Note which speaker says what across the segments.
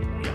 Speaker 1: 模样。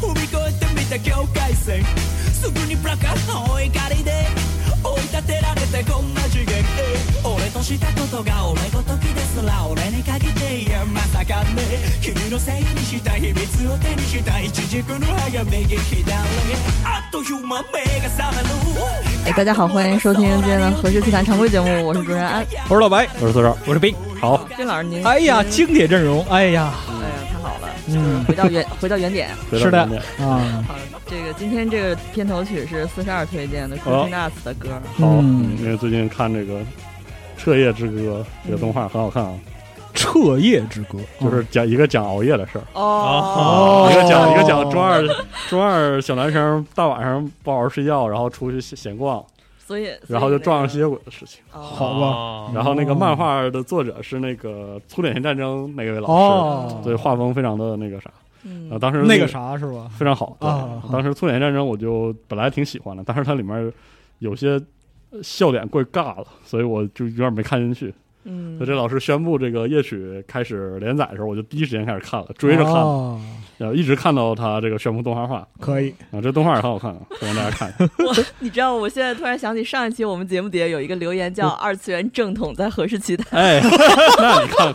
Speaker 2: 踏み越えてみた境界線すぐにプラカーの追い狩りで追い立てられてこんな次元ええ俺としたことが俺ごときですら俺に限って言えまさかね君のせいにした秘密を手にした一軸の歯が右左あっという間目が覚める
Speaker 3: 哎，大家好，欢迎收听今天的《何氏体坛常规节目》，我是主持人安。
Speaker 4: 我是老白，
Speaker 5: 我是多少？
Speaker 4: 我是冰。好，
Speaker 3: 金哦老师，您
Speaker 4: 哎呀，
Speaker 3: 您
Speaker 4: 经典阵容，哎呀，
Speaker 3: 哎呀，太好了，
Speaker 4: 嗯，
Speaker 3: 回到原 回到原点。
Speaker 5: 回到
Speaker 4: 是的
Speaker 5: 原点
Speaker 4: 啊，
Speaker 3: 好，这个今天这个片头曲是四十二推荐的 c r u
Speaker 5: 哦
Speaker 3: i Nuts 的歌，
Speaker 5: 好，
Speaker 4: 嗯
Speaker 5: 因为最近看这个《彻夜之歌》这个动画很好看啊，
Speaker 4: 嗯彻夜之歌嗯
Speaker 5: 就是讲一个讲熬夜的事儿，
Speaker 4: 哦
Speaker 5: 一个讲一个讲中二中二小男生大晚上不好好睡觉，然后出去闲闲逛，
Speaker 3: 所以哦
Speaker 5: 然后就撞上
Speaker 3: 些
Speaker 5: 吸血鬼的事情。
Speaker 3: 好
Speaker 4: 好吧，
Speaker 6: 哦
Speaker 5: 然后那个漫画的作者是那个《粗脸型战争》那位老
Speaker 4: 哦
Speaker 5: 师，，对，画风非常的那个啥，啊，
Speaker 3: 嗯，
Speaker 5: 当时
Speaker 4: 那个啥是吧？
Speaker 5: 非常好对
Speaker 4: 啊
Speaker 5: 当时《粗脸型战争》我就本来挺喜欢的，但是它里面有些呃笑点过于尬了，所以我就有点没看进去。
Speaker 3: 嗯
Speaker 5: 那这老师宣布这个夜曲开始连载的时候，我就第一时间开始看了，追着看，
Speaker 4: 哦
Speaker 5: 然后一直看到他这个宣布动画化
Speaker 4: 可以，
Speaker 5: 啊，这动画也很好看啊，推荐大家看。
Speaker 3: 你知道，我现在突然想起上一期我们节目底下有一个留言叫“二次元正统在何氏期待
Speaker 5: 哎，那你看看，”，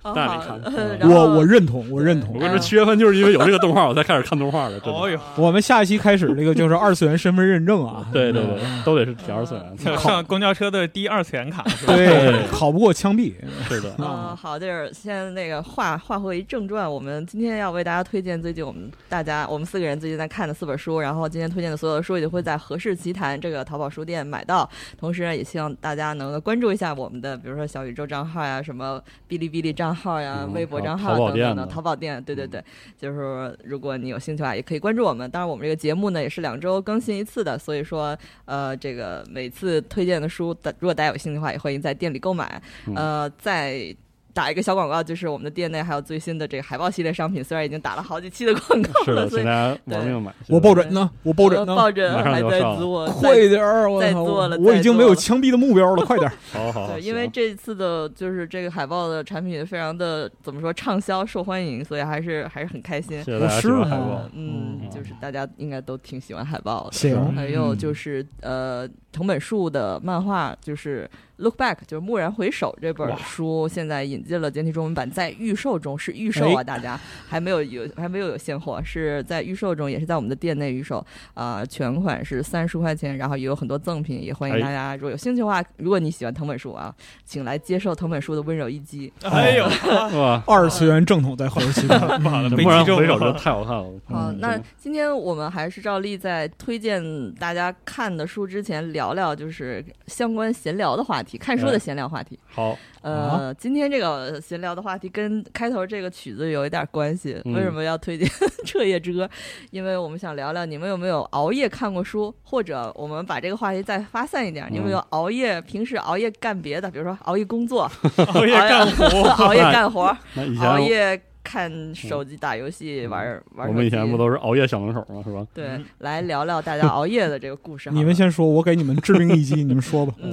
Speaker 3: 好
Speaker 5: 那
Speaker 3: 好
Speaker 5: 你看，
Speaker 3: 呃然后
Speaker 4: 我我认同，我认同
Speaker 5: 我。跟你说，七月份就是因为有这个动画，我才开始看动画的，真的。
Speaker 6: 哦呦，
Speaker 4: 我们下一期开始，这个就是二次元身份认证啊，
Speaker 5: 对对对，都得是第二次元，
Speaker 6: 像上公交车的第二次元卡，
Speaker 4: 对，考不过枪毙，
Speaker 5: 是的。
Speaker 3: 嗯，好，就是先那个话话回正传，我们今天要为大家推荐最近我们大家我们四个人最近在看的四本书，然后今天推荐的所有的书也会在何氏奇谈这个淘宝书店买到，同时呢，也希望大家能够关注一下我们的，比如说小宇宙账号呀、什么哔哩哔哩账号呀、
Speaker 5: 嗯
Speaker 3: 微博
Speaker 5: 淘
Speaker 3: 账号
Speaker 5: 淘
Speaker 3: 等
Speaker 5: 宝
Speaker 3: 等
Speaker 5: 店
Speaker 3: 等，
Speaker 5: 嗯的
Speaker 3: 淘宝店，对对对，就是说如果你有兴趣的话，也可以关注我们。当然，我们这个节目呢也是两周更新一次的，所以说呃，这个每次推荐的书，大如果大家有兴趣的话，也欢迎在店里购买。
Speaker 5: 嗯
Speaker 3: 呃，再打一个小广告，就是我们的店内还有最新的这个海报系列商品，虽然已经打了好几期的广告
Speaker 5: 是
Speaker 3: 了，
Speaker 5: 的，
Speaker 3: 所以
Speaker 5: 请大家玩命买。
Speaker 4: 我抱枕呢，我抱枕
Speaker 3: 呃
Speaker 4: 呢，
Speaker 3: 抱枕
Speaker 5: 马上
Speaker 3: 还
Speaker 5: 就要
Speaker 3: 在
Speaker 5: 上了
Speaker 3: 做，在
Speaker 4: 快点儿，我
Speaker 3: 再
Speaker 4: 操
Speaker 3: 做了
Speaker 4: 我
Speaker 3: 再
Speaker 4: 已经
Speaker 3: 做
Speaker 4: 没有
Speaker 3: 了
Speaker 4: 枪毙的目标了，快 点儿，
Speaker 5: 好好好，
Speaker 3: 对，因为
Speaker 5: 啊行
Speaker 3: 这次的就是这个海报的产品非常的怎么说畅销受欢迎，所以还是还是很开心。
Speaker 5: 谢谢大家喜
Speaker 4: 我
Speaker 5: 欢
Speaker 4: 是
Speaker 5: 海
Speaker 4: 吗
Speaker 5: 报，
Speaker 3: 嗯，
Speaker 5: 嗯
Speaker 3: 就是大家应该都挺喜欢海报的。
Speaker 4: 行，
Speaker 3: 还有就是是呃，藤本树的漫画就是《Look Back》，就是《蓦然回首》这本
Speaker 5: 哇
Speaker 3: 书，现在引进了简体中文版，在预售中是预
Speaker 5: 哎
Speaker 3: 售啊，大家还没有有还没有有现货，是在预售中，也是在我们的店内预售啊、全款是三十块钱，然后也有很多赠品，也欢迎
Speaker 5: 哎
Speaker 3: 大家如果有兴趣的话，如果你喜欢藤本树啊，请来接受藤本树的温柔一击。
Speaker 6: 哎呦，
Speaker 5: 哇，
Speaker 4: 二次元正统在猴儿期 待，
Speaker 6: 不好了，
Speaker 5: 这
Speaker 6: 被
Speaker 5: 蓦然
Speaker 6: 击中
Speaker 5: 回首，这
Speaker 6: 了。
Speaker 5: 太好看了。
Speaker 3: 好，
Speaker 5: 嗯
Speaker 3: 那
Speaker 5: 真的
Speaker 3: 今天我们还是照例在推荐大家看的书之前聊聊，就是相关闲聊的话题，看书的
Speaker 5: 哎
Speaker 3: 闲聊话题。
Speaker 5: 好，
Speaker 3: 呃，今天这个闲聊的话题跟开头这个曲子有一点关系。
Speaker 5: 嗯
Speaker 3: 为什么要推荐 《彻夜之歌》？因为我们想聊聊你们有没有熬夜看过书，或者我们把这个话题再发散一
Speaker 5: 嗯
Speaker 3: 点，你们有熬夜平时熬 夜干别的，比如说熬夜工作、
Speaker 6: 熬夜干活，
Speaker 3: 熬夜干活、
Speaker 5: 那以前
Speaker 3: 熬夜看手机、打游戏、玩儿玩手
Speaker 5: 嗯我
Speaker 3: 机。
Speaker 5: 们以前不都是熬夜小能手吗？是吧？
Speaker 3: 对
Speaker 6: 嗯
Speaker 3: 来聊聊大家熬夜的这个故事好了。
Speaker 4: 你们先说，我给你们致命一击，你们说吧。
Speaker 3: 嗯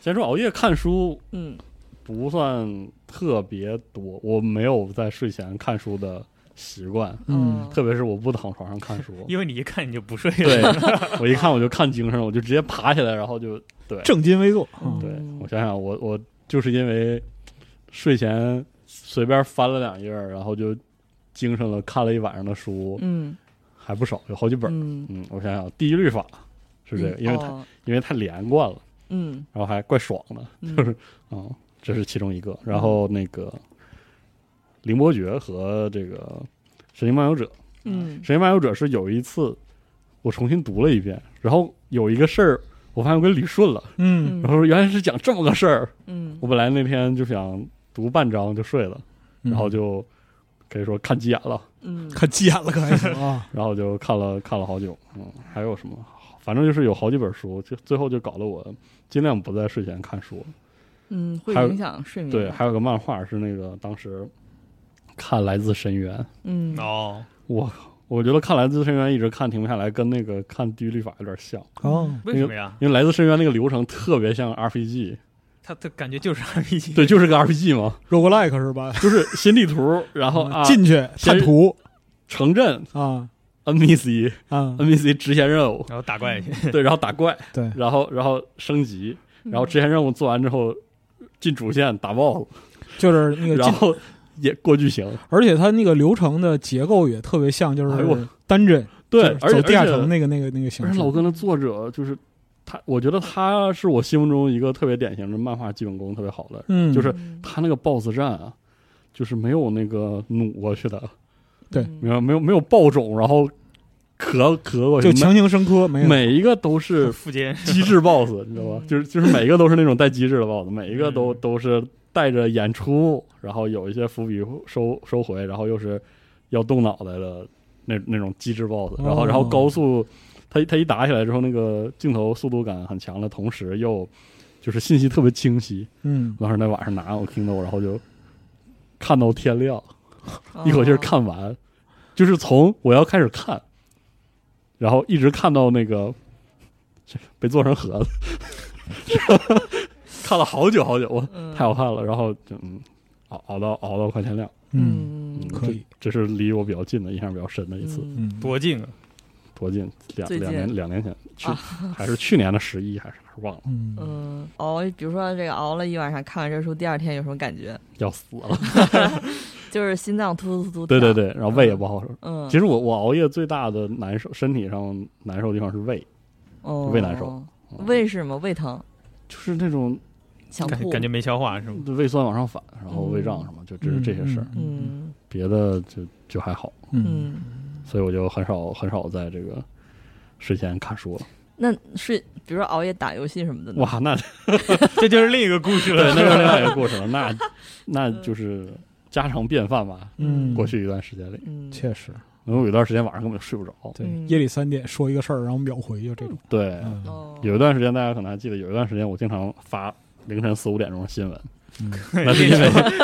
Speaker 5: 先说熬夜看书
Speaker 3: 嗯
Speaker 5: 不算特别多，我没有在睡前看书的习惯，
Speaker 3: 哦
Speaker 4: 嗯，
Speaker 5: 特别是我不躺床上看书。
Speaker 6: 因为你一看你就不睡
Speaker 5: 对
Speaker 6: 了。，
Speaker 5: 我一看我就看精神了，我就直接爬起来，然后就对
Speaker 4: 正襟危坐。嗯
Speaker 5: 对。我想想，我我就是因为睡前随便翻了两页儿，然后就精神了，看了一晚上的书，
Speaker 3: 嗯
Speaker 5: 还不少，有好几本儿。
Speaker 3: 嗯，
Speaker 5: 嗯，我想想，《第一律法》是这个，因为它
Speaker 3: 哦
Speaker 5: 因为它连贯了，
Speaker 3: 嗯
Speaker 5: 然后还怪爽的，
Speaker 3: 嗯
Speaker 5: 就是嗯，这是其中一个。然后那个《凌波诀》和这个《神经漫游者》，《
Speaker 3: 嗯
Speaker 5: 神经漫游者》是有一次我重新读了一遍，然后有一个事儿，我发现我给捋顺了，
Speaker 4: 嗯
Speaker 5: 然后原来是讲这么个事儿。
Speaker 3: 嗯
Speaker 5: 我本来那天就想读半章就睡了，
Speaker 4: 嗯
Speaker 5: 然后就可以说看急眼了，
Speaker 3: 嗯
Speaker 4: 可急眼了，可还行 啊。
Speaker 5: 然后就看了看了好久，嗯，还有什么？反正就是有好几本书，就最后就搞得我尽量不在睡前看书。
Speaker 3: 嗯，会
Speaker 5: 还有
Speaker 3: 影响睡眠。
Speaker 5: 对，还有个漫画是那个当时看《来自深渊》，
Speaker 3: 嗯
Speaker 6: 哦，
Speaker 5: 我我觉得看《来自深渊》一直看停不下来，跟那个看《地狱律法》有点像，
Speaker 4: 哦，
Speaker 6: 为什么呀？
Speaker 5: 因为《来自深渊》那个流程特别像 RPG，
Speaker 6: 他他感觉就是 RPG。
Speaker 5: 对，就是个 RPG 嘛，
Speaker 4: roguelike 是吧？
Speaker 5: 就是新地图， 然后啊
Speaker 4: 进去探图
Speaker 5: 城镇
Speaker 4: 啊
Speaker 5: NPC
Speaker 4: 啊，
Speaker 5: NPC 支线任 务，
Speaker 6: 然后打 怪去，
Speaker 5: 对，然后打怪，
Speaker 4: 对
Speaker 5: 然后然后升级，
Speaker 3: 嗯
Speaker 5: 然后支线任务做完之后进主线打 BOSS，
Speaker 4: 就是那个
Speaker 5: 然
Speaker 4: 进，
Speaker 5: 后也过剧情，
Speaker 4: 而且它那个流程的结构也特别像，就
Speaker 5: 哎呦
Speaker 4: 是单帧，
Speaker 5: 对，
Speaker 4: 就
Speaker 5: 而
Speaker 4: 是
Speaker 5: 且
Speaker 4: 走地下城
Speaker 5: 而且
Speaker 4: 那个那个那个形
Speaker 5: 而且
Speaker 4: 式。
Speaker 5: 老哥的作者就是他，我觉得他是我心目中一个特别典型的漫画基本功特别好的人。
Speaker 4: 嗯，
Speaker 5: 就是他那个 BOSS 战啊，就是没有那个弩过去的，
Speaker 4: 对
Speaker 3: 嗯
Speaker 5: 没有没有没有爆种，然后咳咳过去，
Speaker 4: 就强行生科没
Speaker 5: 每
Speaker 4: 有。
Speaker 5: 每一个都是
Speaker 6: 附件
Speaker 5: 机智 BOSS，你知道吧？
Speaker 3: 嗯
Speaker 5: 就是就是每一个都是那种带机智的 BOSS，每一个都
Speaker 6: 嗯
Speaker 5: 都是带着演出，然后有一些伏笔收收回，然后又是要动脑袋的那那种机智 BOSS，然后然后高速，他他一打起来之后，那个镜头速度感很强的同时，又就是信息特别清晰。
Speaker 4: 嗯，
Speaker 5: 当时那晚上拿我 Kindle，然后就看到天亮，
Speaker 3: 哦
Speaker 5: 一口气儿看完，就是从我要开始看，然后一直看到那个 这被做成盒子， 看了好久好久，我
Speaker 3: 嗯
Speaker 5: 太好看了，然后就嗯熬熬到熬到快天亮，
Speaker 4: 嗯，
Speaker 3: 嗯
Speaker 5: 嗯，
Speaker 4: 可以
Speaker 5: 这，这是离我比较近的，印象比较深的一次，
Speaker 3: 嗯
Speaker 4: 嗯，
Speaker 6: 多近啊！
Speaker 5: 多近，两
Speaker 3: 最近
Speaker 5: 两年两年前，去
Speaker 3: 啊
Speaker 5: 还是去年的十一还是哪儿忘了，
Speaker 4: 嗯，
Speaker 3: 嗯，熬，比如说这个熬了一晚上，看完这书，第二天有什么感觉？
Speaker 5: 要死 了，
Speaker 3: 就是心脏突突突。
Speaker 5: 对对。对，然后胃也不好受。
Speaker 3: 嗯，
Speaker 5: 其实我我熬夜最大的难受，身体上难受的地方是胃，
Speaker 3: 哦
Speaker 5: 胃难受，嗯
Speaker 3: 胃是什么？胃疼，
Speaker 5: 就是那种
Speaker 3: 想
Speaker 6: 感
Speaker 3: 吐，
Speaker 6: 感觉没消化是吗？
Speaker 5: 胃酸往上反，然后胃胀
Speaker 3: 嗯
Speaker 5: 什么，就只是这些事儿，
Speaker 3: 嗯
Speaker 5: 别的就就还好，
Speaker 4: 嗯，
Speaker 3: 嗯。
Speaker 5: 所以我就很少很少在这个睡前看书了。
Speaker 3: 那睡，比如说熬夜打游戏什么的呢，
Speaker 5: 哇，那
Speaker 6: 这就是另一个故事
Speaker 5: 对，
Speaker 6: 了。
Speaker 5: 那就是另外一个故事了，那那就是家常便饭吧。
Speaker 4: 嗯
Speaker 5: 过去一段时间里，
Speaker 3: 嗯，
Speaker 4: 确实，
Speaker 5: 因为我有一段时间晚上根本就睡不着。
Speaker 4: 对
Speaker 3: 嗯，
Speaker 4: 夜里三点说一个事儿，然后秒回，就这种。
Speaker 5: 对，
Speaker 4: 嗯，
Speaker 3: 哦，
Speaker 5: 有一段时间大家可能还记得，有一段时间我经常发凌晨四五点钟的新闻，
Speaker 6: 练球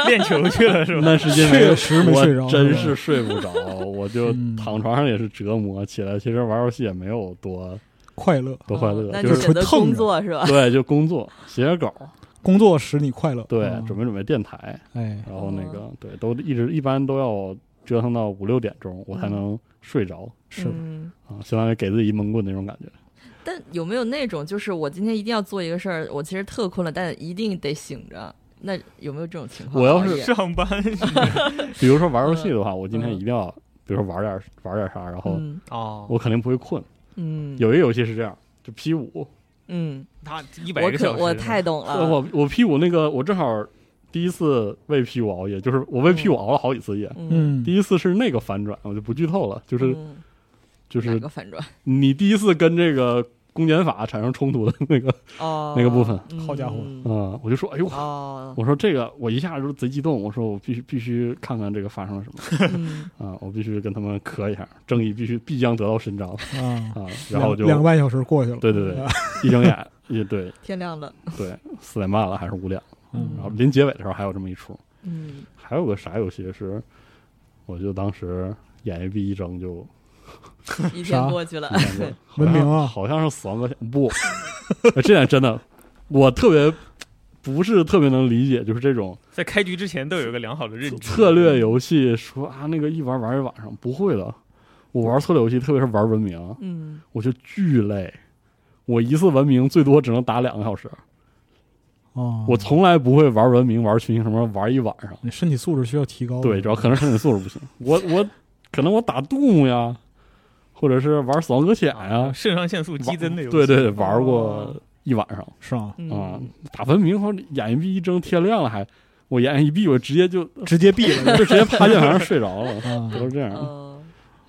Speaker 6: 练球去了是吧？
Speaker 5: 那是因为
Speaker 4: 确实没睡着，
Speaker 5: 我真
Speaker 4: 吧
Speaker 5: 是睡不着，我就
Speaker 4: 嗯
Speaker 5: 躺床上也是折磨。起来其实玩游戏也没有多
Speaker 4: 快乐，
Speaker 5: 多快
Speaker 3: 哦
Speaker 5: 乐，
Speaker 3: 那
Speaker 5: 就
Speaker 3: 就是选择
Speaker 4: 纯蹭
Speaker 3: 工
Speaker 4: 着
Speaker 3: 作是吧？
Speaker 5: 对，就工作、写写稿，
Speaker 4: 工作使你快乐。
Speaker 5: 对，
Speaker 4: 嗯
Speaker 5: 准备准备电台，
Speaker 4: 哎，
Speaker 3: 哦
Speaker 5: 然后那个对，都一直一般都要折腾到五六点钟，我才能睡着
Speaker 4: 是
Speaker 3: 嗯
Speaker 5: 啊，相当于给自己一闷棍那种感觉。
Speaker 3: 但有没有那种，就是我今天一定要做一个事儿，我其实特困了，但一定得醒着？那有没有这种情况？
Speaker 5: 我要
Speaker 3: 熬
Speaker 5: 是
Speaker 3: 夜
Speaker 6: 上班
Speaker 5: 比如说玩游戏的话，我今天一定要，比如说玩点玩点啥，然后
Speaker 3: 嗯
Speaker 6: 哦，
Speaker 5: 我肯定不会困。
Speaker 3: 嗯
Speaker 5: 有一个游戏是这样，就 P 五，
Speaker 3: 嗯，
Speaker 6: 他一百
Speaker 3: 我
Speaker 6: 个
Speaker 3: 可
Speaker 6: 小时，
Speaker 3: 我太懂了，
Speaker 5: 我我 P 五那个我正好第一次为 P 五熬夜，就是我为
Speaker 3: 嗯
Speaker 5: P 五熬了好几次夜。
Speaker 3: 嗯，
Speaker 4: 嗯，
Speaker 5: 第一次是那个反转，我就不剧透了，就
Speaker 3: 就是
Speaker 5: 就
Speaker 3: 哪
Speaker 5: 是
Speaker 3: 个 反转
Speaker 5: 你第一次跟这个公检法产生冲突的 那个
Speaker 3: 哦，
Speaker 5: 那个部分
Speaker 3: 嗯
Speaker 4: 好家伙
Speaker 3: 嗯
Speaker 5: 啊、我就说，哎呦，
Speaker 3: 哦，
Speaker 5: 我说这个，我一下就贼激动，我说我必须必须看看这个发生了什么
Speaker 3: 嗯
Speaker 5: 啊、我必须跟他们磕一下，正义必须必将得到伸张啊、
Speaker 4: 啊，
Speaker 5: 然后我
Speaker 4: 两
Speaker 5: 就
Speaker 4: 两个半小时过去了。
Speaker 5: 对对对，一睁 眼也对
Speaker 3: 天亮了，
Speaker 5: 对，四点半了还是五点了，
Speaker 4: 嗯
Speaker 5: 然后临结尾的时候还有这么一出，
Speaker 3: 嗯
Speaker 5: 还有个啥游戏是我就当时眼一闭一睁就
Speaker 3: 一天过 去了，
Speaker 5: 就感觉
Speaker 4: 文明啊
Speaker 5: 好像是死亡搁浅不， 这点真的我特别不是特别能理解，就是这种
Speaker 1: 在开局之前都有一个良好的认知，
Speaker 5: 策略游戏说啊那个一玩玩一晚上不会了，我玩策略游戏特别是玩文明，
Speaker 3: 嗯，
Speaker 5: 我就巨累，我一次文明最多只能打两个小时，
Speaker 4: 啊，
Speaker 5: 我从来不会玩文明玩群星什么玩一晚上。
Speaker 4: 你身体素质需要提高。
Speaker 5: 对，主要可能身体素质不行。我我可能我打杜牧呀，或者是玩死亡搁浅呀，
Speaker 1: 肾上腺素激增的游戏，
Speaker 5: 对对，对玩过一晚上
Speaker 4: 是吗？
Speaker 3: 嗯
Speaker 5: 啊、打文明后眼一闭一睁天亮了还，我眼一闭我直接就
Speaker 4: 直接闭了
Speaker 5: 就直接趴键盘上睡着了，
Speaker 4: 啊，
Speaker 5: 都是这样。
Speaker 3: 嗯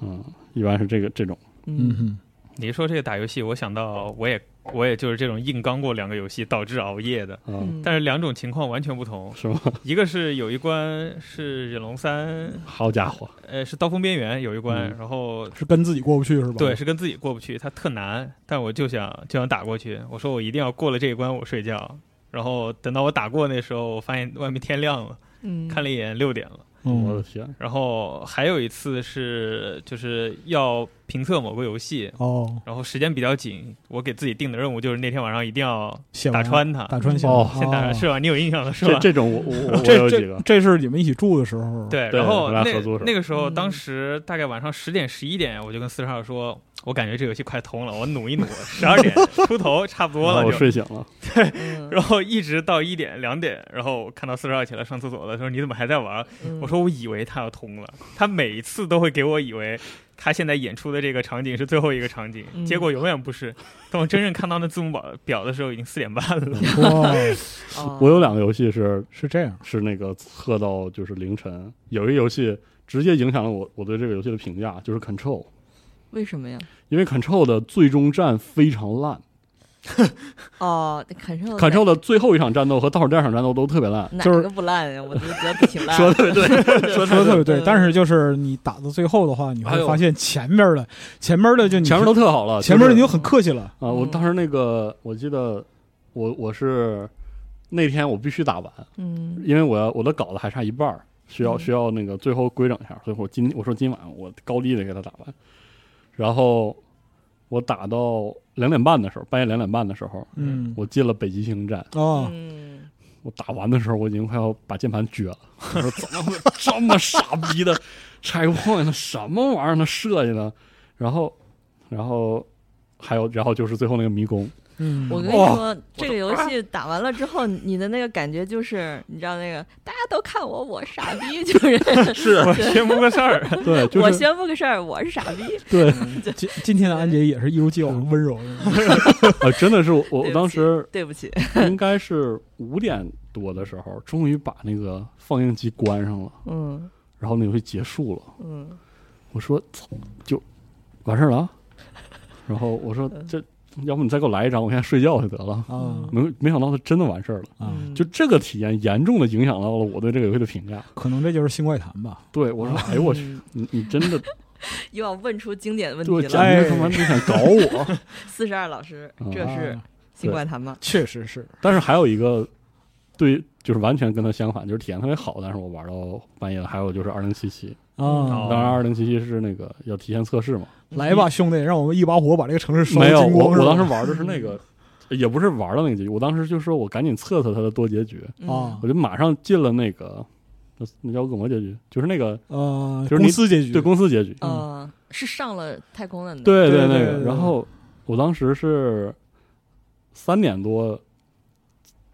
Speaker 5: 嗯，一般是这个这种
Speaker 4: 嗯
Speaker 3: 嗯
Speaker 4: 哼，
Speaker 1: 你说这个打游戏，我想到我也我也就是这种硬刚过两个游戏导致熬夜的，
Speaker 5: 啊，
Speaker 3: 嗯，
Speaker 1: 但是两种情况完全不 同。
Speaker 5: 是吗？
Speaker 1: 一个是有一关是忍龙三，
Speaker 5: 好家伙，
Speaker 1: 呃，是刀锋边缘有一关，
Speaker 5: 嗯
Speaker 1: 然后
Speaker 4: 是跟自己过不去是吧？
Speaker 1: 对，，是跟自己过不去，它特难，但我就想就想打过去。我说我一定要过了这一关，我睡觉。然后等到我打过那时候，我发现外面天亮了，
Speaker 3: 嗯
Speaker 1: 看了一眼六点了。
Speaker 5: 我的
Speaker 4: 嗯，
Speaker 5: 天，
Speaker 1: 然后还有一次是就是要评测某个游戏，
Speaker 4: 哦，
Speaker 1: 然后时间比较紧，我给自己定的任务就是那天晚上一定要
Speaker 4: 写
Speaker 1: 打
Speaker 4: 完了
Speaker 1: 穿它，
Speaker 4: 打穿写
Speaker 5: 哦
Speaker 1: 先打
Speaker 4: 哦
Speaker 1: 是吧？你有印象了是
Speaker 5: 这
Speaker 1: 吧？
Speaker 5: 这种我 我我我
Speaker 4: 这
Speaker 5: 有几个
Speaker 4: 这，这是你们一起住的时候，，
Speaker 1: 对，
Speaker 5: 对
Speaker 1: 然后
Speaker 5: 我俩
Speaker 1: 那
Speaker 5: 合租是吧
Speaker 1: 那个时候，当
Speaker 3: 嗯
Speaker 1: 时大概晚上十点十一点，我就跟四十二说，我感觉这游戏快通了，我努一努，十 二点出头差不多
Speaker 5: 然后
Speaker 1: 了
Speaker 5: 我
Speaker 1: 就。
Speaker 5: 睡醒了，
Speaker 3: 嗯
Speaker 1: 然后一直到一点两点，然后我看到四十二起来上厕所了，说你怎么还在玩？
Speaker 3: 嗯
Speaker 1: 我说我以为他要通了，他每一次都会给我以为他现在演出的这个场景是最后一个场景，
Speaker 3: 嗯
Speaker 1: 结果永远不是。等我真正看到那字母表表的时候，已经四点半了。
Speaker 4: 哇，
Speaker 3: 哦
Speaker 5: 我有两个游戏是
Speaker 4: 是这样，
Speaker 5: 是那个测到就是凌晨，有一个游戏直接影响了我我对这个游戏的评价，就是 Control，
Speaker 3: 为什么呀？
Speaker 5: 因为 Control 的最终战非常烂
Speaker 3: 哦，砍瘦砍
Speaker 5: ，Control 的最后一场战斗和倒数第二场战斗都特别烂，
Speaker 3: 哪
Speaker 4: 就是
Speaker 3: 个不烂呀？我就觉得挺烂。
Speaker 5: 说的对，
Speaker 4: 说的特别对
Speaker 3: 嗯。
Speaker 4: 但是就是你打到最后的话，你
Speaker 5: 哎
Speaker 4: 会
Speaker 5: 呦
Speaker 4: 发现前面的前面的就你
Speaker 5: 前面都特好了，
Speaker 4: 前面
Speaker 5: 就
Speaker 4: 你
Speaker 5: 是
Speaker 4: 就很客气了，
Speaker 5: 啊，我当时那个我记得我我是那天我必须打完，
Speaker 3: 嗯
Speaker 5: 因为我要我的稿子还差一半儿，需要
Speaker 3: 嗯
Speaker 5: 需要那个最后规整一下，所以我今我说今晚我高低得给他打完，然后我打到两点半的时候，半夜两点半的时候，
Speaker 4: 嗯，
Speaker 5: 我进了北极星站，
Speaker 4: 哦，
Speaker 3: 嗯，
Speaker 5: 我打完的时候我已经快要把键盘撅了， 我说怎么会有这么傻逼的 checkpoint 什么玩意儿呢设计呢？然后然后还有然后就是最后那个迷宫，
Speaker 4: 嗯，
Speaker 3: 我跟你说，这个游戏打完了之后，你的那个感觉就是，你知道那个大家都看我，我傻逼，就是
Speaker 1: 我宣布个事 儿，
Speaker 5: 对， 就
Speaker 3: 我嗯
Speaker 5: 是
Speaker 3: 宣布个事儿，我是傻逼。
Speaker 5: 对，
Speaker 4: 今今天的安杰也是一如既往的温柔的，
Speaker 5: 呃，真的是我我
Speaker 3: 对不起
Speaker 5: 当时啊
Speaker 3: 对不起，
Speaker 5: 应该是五点多的时候，终于把那个放映机关上了，
Speaker 3: 嗯
Speaker 5: 然后那游戏结束了。
Speaker 3: 嗯
Speaker 5: 我说操就完事儿了啊，然后我说
Speaker 3: 嗯
Speaker 5: 这，要不你再给我来一张，我现在睡觉去得了。
Speaker 4: 啊
Speaker 5: 没没想到他真的完事儿了，
Speaker 4: 啊，
Speaker 3: 嗯
Speaker 5: 就这个体验严重的影响到了我对这个游戏的评价。
Speaker 4: 可能这就是新怪谈吧，
Speaker 5: 对我说，哎呦我去，
Speaker 3: 嗯
Speaker 5: 你你真 的
Speaker 3: 又要问出经典问
Speaker 5: 对我
Speaker 3: 题
Speaker 5: 简
Speaker 3: 了。
Speaker 4: 哎
Speaker 5: 直他妈就想搞我。
Speaker 3: 四十二老师，这
Speaker 5: 啊
Speaker 3: 是
Speaker 4: 啊
Speaker 3: 新怪谈吗？
Speaker 4: 确实是，
Speaker 5: 但是还有一个对，就是完全跟他相反，就是体验特别好，但是我玩到半夜了。还有就是二零七七，
Speaker 4: 啊
Speaker 1: 哦，
Speaker 5: 当然，二零七七是那个要提前测试嘛？
Speaker 4: 来吧，兄弟，让我们一把火把这个城市烧
Speaker 5: 没有，
Speaker 4: 精
Speaker 5: 我
Speaker 4: 光！
Speaker 5: 我
Speaker 4: 是吧
Speaker 5: 当时玩的是 那个，也不是玩的那个结局，我当时就说我赶紧测测它的多结局，
Speaker 3: 嗯
Speaker 4: 啊
Speaker 5: 我就马上进了那个，那那叫恶魔结局，就是那个
Speaker 4: 呃，
Speaker 5: 就是你
Speaker 4: 公司结局
Speaker 5: 对公司结局，
Speaker 3: 呃，是上了太空的，，
Speaker 5: 嗯对
Speaker 4: 啊对
Speaker 5: 那
Speaker 4: 对
Speaker 5: 个。
Speaker 4: 对
Speaker 5: 然后我当时是三点多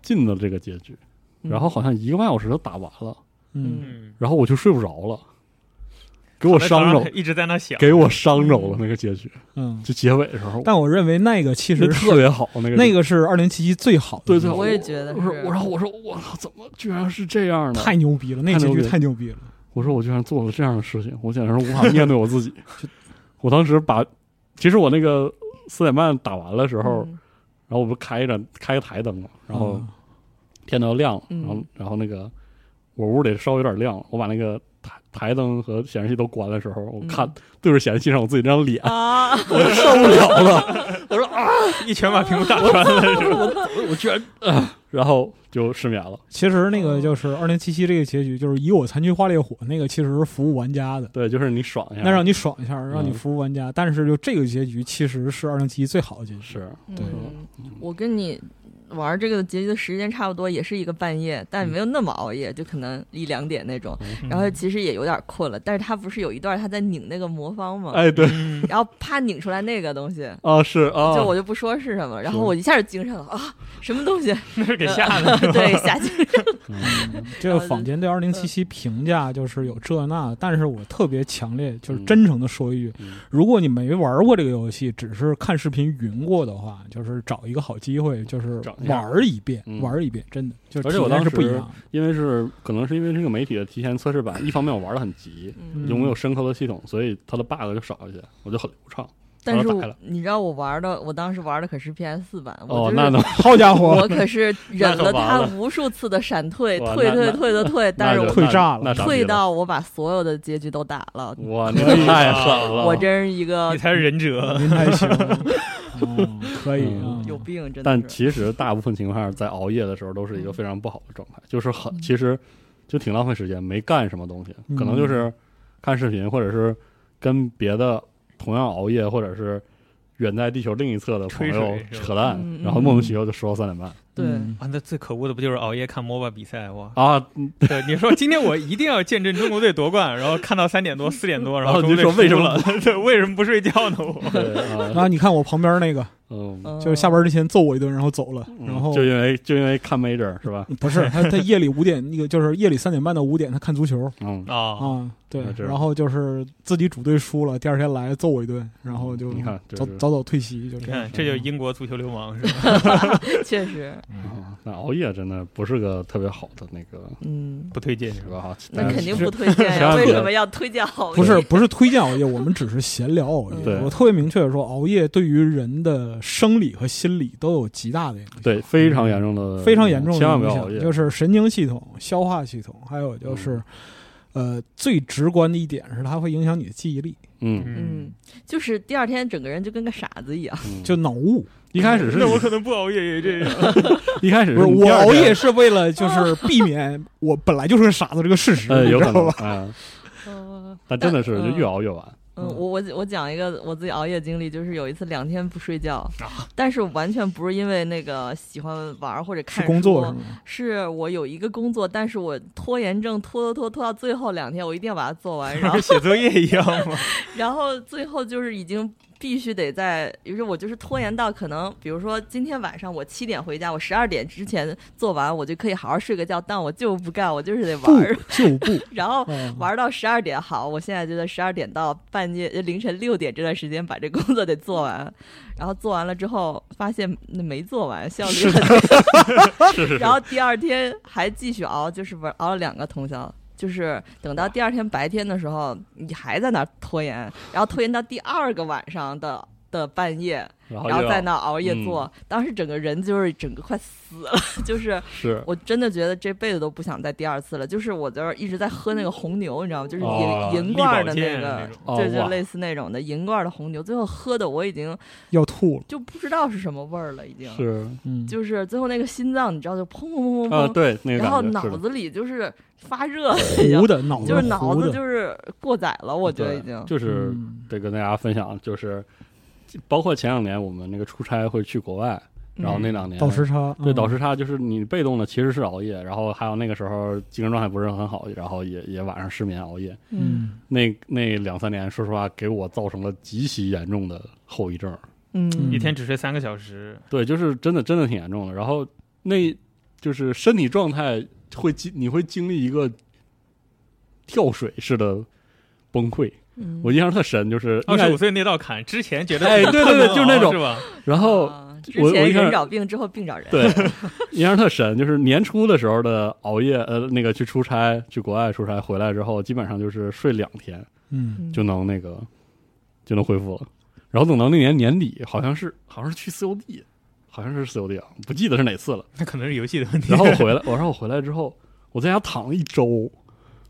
Speaker 5: 进的这个结局，
Speaker 3: 嗯
Speaker 5: 然后好像一个半小时就打完了，
Speaker 4: 嗯，
Speaker 1: 嗯，
Speaker 5: 然后我就睡不着了，给我伤着，
Speaker 1: 一直在那想，
Speaker 5: 给我伤着了那个结局，
Speaker 4: 嗯，
Speaker 5: 就结尾的时候，
Speaker 4: 但我认为那个其
Speaker 5: 那
Speaker 4: 实
Speaker 5: 特别好，那个
Speaker 4: 那个是二零七七最好的，
Speaker 5: 对对，
Speaker 3: 我也觉得
Speaker 5: 我说
Speaker 3: 是，
Speaker 5: 我然后我说我操，怎么居然是这样的？
Speaker 4: 太牛逼了，那结局
Speaker 5: 太
Speaker 4: 太牛逼了，
Speaker 5: 我说我居然做了这样的事情，我简直是无法面对我自 己。我当时把，其实我那个四点半打完了时候，
Speaker 3: 嗯
Speaker 5: 然后我不开着开台灯嘛，然后
Speaker 4: 嗯
Speaker 5: 天都要亮了，
Speaker 3: 嗯
Speaker 5: 然后然后那个我屋里稍微有点亮了，我把那个台台灯和显示器都关的时候，我
Speaker 3: 嗯
Speaker 5: 看、对着显示器上我自己这张脸，
Speaker 3: 啊，
Speaker 5: 我受不了了，
Speaker 6: 一拳把屏幕打穿了，是吧？
Speaker 5: 啊我我居然、啊然后就失眠了。
Speaker 4: 其实那个就是《二零七七》这个结局，就是以我残躯化烈火，那个其实是服务玩家的，
Speaker 5: 对，就是你爽一下，
Speaker 4: 那让你爽一下，让
Speaker 5: 嗯
Speaker 4: 你服务玩家。但是就这个结局，其实是《二零七七》最好的结局。
Speaker 5: 是
Speaker 4: 对
Speaker 3: 嗯，我跟你玩这个结局的时间差不多，也是一个半夜，
Speaker 5: 嗯
Speaker 3: 但没有那么熬夜，就可能一两点那种。
Speaker 6: 嗯
Speaker 3: 然后其实也有点困了，但是他不是有一段他在拧那个魔方吗？
Speaker 5: 哎对
Speaker 6: 嗯
Speaker 3: 然后啪拧出来那个东西，
Speaker 5: 啊是啊，
Speaker 3: 就我就不说是什么，然后我一下就精神了啊，什么东西？
Speaker 6: 那是给
Speaker 5: 呃啊
Speaker 6: 吓的，是吧
Speaker 3: 对， 吓精神。
Speaker 4: 这个坊间对《二
Speaker 3: 嗯
Speaker 4: 零七七》评价就是有这那，但是我特别强烈，就是真诚的说一句
Speaker 5: 嗯，
Speaker 4: 如果你没玩过这个游戏，只是看视频云过的话，就是找一个好机会，就是
Speaker 5: 找一下
Speaker 4: 玩一遍，
Speaker 5: 嗯
Speaker 4: 玩一遍，真的就是
Speaker 5: 而且我
Speaker 4: 体验
Speaker 5: 当
Speaker 4: 是
Speaker 5: 时
Speaker 4: 不一样的。
Speaker 5: 因为是可能是因为这个媒体的提前测试版，一方面我玩的很急，
Speaker 3: 嗯
Speaker 5: 就没有深刻的系统，所以它的 bug 就少一些，我就很流畅。
Speaker 3: 但是
Speaker 5: 然后
Speaker 3: 我
Speaker 5: 打开了
Speaker 3: 你知道我玩的，我当时玩的可是 PS 四版，我
Speaker 5: 哦，
Speaker 3: 就是
Speaker 5: 那能
Speaker 4: 好家伙
Speaker 3: 我，可是忍
Speaker 5: 那
Speaker 3: 了
Speaker 5: 可完
Speaker 3: 他
Speaker 5: 了
Speaker 3: 无数次的闪退，
Speaker 5: 哇
Speaker 3: 退
Speaker 5: 那
Speaker 3: 退退的
Speaker 5: 那
Speaker 3: 退，但是
Speaker 5: 那
Speaker 3: 我
Speaker 5: 就
Speaker 4: 退炸了
Speaker 5: 那那傻逼
Speaker 3: 退到我把所有的结局都打了，
Speaker 5: 哇，那个太狠了！
Speaker 3: 我真是一个
Speaker 6: 你才是忍者。
Speaker 4: 您太行了，嗯可以啊
Speaker 5: 嗯。
Speaker 3: 有病，真的
Speaker 5: 但
Speaker 3: 是。嗯
Speaker 5: 其实大部分情况下，在熬夜的时候都是一个非常不好的状态，就是很其实就挺浪费时间，没干什么东西，
Speaker 4: 嗯
Speaker 5: 可能就是看视频，或者是跟别的同样熬夜，或者是远在地球另一侧的朋友
Speaker 6: 吹水是吧
Speaker 5: 扯淡
Speaker 3: 嗯，嗯
Speaker 5: 然后莫名其妙就说到三点半
Speaker 3: 对，
Speaker 4: 嗯
Speaker 6: 啊，那最可恶的不就是熬夜看 MOBA 比赛哇？
Speaker 5: 啊，
Speaker 6: 对， 你说今天我一定要见证中国队夺冠，然后看到三点多、四点多，然后
Speaker 5: 然后您
Speaker 6: 中国队
Speaker 5: 哦说
Speaker 6: 输
Speaker 5: 为
Speaker 6: 了？ 对，为什么不睡觉呢？我
Speaker 5: 对
Speaker 4: 然
Speaker 5: 啊，
Speaker 4: 后你看我旁边那个，
Speaker 5: 嗯，
Speaker 4: 就是下班之前揍我一顿，然后走了，
Speaker 5: 嗯
Speaker 4: 然后
Speaker 5: 就因为就因为看 major 是 吧？
Speaker 4: 不是他，他夜里五点那个就是夜里三点半到五点，他看足球
Speaker 5: 嗯，
Speaker 6: 啊，
Speaker 4: 啊，对
Speaker 5: 那，这
Speaker 4: 然后就是自己主队输了，第二天来揍我一顿，然后就
Speaker 5: 嗯你看这
Speaker 4: 早
Speaker 5: 是嗯
Speaker 4: 早早退席，就
Speaker 6: 你
Speaker 4: 这样。
Speaker 6: 看，这就是英国足球流氓是吧？
Speaker 3: 嗯 确实，
Speaker 5: 啊那熬夜真的不是个特别好的那个
Speaker 3: 嗯，
Speaker 6: 不推荐是
Speaker 5: 是
Speaker 6: 吧？
Speaker 5: 吧？哈
Speaker 3: 那
Speaker 4: 嗯
Speaker 5: 但是
Speaker 3: 肯定不推荐
Speaker 5: 千
Speaker 3: 呀，
Speaker 5: 万
Speaker 3: 为
Speaker 5: 别
Speaker 3: 什么要推荐好？
Speaker 4: 不是不是推荐熬夜，我们只是闲聊熬夜。
Speaker 5: 对
Speaker 4: 我特别明确的说，熬夜对于人的生理和心理都有极大的影响，嗯
Speaker 5: 对非常严重的
Speaker 4: 非常严重的
Speaker 5: 千万不
Speaker 4: 影
Speaker 5: 要熬
Speaker 4: 响，
Speaker 5: 夜，嗯
Speaker 4: 就是神经系统、消化系统，还有就是，呃，最直观的一点是它会影响你的记忆力，
Speaker 5: 嗯，
Speaker 3: 嗯，就是第二天整个人就跟个傻子一样。
Speaker 5: 嗯
Speaker 4: 就脑雾。
Speaker 5: 一开始是
Speaker 6: 那我可能不熬夜也这样。
Speaker 5: 一开始
Speaker 4: 不是
Speaker 5: 你
Speaker 4: 我
Speaker 5: 第二
Speaker 4: 熬
Speaker 5: 天
Speaker 4: 夜，是为了就是避免我本来就是个傻子这个事实，
Speaker 5: 呃，
Speaker 4: 你
Speaker 5: 有
Speaker 4: 知
Speaker 5: 可
Speaker 4: 道
Speaker 5: 能
Speaker 4: 吧？
Speaker 5: 啊，
Speaker 3: 嗯，
Speaker 5: 但真的是就
Speaker 3: 嗯
Speaker 5: 越熬越晚，
Speaker 3: 嗯，我我我讲一个我自己熬夜经历，就是有一次两天不睡觉，
Speaker 4: 啊
Speaker 3: 但是完全不是因为那个喜欢玩儿或者
Speaker 4: 是
Speaker 3: 看
Speaker 4: 工作
Speaker 3: 书
Speaker 4: 是吗？
Speaker 3: 是我有一个工作，但是我拖延症拖拖拖拖到最后两天，我一定要把它做 完。然后
Speaker 6: 跟写作业一样 吗？
Speaker 3: 然后最后就是已经必须得在，于是我就是拖延到可能，比如说今天晚上我七点回家，我十二点之前做完，我就可以好好睡个觉。但我就不干，我就是得 玩儿，
Speaker 4: 就不
Speaker 3: 然后。
Speaker 4: 嗯
Speaker 3: 玩到十二点好，我现在就在十二点到半夜呃凌晨六点这段时间把这工作得做完，然后做完了之后发现那没做完，效率很低。
Speaker 5: 是是
Speaker 3: 然后第二天还继续熬，就是玩熬了两个通宵。就是等到第二天白天的时候，你还在那儿拖延，然后拖延到第二个晚上的的半夜，
Speaker 5: 然
Speaker 3: 然后
Speaker 5: 又
Speaker 3: 在那儿熬
Speaker 5: 嗯
Speaker 3: 夜做。当时整个人就是整个快死了， 就是
Speaker 5: 是
Speaker 3: 我真的觉得这辈子都不想再第二次了。就是我就是一直在喝那个红牛，你知道吗？就是银、
Speaker 5: 哦
Speaker 3: 银
Speaker 6: 力
Speaker 3: 罐
Speaker 6: 保
Speaker 3: 儿的
Speaker 6: 健
Speaker 3: 个
Speaker 6: 那种，
Speaker 5: 哦
Speaker 3: 对，就
Speaker 5: 哇
Speaker 3: 类似那种的银罐儿的红牛，最后喝的我已经
Speaker 4: 要吐了，
Speaker 3: 就不知道是什么味儿了，已经。
Speaker 5: 是
Speaker 4: 嗯，
Speaker 3: 就是最后那个心脏，你知道就砰砰砰砰
Speaker 5: 啊，
Speaker 3: 砰，
Speaker 5: 对那个
Speaker 3: 然后
Speaker 5: 感觉
Speaker 3: 脑
Speaker 5: 是的，
Speaker 3: 子里就是发热，
Speaker 4: 糊的脑子，
Speaker 3: 就是脑
Speaker 4: 糊
Speaker 3: 子
Speaker 4: 的
Speaker 3: 就是过载了，我觉得
Speaker 5: 对
Speaker 3: 已经。
Speaker 5: 就是
Speaker 4: 嗯
Speaker 5: 得跟大家分享，就是包括前两年我们那个出差会去国外，
Speaker 3: 嗯
Speaker 5: 然后那两年
Speaker 4: 倒时差，嗯
Speaker 5: 对倒时差就是你被动的其实是熬夜，然后还有那个时候精神状态不是很好，然后也也晚上失眠熬夜，
Speaker 3: 嗯
Speaker 5: 那那两三年说实话给我造成了极其严重的后遗症。
Speaker 3: 嗯
Speaker 6: 一天只睡三个小时，
Speaker 5: 对，就是真的真的挺严重的。然后那就是身体状态会经你会经历一个跳水式的崩溃。
Speaker 3: 嗯，
Speaker 5: 我印象特深，就是
Speaker 1: 啊
Speaker 6: 二
Speaker 5: 应
Speaker 6: 十
Speaker 5: 该
Speaker 6: 五岁那道坎之前觉得
Speaker 5: 哎对对对
Speaker 6: 不能啊
Speaker 5: 就是那种
Speaker 6: 是吧？
Speaker 5: 然后
Speaker 3: 啊之
Speaker 5: 我我
Speaker 3: 前
Speaker 5: 一开
Speaker 3: 人
Speaker 5: 始
Speaker 3: 找病，之后病找人。
Speaker 5: 对印象特深，就是年初的时候的熬夜，呃，那个去出差去国外出差回来之后，基本上就是睡两天
Speaker 4: 嗯，
Speaker 5: 就能那个就能恢复了。然后等到那年年底，好像是好像是去 COD，好像是 COD 啊，不记得是哪次了。
Speaker 6: 那可能是游戏的问题。
Speaker 5: 然后我回来，我然后我回来之后，我在家躺了一周，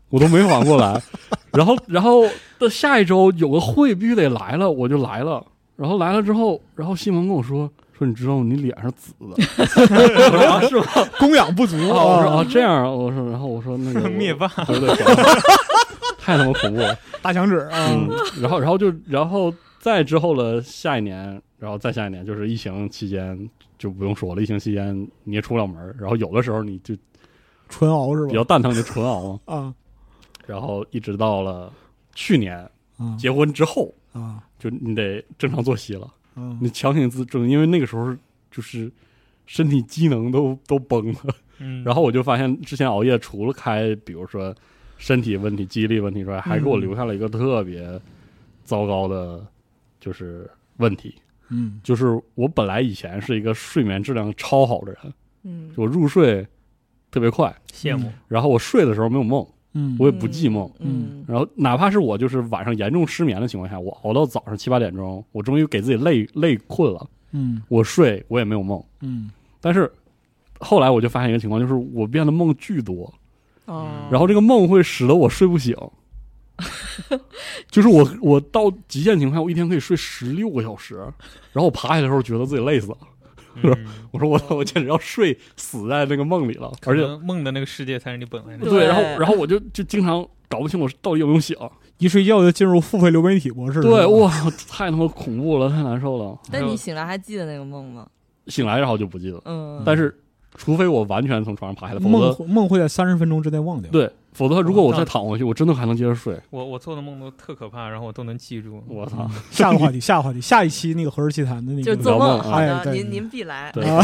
Speaker 5: 我都没反应过来。 然后，然后到下一周有个会必须得来了，我就来了。然后来了之后，然后西蒙跟我说说你知道吗？你脸上紫了。 我说啊是吗？
Speaker 4: 嗯供氧 不足
Speaker 5: 啊，我说啊这样啊，我说然后我说那个我
Speaker 6: 灭霸
Speaker 5: 对对对，太他妈恐怖了。
Speaker 4: 大响指啊，
Speaker 5: 嗯，然后然后就然后再之后了，下一年，然后再下一年，就是疫情期间就不用说了，疫情期间你也出不了门儿，然后有的时候你就
Speaker 4: 纯熬是
Speaker 5: 比
Speaker 4: 吧
Speaker 5: 较？蛋疼，就纯熬嘛，
Speaker 4: 啊
Speaker 5: 然后一直到了去年
Speaker 4: 啊
Speaker 5: 结婚之后，
Speaker 4: 啊
Speaker 5: 就你得正常作息了，
Speaker 4: 啊！
Speaker 5: 你强行自正，因为那个时候就是身体机能都都崩了，
Speaker 6: 嗯，
Speaker 5: 然后我就发现，之前熬夜除了开，比如说身体问题、记忆力问题之外，还给我留下了一个特别糟糕的，就是问题，
Speaker 4: 嗯
Speaker 5: 就是我本来以前是一个睡眠质量超好的人，
Speaker 3: 嗯，
Speaker 5: 我入睡特别快，
Speaker 6: 羡慕，
Speaker 5: 然后我睡的时候没有梦，
Speaker 4: 嗯，
Speaker 5: 我也不寂寞。
Speaker 3: 嗯，
Speaker 5: 然后，哪怕是我就是晚上严重失眠的情况下，我熬到早上七八点钟，我终于给自己累累困了，
Speaker 4: 嗯
Speaker 5: 我睡我也没有梦。
Speaker 4: 嗯
Speaker 5: 但是后来我就发现一个情况，就是我变得梦巨多，
Speaker 3: 哦，
Speaker 5: 然后这个梦会使得我睡不醒，就是我我到极限情况下，我一天可以睡十六个小时，然后我爬起来的时候觉得自己累死了，
Speaker 6: 嗯
Speaker 5: 我说我我简直要睡死在那个梦里了，而
Speaker 6: 可
Speaker 5: 且
Speaker 6: 能梦的那个世界才是你本来的。
Speaker 3: 对
Speaker 5: 然后然后我就就经常搞不清我到底有没有醒，
Speaker 4: 一睡觉就进入付费流媒体模式。
Speaker 5: 对，哇，太他妈恐怖了，太难受了，
Speaker 3: 但你醒来还记得那个梦吗？
Speaker 5: 醒来然后就不记得了，
Speaker 3: 嗯，
Speaker 5: 但是除非我完全从床上爬下来，否
Speaker 4: 梦
Speaker 5: 则
Speaker 4: 会梦会在三十分钟之内忘掉。
Speaker 5: 对。否则，如果我再躺回去，我真的还能接着睡。
Speaker 6: 我我做的梦都特可怕，然后我都能记住。
Speaker 5: 我操
Speaker 4: 嗯！，下个话题，下个话题，下一期那个何氏奇谈的那个，
Speaker 3: 就是做梦，
Speaker 5: 聊
Speaker 3: 好
Speaker 4: 梦哎
Speaker 3: 的，
Speaker 4: 对
Speaker 3: 您您必来，
Speaker 5: 对，
Speaker 4: 啊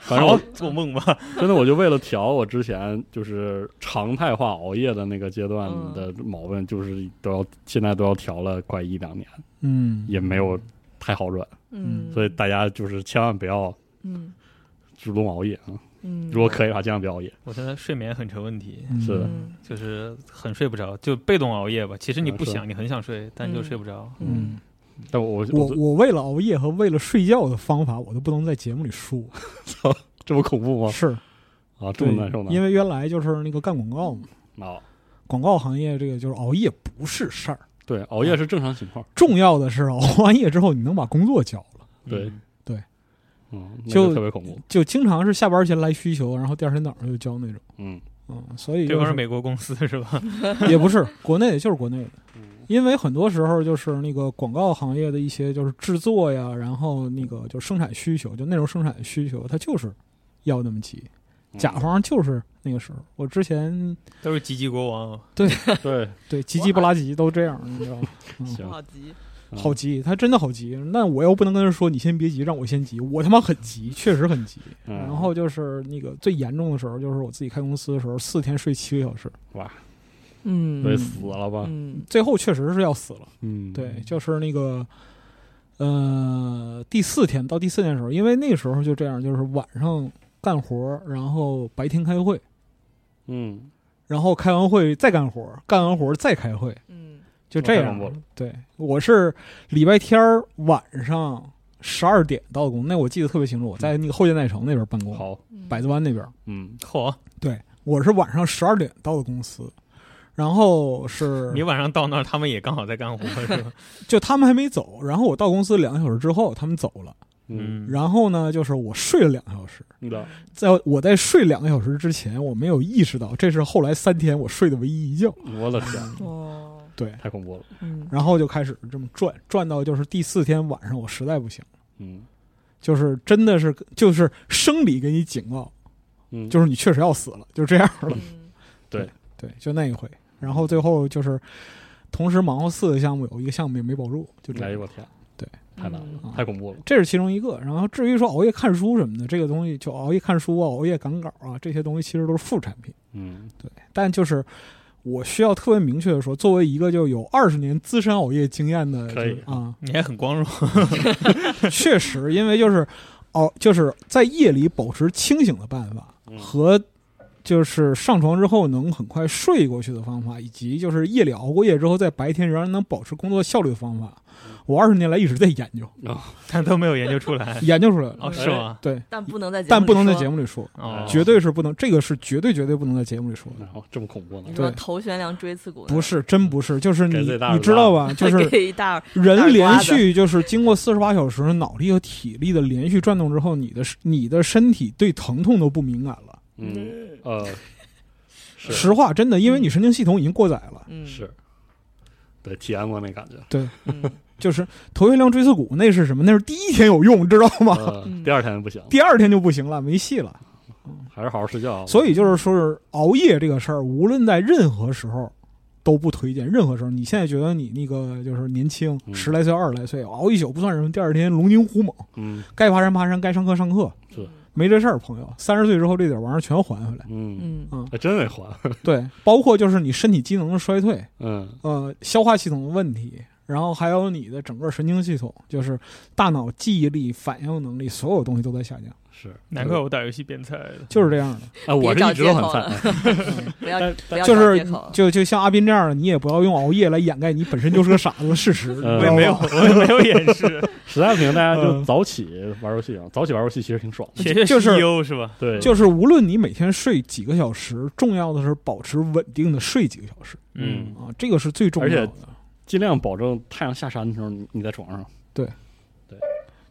Speaker 5: 反正我
Speaker 6: 做梦吧，
Speaker 5: 真的，我就为了调我之前就是常态化熬夜的那个阶段
Speaker 4: 嗯
Speaker 5: 的毛病，就是都要现在都要调了快一两年，
Speaker 4: 嗯，
Speaker 5: 也没有太好转。
Speaker 3: 嗯，
Speaker 5: 所以大家就是千万不要
Speaker 3: 嗯
Speaker 5: 主动熬夜啊！
Speaker 3: 嗯，
Speaker 5: 如果可以的话，千万不要熬夜。
Speaker 6: 我现在睡眠很成问题，
Speaker 4: 嗯
Speaker 5: 是的
Speaker 3: 嗯
Speaker 6: 就是很睡不着，就被动熬夜吧。其实你不
Speaker 5: 啊
Speaker 6: 想，你很想睡，但就睡不着。
Speaker 3: 嗯，
Speaker 5: 但我
Speaker 4: 我
Speaker 5: 我
Speaker 4: 我为了熬夜和为了睡觉的方法，我都不能在节目里说，
Speaker 5: 这么恐怖吗？
Speaker 4: 是
Speaker 5: 啊，这
Speaker 4: 对
Speaker 5: 么难受呢？
Speaker 4: 因为原来就是那个干广告嘛，
Speaker 5: 啊，
Speaker 4: 广告行业这个就是熬夜不是事儿，
Speaker 5: 对，熬
Speaker 4: 啊
Speaker 5: 夜是正常情况。
Speaker 4: 重要的是熬完夜之后你能把工作交了，
Speaker 5: 对
Speaker 6: 嗯
Speaker 5: 嗯，那
Speaker 4: 就
Speaker 5: 特别恐怖。
Speaker 4: 就经常是下班前来需求，然后第二天早上就交那种，
Speaker 5: 嗯
Speaker 4: 嗯，所以
Speaker 6: 对
Speaker 4: 就
Speaker 6: 方是
Speaker 4: 是
Speaker 6: 美国公司是 吧？
Speaker 4: 也不是国内，就是国内的
Speaker 5: 嗯，
Speaker 4: 因为很多时候就是那个广告行业的一些就是制作呀，然后那个就生产需求，就内容生产需求，它就是要那么急，
Speaker 5: 嗯
Speaker 4: 甲方就是那个时候，我之前
Speaker 6: 都是吉吉国王，
Speaker 5: 对，
Speaker 4: 对急急不拉急都这样，你知道吗？
Speaker 5: 行
Speaker 3: 我，好急，
Speaker 5: 嗯
Speaker 4: 好急，他真的好急。那我又不能跟他说你先别急，让我先急，我他妈很急，确实很急。
Speaker 5: 嗯
Speaker 4: 然后就是那个最严重的时候，就是我自己开公司的时候，四天睡七个小时，
Speaker 3: 嗯，
Speaker 5: 对死了吧？
Speaker 3: 嗯
Speaker 4: 最后确实是要死了。
Speaker 5: 嗯，
Speaker 4: 对，就是那个，呃，第四天到第四天的时候，因为那时候就这样，就是晚上干活，然后白天开会，
Speaker 5: 嗯，
Speaker 4: 然后开完会再干活，干完活再开会，
Speaker 3: 嗯
Speaker 4: 就这
Speaker 5: 太恐
Speaker 4: 样
Speaker 5: 怖了。
Speaker 4: 对，我是礼拜天儿晚上十二点到的工，那我记得特别清楚，我在那个后现代城那边办公，
Speaker 5: 嗯好，
Speaker 3: 嗯，
Speaker 4: 百子湾那边。
Speaker 5: 嗯，
Speaker 6: 嚯，
Speaker 4: 对，我是晚上十二点到的公司，然后是
Speaker 6: 你晚上到那儿，他们也刚好在干活是吧？
Speaker 4: 就他们还没走，然后我到公司两个小时之后他们走了，
Speaker 5: 嗯，
Speaker 6: 嗯，
Speaker 4: 然后呢就是我睡了两个小时，
Speaker 5: 你知道，
Speaker 3: 嗯
Speaker 4: 在我在睡两个小时之前我没有意识到，这是后来三天我睡的唯一一觉。
Speaker 5: 我的天，
Speaker 3: 哦，
Speaker 4: 对，
Speaker 5: 太恐怖了。
Speaker 3: 嗯
Speaker 4: 然后就开始这么转，转到就是第四天晚上我实在不行。
Speaker 5: 嗯
Speaker 4: 就是真的是就是生理给你警告，
Speaker 5: 嗯，
Speaker 4: 就是你确实要死了，就这样了。
Speaker 3: 嗯
Speaker 4: 对，就那一回，然后最后就是同时忙活四个项目，有一个项目也没保住，就这
Speaker 5: 哎呦
Speaker 4: 样。
Speaker 5: 我天，
Speaker 4: 对，
Speaker 5: 太难了，
Speaker 4: 嗯
Speaker 5: 太恐怖了。
Speaker 4: 这是其中一个。然后至于说熬夜看书什么的，这个东西就熬夜看书啊、熬夜赶稿啊，这些东西其实都是副产品。
Speaker 5: 嗯，
Speaker 4: 对，但就是。我需要特别明确的说，作为一个就有二十年资深熬夜经验的，
Speaker 5: 可以
Speaker 4: 就是啊，
Speaker 6: 你还很光荣，
Speaker 4: 确哦实，因为就是熬，就是在夜里保持清醒的办法
Speaker 5: 嗯
Speaker 4: 和就是上床之后能很快睡过去的方法，以及就是夜里熬过夜之后在白天仍然能保持工作效率的方法，
Speaker 5: 嗯
Speaker 4: 我二十年来一直在研 究，。
Speaker 6: 但都没有研究出来
Speaker 4: 研究出来了。
Speaker 6: 哦，是吗？
Speaker 4: 对，
Speaker 3: 但不能在节目
Speaker 4: 但
Speaker 3: 里
Speaker 4: 不能在
Speaker 3: 说
Speaker 4: 节目里说，
Speaker 6: 哦，
Speaker 4: 绝对是不能，这个是绝对绝对不能在节目里说的。
Speaker 5: 然后这么恐怖呢
Speaker 3: 你？说
Speaker 4: 对
Speaker 3: 头悬梁锥刺股那
Speaker 4: 不是，真不是，就是你
Speaker 5: 给自己大耳
Speaker 4: 你
Speaker 5: 刮
Speaker 4: 知道吧？就
Speaker 3: 种，
Speaker 4: 是
Speaker 3: 给一大
Speaker 4: 人连续就是经过四十八小时脑力和体力的连续转动之后，你的你的身体对疼痛都不敏感了。
Speaker 5: 嗯呃，是
Speaker 4: 实话，真的，因为你神经系统已经过载了。
Speaker 3: 嗯
Speaker 5: 是，对，体验过那感觉。
Speaker 3: 嗯
Speaker 4: 就是头悬梁锥刺股，那是什么？那是第一天有用，知道吗？
Speaker 5: 呃
Speaker 3: 嗯
Speaker 5: 第二天不行，
Speaker 4: 第二天就不行了，没戏了。
Speaker 5: 还是好好睡觉啊。
Speaker 4: 所以就是说是熬夜这个事儿，无论在任何时候都不推荐。任何时候，你现在觉得你那个就是年轻，
Speaker 5: 嗯
Speaker 4: 十来岁、二十来岁，熬一宿不算什么，第二天龙精虎猛，
Speaker 5: 嗯
Speaker 4: 该爬山爬山，该上课上课，
Speaker 5: 是
Speaker 4: 没这事儿，朋友。三十岁之后这点玩意儿全还 回来。
Speaker 5: 嗯，
Speaker 3: 嗯
Speaker 5: 还真得还。
Speaker 4: 对，包括就是你身体机能的衰退，
Speaker 5: 嗯
Speaker 4: 呃，消化系统的问题，然后还有你的整个神经系统，就是大脑记忆力、反应能力，所有东西都在下降，
Speaker 5: 是，
Speaker 6: 难怪我打游戏变菜了。
Speaker 4: 就是这样的。
Speaker 5: 啊，我
Speaker 3: 别
Speaker 5: 这
Speaker 3: 找
Speaker 5: 一直都
Speaker 3: 借
Speaker 5: 很
Speaker 3: 口了
Speaker 5: 菜。
Speaker 3: 不要
Speaker 5: 但
Speaker 3: 不要
Speaker 4: 就
Speaker 3: 找
Speaker 4: 是
Speaker 3: 借口，
Speaker 4: 就就像阿斌这样的，你也不要用熬夜来掩盖你本身就是个傻子的事实。
Speaker 5: 呃
Speaker 4: 你知道吗
Speaker 6: 没有，我 也没有掩饰，
Speaker 5: 实在不行，大家就
Speaker 4: 嗯
Speaker 5: 早起玩游戏啊。早起玩游戏其实挺爽的。
Speaker 6: 学学
Speaker 4: 就是
Speaker 6: CEO 是吧？
Speaker 5: 对，
Speaker 4: 就是无论你每天睡几个小时，重要的是保持稳定的睡几个小时
Speaker 5: 嗯，
Speaker 4: 啊，这个是最重要
Speaker 5: 而
Speaker 4: 的
Speaker 5: 且。尽量保证太阳下山的时候你你在床上。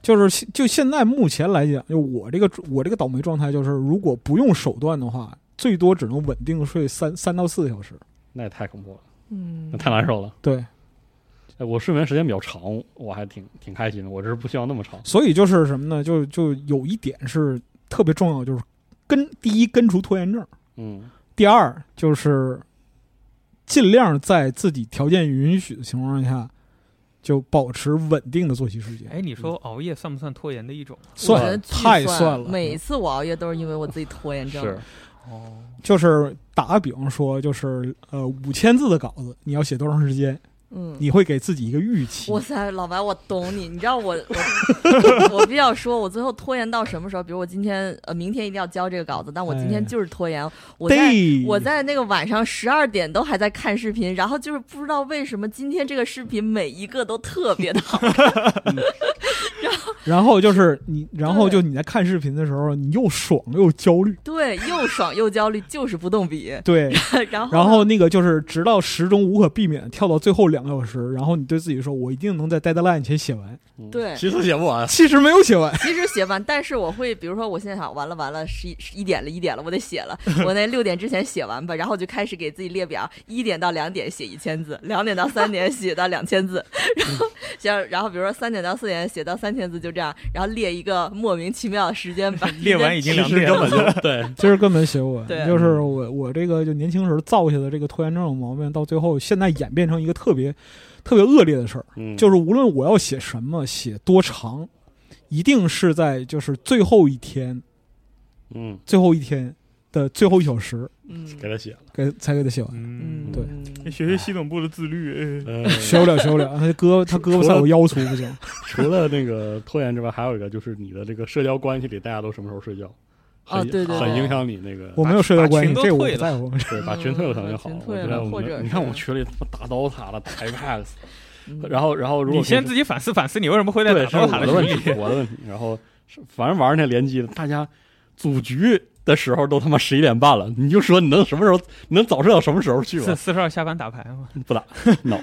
Speaker 4: 就是现就现在目前来讲，就我这个我这个倒霉状态，就是如果不用手段的话，最多只能稳定睡三三到四个小时。
Speaker 5: 那也太恐怖了，
Speaker 3: 嗯
Speaker 5: 那太难受了。
Speaker 4: 对，
Speaker 5: 哎，我睡眠时间比较长，我还挺挺开心的。我这是不希望那么长。
Speaker 4: 所以就是什么呢？就就有一点是特别重要，就是根第一根除拖延症，
Speaker 5: 嗯
Speaker 4: 第二就是尽量在自己条件允许的情况下，就保持稳定的作息时间。
Speaker 6: 哎，你说熬夜算不算拖延的一种？
Speaker 3: 我
Speaker 4: 算
Speaker 3: 觉
Speaker 4: 了
Speaker 3: 得巨
Speaker 4: 太
Speaker 3: 算
Speaker 4: 了，
Speaker 3: 每次我熬夜都是因为我自己拖延症。
Speaker 5: 是，
Speaker 6: 哦，
Speaker 4: 就是打个比方说，就是呃五千字的稿子，你要写多长时间？
Speaker 3: 嗯，
Speaker 4: 你会给自己一个预期
Speaker 3: 哇。塞，老白，我懂你。你知道我我 我必要说，我最后拖延到什么时候？比如我今天呃，明天一定要交这个稿子，但我今天
Speaker 4: 哎
Speaker 3: 就是拖延。我在
Speaker 4: 对，
Speaker 3: 我在那个晚上十二点都还在看视频，然后就是不知道为什么今天这个视频每一个都特别的好，
Speaker 4: 然后就是你，然后就你在看视频的时候，你又爽又焦虑，
Speaker 3: 对，又爽又焦虑，就是不动笔。
Speaker 4: 对。
Speaker 3: 然后，
Speaker 4: 然后那个就是直到时钟无可避免地跳到最后两个小时，然后你对自己说，我一定能在 deadline 前写 完。
Speaker 5: 嗯
Speaker 3: 对
Speaker 5: 其实写不
Speaker 6: 啊
Speaker 5: 完。
Speaker 4: 其实没有写完，
Speaker 3: 其实写完，但是我会，比如说，我现在想，完了完了，十一十一点了，一点了，我得写了，我那六点之前写完吧，然后就开始给自己列表，一点到两点写一千字，两点到三点写到两千字，然后像然后比如说三点到四点写到三千字，就这样，然后列一个莫名其妙的时间，把
Speaker 6: 列完已经两点
Speaker 5: 根本
Speaker 6: 了。
Speaker 5: 就对，
Speaker 4: 其实根本写不完。
Speaker 3: 对
Speaker 4: 就是我我这个就年轻时候造下的这个拖延症的毛病，到最后现在演变成一个特别特别恶劣的事儿，
Speaker 5: 嗯
Speaker 4: 就是无论我要写什么，写多长，一定是在就是最后一天，
Speaker 5: 嗯，
Speaker 4: 最后一天的最后一小时
Speaker 3: 嗯
Speaker 5: 给他写了。
Speaker 4: 给才给他 写完。
Speaker 6: 嗯
Speaker 3: 嗯，
Speaker 4: 对
Speaker 3: 对，
Speaker 6: 学学系统部的自律。哎
Speaker 5: 呃，
Speaker 4: 学不了，学不了，他胳膊他胳膊再有腰粗不行。
Speaker 5: 除了那个拖延之外，还有一个就是你的这个社交关系里，大家都什么时候睡觉，很
Speaker 3: 哦对对对
Speaker 5: 很影响你那个
Speaker 4: 我没有社交关系，
Speaker 6: 把群都
Speaker 4: 这我
Speaker 6: 退
Speaker 4: 不
Speaker 6: 了
Speaker 4: 在乎。
Speaker 5: 对，把
Speaker 3: 嗯
Speaker 5: 群退了可能就好。
Speaker 3: 把群
Speaker 5: 我
Speaker 3: 退
Speaker 5: 觉
Speaker 3: 了
Speaker 5: 得我
Speaker 3: 或者
Speaker 5: 们，
Speaker 3: 是
Speaker 5: 你看我们群里他妈打 DOTA 了，打 Apex，
Speaker 3: 嗯
Speaker 5: 然后然后如果
Speaker 6: 你先
Speaker 5: 平
Speaker 6: 自
Speaker 5: 时
Speaker 6: 己反思反思，你为什么会在打
Speaker 5: 对是
Speaker 6: 刀塔
Speaker 5: 我
Speaker 6: 的
Speaker 5: 的
Speaker 6: 时候
Speaker 5: 问题，我的问题。然后是反正玩那联机的，大家组局的时候都他妈十一点半了，你就说你能什么时候，你能早睡到什么时候去
Speaker 6: 四
Speaker 5: 吧？
Speaker 6: 四十二下班打牌啊吗？
Speaker 5: 不打，no。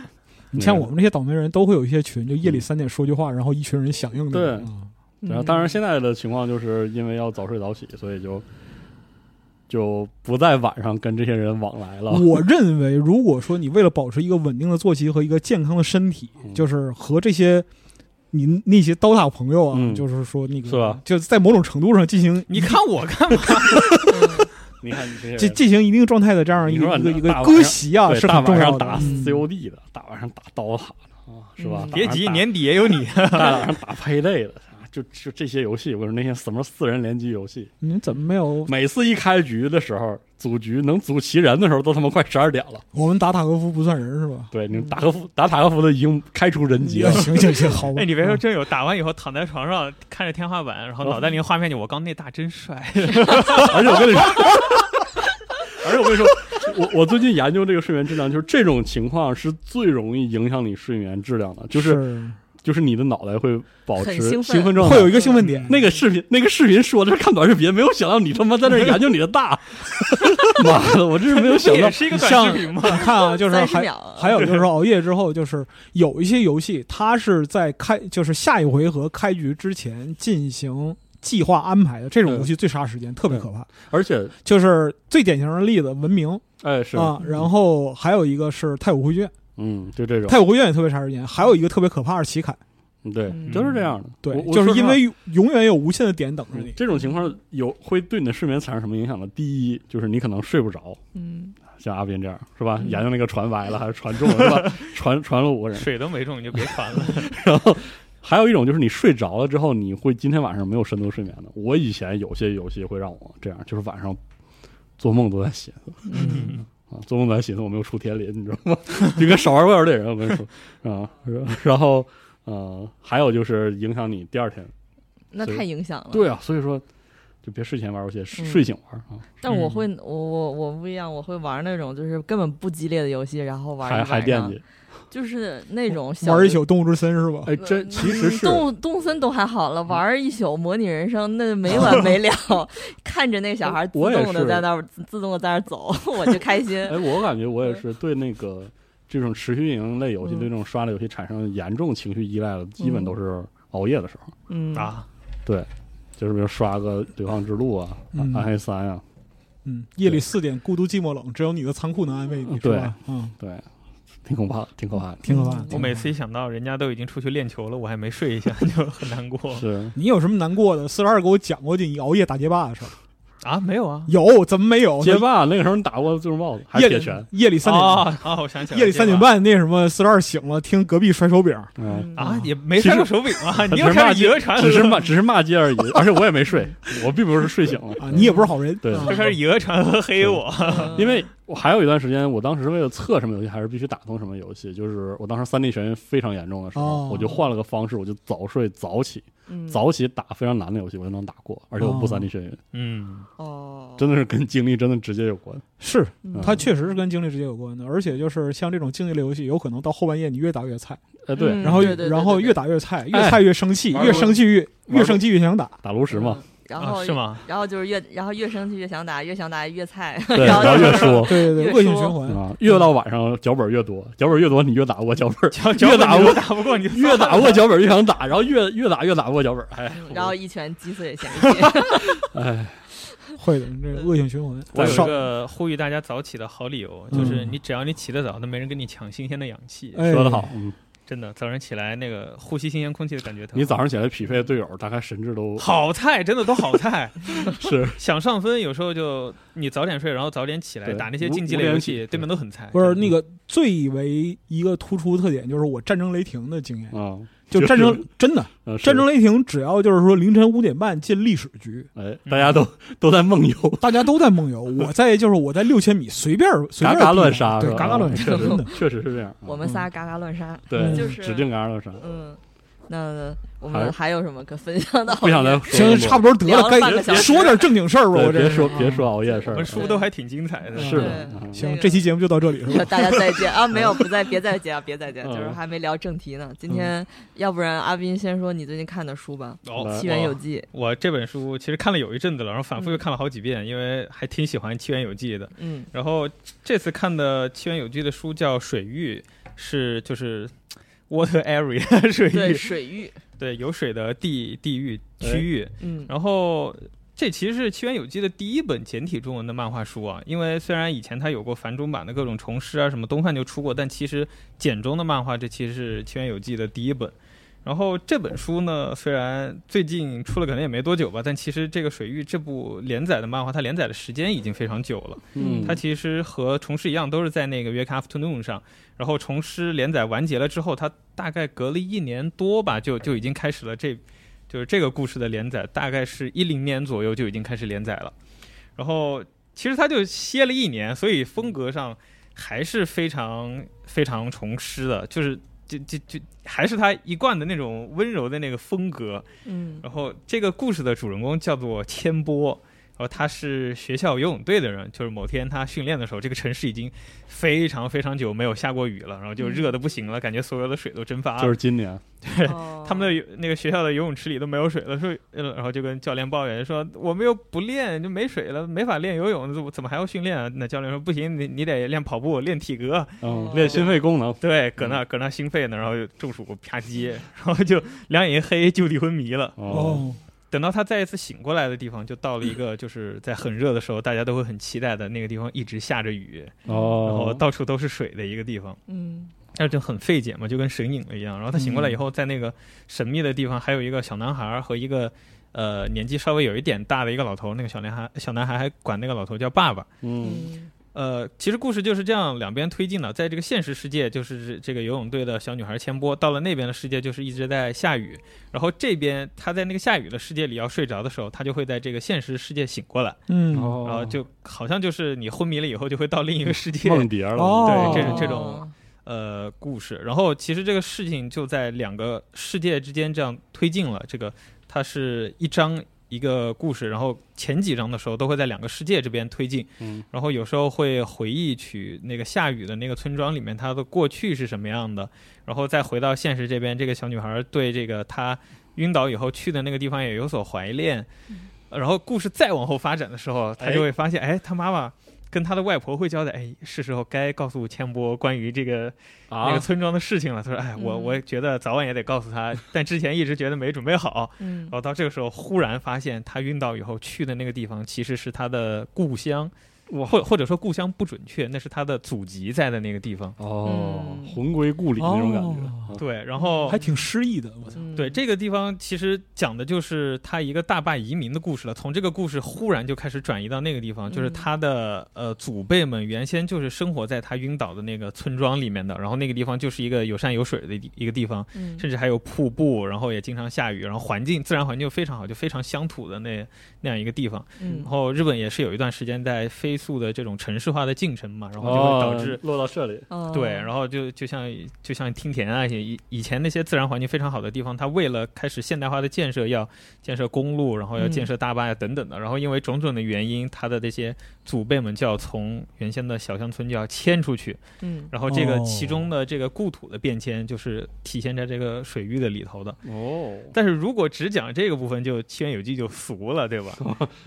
Speaker 4: 你像我们这些倒霉人都会有一些群，就夜里三点说句话，然后一群人响应
Speaker 5: 嗯对
Speaker 4: 的。嗯
Speaker 5: 然后，当然现在的情况就是因为要早睡早起，所以就就不在晚上跟这些人往来了。
Speaker 4: 我认为，如果说你为了保持一个稳定的作息和一个健康的身体，
Speaker 5: 嗯
Speaker 4: 就是和这些你那些刀塔朋友啊，
Speaker 5: 嗯
Speaker 4: 就是说那个
Speaker 5: 是吧，
Speaker 4: 就在某种程度上进行
Speaker 6: 你看我干嘛？
Speaker 5: 你看你这些
Speaker 4: 进
Speaker 5: 人，
Speaker 4: 进行一定状态的这样一
Speaker 5: 你说
Speaker 4: 个一个一个
Speaker 5: 大晚上
Speaker 4: 割席啊，
Speaker 5: 对
Speaker 4: 是
Speaker 5: 大
Speaker 4: 很重
Speaker 5: 晚
Speaker 4: 要
Speaker 5: 上
Speaker 4: 的
Speaker 5: 打。
Speaker 4: 嗯
Speaker 5: COD 的，大晚上打刀塔的啊，是
Speaker 3: 嗯？
Speaker 5: 吧大晚
Speaker 6: 别
Speaker 5: 上
Speaker 6: 急，
Speaker 5: 打
Speaker 6: 年底也 有你。
Speaker 5: 大晚上打 Payday 的，啊就就这些游戏，我跟你说那些什么四人联机游戏，
Speaker 4: 你怎么没有？
Speaker 5: 每次一开局的时候，组局能组齐人的时候，都他妈快十二点了。
Speaker 4: 我们打塔科夫不算人是吧？。
Speaker 5: 对，你们达科夫打塔科夫的已经开除人机了
Speaker 4: 行行行，好吧。嗯
Speaker 6: 哎，你别说，真有，打完以后躺在床上 看着天花板，然后脑袋里的画面就我刚那大真帅，
Speaker 5: 而且我跟你说，而且我跟你说，我我最近研究这个睡眠质量，就是这种情况是最容易影响你睡眠质量的，就是就是你的脑袋会保持
Speaker 3: 很兴奋
Speaker 5: 兴奋状态
Speaker 4: 会。有一个兴奋点，
Speaker 5: 那个视频，那个视频说的是看短视频，没有想到你他妈在那儿研究你的 大，妈的，我真是没有
Speaker 6: 这
Speaker 5: 想到
Speaker 6: 也。是一个短视频嘛，
Speaker 4: 你看啊，就是
Speaker 3: 三十
Speaker 4: 还
Speaker 3: 秒，
Speaker 4: 还有就是熬夜之后，就是有一些游戏，它是在开，就是下一回合开局之前进行计划安排的。这种游戏最杀时间，特别可怕。
Speaker 5: 而且，
Speaker 4: 就是最典型的例子，《文明》
Speaker 5: 哎，是，
Speaker 4: 啊，然后还有一个是《太古回卷》，
Speaker 5: 嗯，就这
Speaker 4: 《
Speaker 5: 种，
Speaker 4: 太古回卷》也特别杀时间。还有一个特别可怕是《奇凯》，
Speaker 5: 对，
Speaker 3: 嗯
Speaker 5: 就是这样的。
Speaker 4: 对
Speaker 5: 我，我
Speaker 4: 就是
Speaker 5: 说实
Speaker 4: 因
Speaker 5: 话
Speaker 4: 为永远有无限的点等着你。
Speaker 5: 这种情况有会对你的睡眠产生什么影响呢？第一就是你可能睡不着，
Speaker 3: 嗯，
Speaker 5: 像阿斌这样是吧？
Speaker 3: 嗯
Speaker 5: 研究那个船歪了还是船中了是吧？船船了五个人，
Speaker 6: 水都没中你就别传 了。
Speaker 5: 然后还有一种就是你睡着了之后，你会今天晚上没有深度睡眠的。我以前有些游戏会让我这样，就是晚上做梦都在写
Speaker 3: 嗯
Speaker 5: 啊，做梦都在写，我没有出天林，你知道吗？ 就跟少玩 WiiW 的人，我跟你说啊，然后呃，还有就是影响你第二天。
Speaker 3: 那太影响了。
Speaker 5: 对啊，所以说就别睡前玩游戏，睡
Speaker 3: 嗯
Speaker 5: 睡醒玩啊。
Speaker 3: 但我会，我我我不一样，我会玩那种就是根本不激烈的游戏，然后玩一
Speaker 5: 还还
Speaker 3: 晚
Speaker 5: 惦
Speaker 3: 上
Speaker 5: 记，
Speaker 3: 就是那种小
Speaker 4: 玩
Speaker 3: 游
Speaker 4: 一宿《动物之森》是
Speaker 6: 哦
Speaker 4: 吧？
Speaker 5: 嗯哎，这
Speaker 3: 嗯
Speaker 5: 其实是
Speaker 3: 动动森都还好了，玩儿一宿模拟人生那没 完没了，看着那小孩自
Speaker 5: 我也
Speaker 3: 动的
Speaker 5: 是
Speaker 3: 在那儿自自动的在那儿走， 我就开心。
Speaker 5: 哎，我感觉我也是对那个这种持续运营类游戏，
Speaker 3: 嗯
Speaker 5: 对这种刷类游戏产生严重情绪依赖的，基本
Speaker 3: 嗯
Speaker 5: 都是熬夜的时候，
Speaker 3: 嗯，
Speaker 6: 啊，
Speaker 5: 就是比如刷个《流浪之路》啊，
Speaker 4: 嗯
Speaker 5: 暗黑三》啊，
Speaker 4: 嗯，夜里四点，孤独寂寞冷，只有你的残酷能安慰你，是
Speaker 5: 对嗯
Speaker 4: 吧？嗯，
Speaker 5: 对，挺可怕，挺可怕的。
Speaker 4: 挺可怕的。
Speaker 6: 我每次一想到人家都已经出去练球了，我还没睡一下 就很难 过
Speaker 5: 是
Speaker 4: 你有什么难过的？四十二给我讲过你熬夜打街霸的事儿，
Speaker 6: 啊。没有啊，
Speaker 4: 有怎么没有？
Speaker 5: 街霸那个时候你打过最终 BOSS，还
Speaker 4: 夜
Speaker 5: 是
Speaker 4: 里
Speaker 5: 铁拳，
Speaker 4: 夜里三点、
Speaker 6: 啊啊，我想起来了，
Speaker 4: 夜里三点半那什么四十二醒了，听隔壁摔手柄，
Speaker 5: 嗯，
Speaker 3: 嗯
Speaker 6: 啊，也没摔过手柄 啊，你又开始以讹传讹，
Speaker 5: 只是骂只是骂街而已，而且我也没睡，我并不是睡醒了。
Speaker 4: 啊，你也不是好人。
Speaker 5: 对
Speaker 3: 嗯
Speaker 6: 就开始以讹传讹黑我。
Speaker 3: 嗯
Speaker 5: 因为我还有一段时间，我当时是为了测什么游戏，还是必须打通什么游戏。就是我当时三 D 眩晕非常严重的时候，
Speaker 4: 哦
Speaker 5: 我就换了个方式，我就早睡早起，
Speaker 3: 嗯
Speaker 5: 早起打非常难的游戏，我就能打过，而且我不
Speaker 4: 哦
Speaker 5: 三 D 眩晕，
Speaker 6: 嗯，
Speaker 3: 哦，
Speaker 5: 真的是跟经历真的直接有关。
Speaker 4: 是，
Speaker 3: 嗯
Speaker 4: 它确实是跟经历直接有关的，而且就是像这种竞技类游戏，有可能到后半夜你越打越菜，
Speaker 5: 哎，对，
Speaker 3: 嗯
Speaker 4: 然后
Speaker 3: 对对对
Speaker 4: 然后
Speaker 3: 对对
Speaker 4: 越打越菜，
Speaker 5: 哎
Speaker 4: 越菜越生气，
Speaker 5: 玩过
Speaker 4: 越生气越
Speaker 5: 过
Speaker 4: 越生气越想打。
Speaker 5: 打炉石嘛
Speaker 3: 嗯，，然后
Speaker 6: 啊是？吗？
Speaker 3: 然后就是越然后越生气越想打，越想打越菜，
Speaker 5: 对，然后
Speaker 3: 就
Speaker 5: 越
Speaker 3: 是
Speaker 5: 输。
Speaker 4: 对对对，
Speaker 3: 越
Speaker 4: 恶性
Speaker 3: 说
Speaker 4: 循环。
Speaker 5: 啊，越到晚上脚本越多，脚本越多，你越打不过脚本，
Speaker 6: 脚
Speaker 5: 越
Speaker 6: 本
Speaker 5: 打
Speaker 6: 你
Speaker 5: 不
Speaker 6: 都打不过你就
Speaker 5: 越打不过脚本越想打，然后越越打越打不过脚本，哎
Speaker 3: 嗯然后一拳击碎嫌 疑。
Speaker 5: 哎，
Speaker 4: 会的，这个恶性循环。
Speaker 6: 我有一
Speaker 4: 少
Speaker 6: 个呼吁大家早起的好理由，就是你只要你起得早，那没人跟你抢新鲜的氧气。
Speaker 4: 哎
Speaker 5: 说得好，嗯，
Speaker 6: 真的，早上起来那个呼吸新鲜空气的感觉特好。
Speaker 5: 你早上起来匹配队友，大概神智 都
Speaker 6: 好菜，真的都好菜。
Speaker 5: 是
Speaker 6: 想上分，有时候就你早点睡，然后早点起来
Speaker 5: 对
Speaker 6: 打那些竞技类游戏，
Speaker 5: 五
Speaker 6: 对面都很菜。
Speaker 4: 不是
Speaker 6: 真的
Speaker 4: 那个最为一个突出特点，就是我战争雷霆的经验，
Speaker 5: 啊，
Speaker 4: 就战
Speaker 5: 就
Speaker 4: 争真的
Speaker 5: 呃是
Speaker 4: 战争雷霆，只要就是说凌晨五点半进历史局，
Speaker 5: 哎，大家都都在梦游，
Speaker 4: 大家都在梦游，我在就是我在六千米随便随
Speaker 5: 嘎
Speaker 4: 便
Speaker 5: 嘎
Speaker 4: 比
Speaker 5: 乱杀，
Speaker 4: 对，
Speaker 5: 是吧
Speaker 4: 嘎嘎乱
Speaker 5: 确
Speaker 4: 杀，
Speaker 5: 实
Speaker 4: 真的。
Speaker 5: 确实是这样。
Speaker 3: 我们仨嘎嘎乱杀，
Speaker 5: 嗯对，
Speaker 3: 就是
Speaker 5: 指定嘎嘎乱杀，
Speaker 3: 嗯，那我
Speaker 5: 还
Speaker 3: 们还有什么可分享的？
Speaker 5: 不想再说
Speaker 4: 行，
Speaker 5: 那么多
Speaker 4: 差不多得了，
Speaker 3: 聊了半个小
Speaker 4: 该
Speaker 3: 时
Speaker 4: 说点正经事儿吧。
Speaker 5: 对
Speaker 4: 我这
Speaker 5: 别
Speaker 4: 是嗯
Speaker 5: 说别说熬夜事
Speaker 6: 我
Speaker 5: 儿了
Speaker 6: 们，书都还挺精彩的。
Speaker 5: 是的，
Speaker 3: 对
Speaker 5: 嗯
Speaker 3: 那
Speaker 4: 行，
Speaker 3: 个
Speaker 4: 这期节目就到这里是吧？
Speaker 3: 大家再见
Speaker 6: 嗯
Speaker 3: 啊！没有，不再别再见啊，别再见，
Speaker 5: 嗯
Speaker 3: 就是还没聊正题呢。
Speaker 6: 嗯
Speaker 3: 今天要不然阿斌先说你最近看的书吧，
Speaker 6: 哦
Speaker 5: 来
Speaker 3: 《七元有记》。
Speaker 6: 我这本书其实看了有一阵子了，然后反复又看了好几遍，因为还挺喜欢《七元有记》的。
Speaker 3: 嗯
Speaker 6: 然后这次看的《七元有记》的书叫《水域》，是就是 water area 水
Speaker 3: 对，
Speaker 6: 域，
Speaker 3: 水域，
Speaker 6: 对有水的地地域区域。
Speaker 3: 嗯
Speaker 6: 然后这其实是《七元有记》的第一本简体中文的漫画书啊，因为虽然以前它有过繁中版的各种重师啊，什么东贩就出过，但其实简中的漫画这其实是《七元有记》的第一本。然后这本书呢，虽然最近出了可能也没多久吧，但其实这个《水域》这部连载的漫画，它连载的时间已经非常久了。
Speaker 5: 嗯，
Speaker 6: 它其实和《虫师》一样，都是在那个《月刊 Afternoon》上。然后《虫师》连载完结了之后，它大概隔了一年多吧，就就已经开始了这，就是这个故事的连载，大概是一零年左右就已经开始连载了。然后其实它就歇了一年，所以风格上还是非常非常虫师的，就是就就就还是他一贯的那种温柔的那个风格。
Speaker 3: 嗯
Speaker 6: 然后这个故事的主人公叫做千波，然后他是学校游泳队的人，就是某天他训练的时候，这个城市已经非常非常久没有下过雨了，然后就热的不行了，感觉所有的水都蒸发了。
Speaker 5: 就是今年，
Speaker 3: 哦
Speaker 6: 他们的游那个学校的游泳池里都没有水了，说，呃然后就跟教练抱怨说，我们又不练，就没水了，没法练游泳，怎么怎么还要训练啊？那教练说不行，你你得练跑步，练体格，
Speaker 5: 嗯
Speaker 3: 哦，
Speaker 5: 练心肺功能，
Speaker 6: 对，搁那搁那心肺呢，然后就中暑啪叽， 然后就两眼一黑，就地昏迷了。
Speaker 5: 哦，
Speaker 4: 哦，
Speaker 6: 等到他再一次醒过来的地方，就到了一个就是在很热的时候，大家都会很期待的那个地方，一直下着雨，然后
Speaker 5: 哦，
Speaker 6: 到处都是水的一个地方。
Speaker 3: 嗯，
Speaker 6: 但是就很费解嘛，就跟神隐了一样。然后他醒过来以后，在那个神秘的地方，还有一个小男孩儿和一个呃年纪稍微有一点大的一个老头。那个小男孩，小男孩还管那个老头叫爸爸。
Speaker 5: 嗯，
Speaker 3: 嗯
Speaker 6: 呃，其实故事就是这样两边推进的。在这个现实世界，就是这个游泳队的小女孩千波；到了那边的世界，就是一直在下雨。然后这边她在那个下雨的世界里要睡着的时候，她就会在这个现实世界醒过来，
Speaker 4: 嗯，
Speaker 5: 哦
Speaker 6: 然后就好像就是你昏迷了以后，就会到另一个世界。
Speaker 5: 梦蝶了，
Speaker 3: 嗯
Speaker 4: 哦
Speaker 6: 对这种这种呃故事。然后其实这个事情就在两个世界之间这样推进了。这个它是一章一个故事，然后前几章的时候都会在两个世界这边推进，
Speaker 5: 嗯
Speaker 6: 然后有时候会回忆起那个下雨的那个村庄里面它的过去是什么样的，然后再回到现实这边，这个小女孩对这个她晕倒以后去的那个地方也有所怀恋。然后故事再往后发展的时候，她就会发现，哎，她妈妈跟她的外婆会交代，哎，是时候该告诉千波关于这个那
Speaker 5: 啊
Speaker 6: 个，村庄的事情了。他说：“哎，我
Speaker 3: 嗯
Speaker 6: 我觉得早晚也得告诉他，但之前一直觉得没准备好。
Speaker 3: 嗯
Speaker 6: 然后到这个时候，忽然发现他晕倒以后去的那个地方其实是他的故乡，或或者说故乡不准确，那是他的祖籍在的那个地方。
Speaker 5: 哦
Speaker 3: 嗯，
Speaker 5: 魂归故里那种感
Speaker 4: 哦
Speaker 5: 觉，
Speaker 6: 对，然后
Speaker 4: 还挺诗意的，我操，
Speaker 3: 嗯
Speaker 6: 对这个地方其实讲的就是他一个大坝移民的故事了。从这个故事忽然就开始转移到那个地方，就是
Speaker 3: 嗯
Speaker 6: 他的呃祖辈们原先就是生活在他晕倒的那个村庄里面的，然后那个地方就是一个有山有水的一一个地方。”
Speaker 3: 嗯
Speaker 6: 甚至还有瀑布，然后也经常下雨，然后环境自然环境非常好，就非常乡土的那那样一个地方。
Speaker 3: 嗯
Speaker 6: 然后日本也是有一段时间在飞速的这种城市化的进程嘛，然后就会导致、
Speaker 5: 哦落到这里，
Speaker 3: 哦
Speaker 6: 对，然后就就像就像听田啊，以以前那些自然环境非常好的地方，它为了开始现代化的建设，要建设公路，然后要
Speaker 3: 嗯
Speaker 6: 建设大坝呀等等的，然后因为种种的原因，它的这些祖辈们就要从原先的小乡村就要迁出去，
Speaker 3: 嗯
Speaker 6: 然后这个
Speaker 4: 哦
Speaker 6: 其中的这个故土的变迁，就是体现在这个水域的里头的。
Speaker 5: 哦，
Speaker 6: 但是如果只讲这个部分，就《七言有记》就俗了，对吧？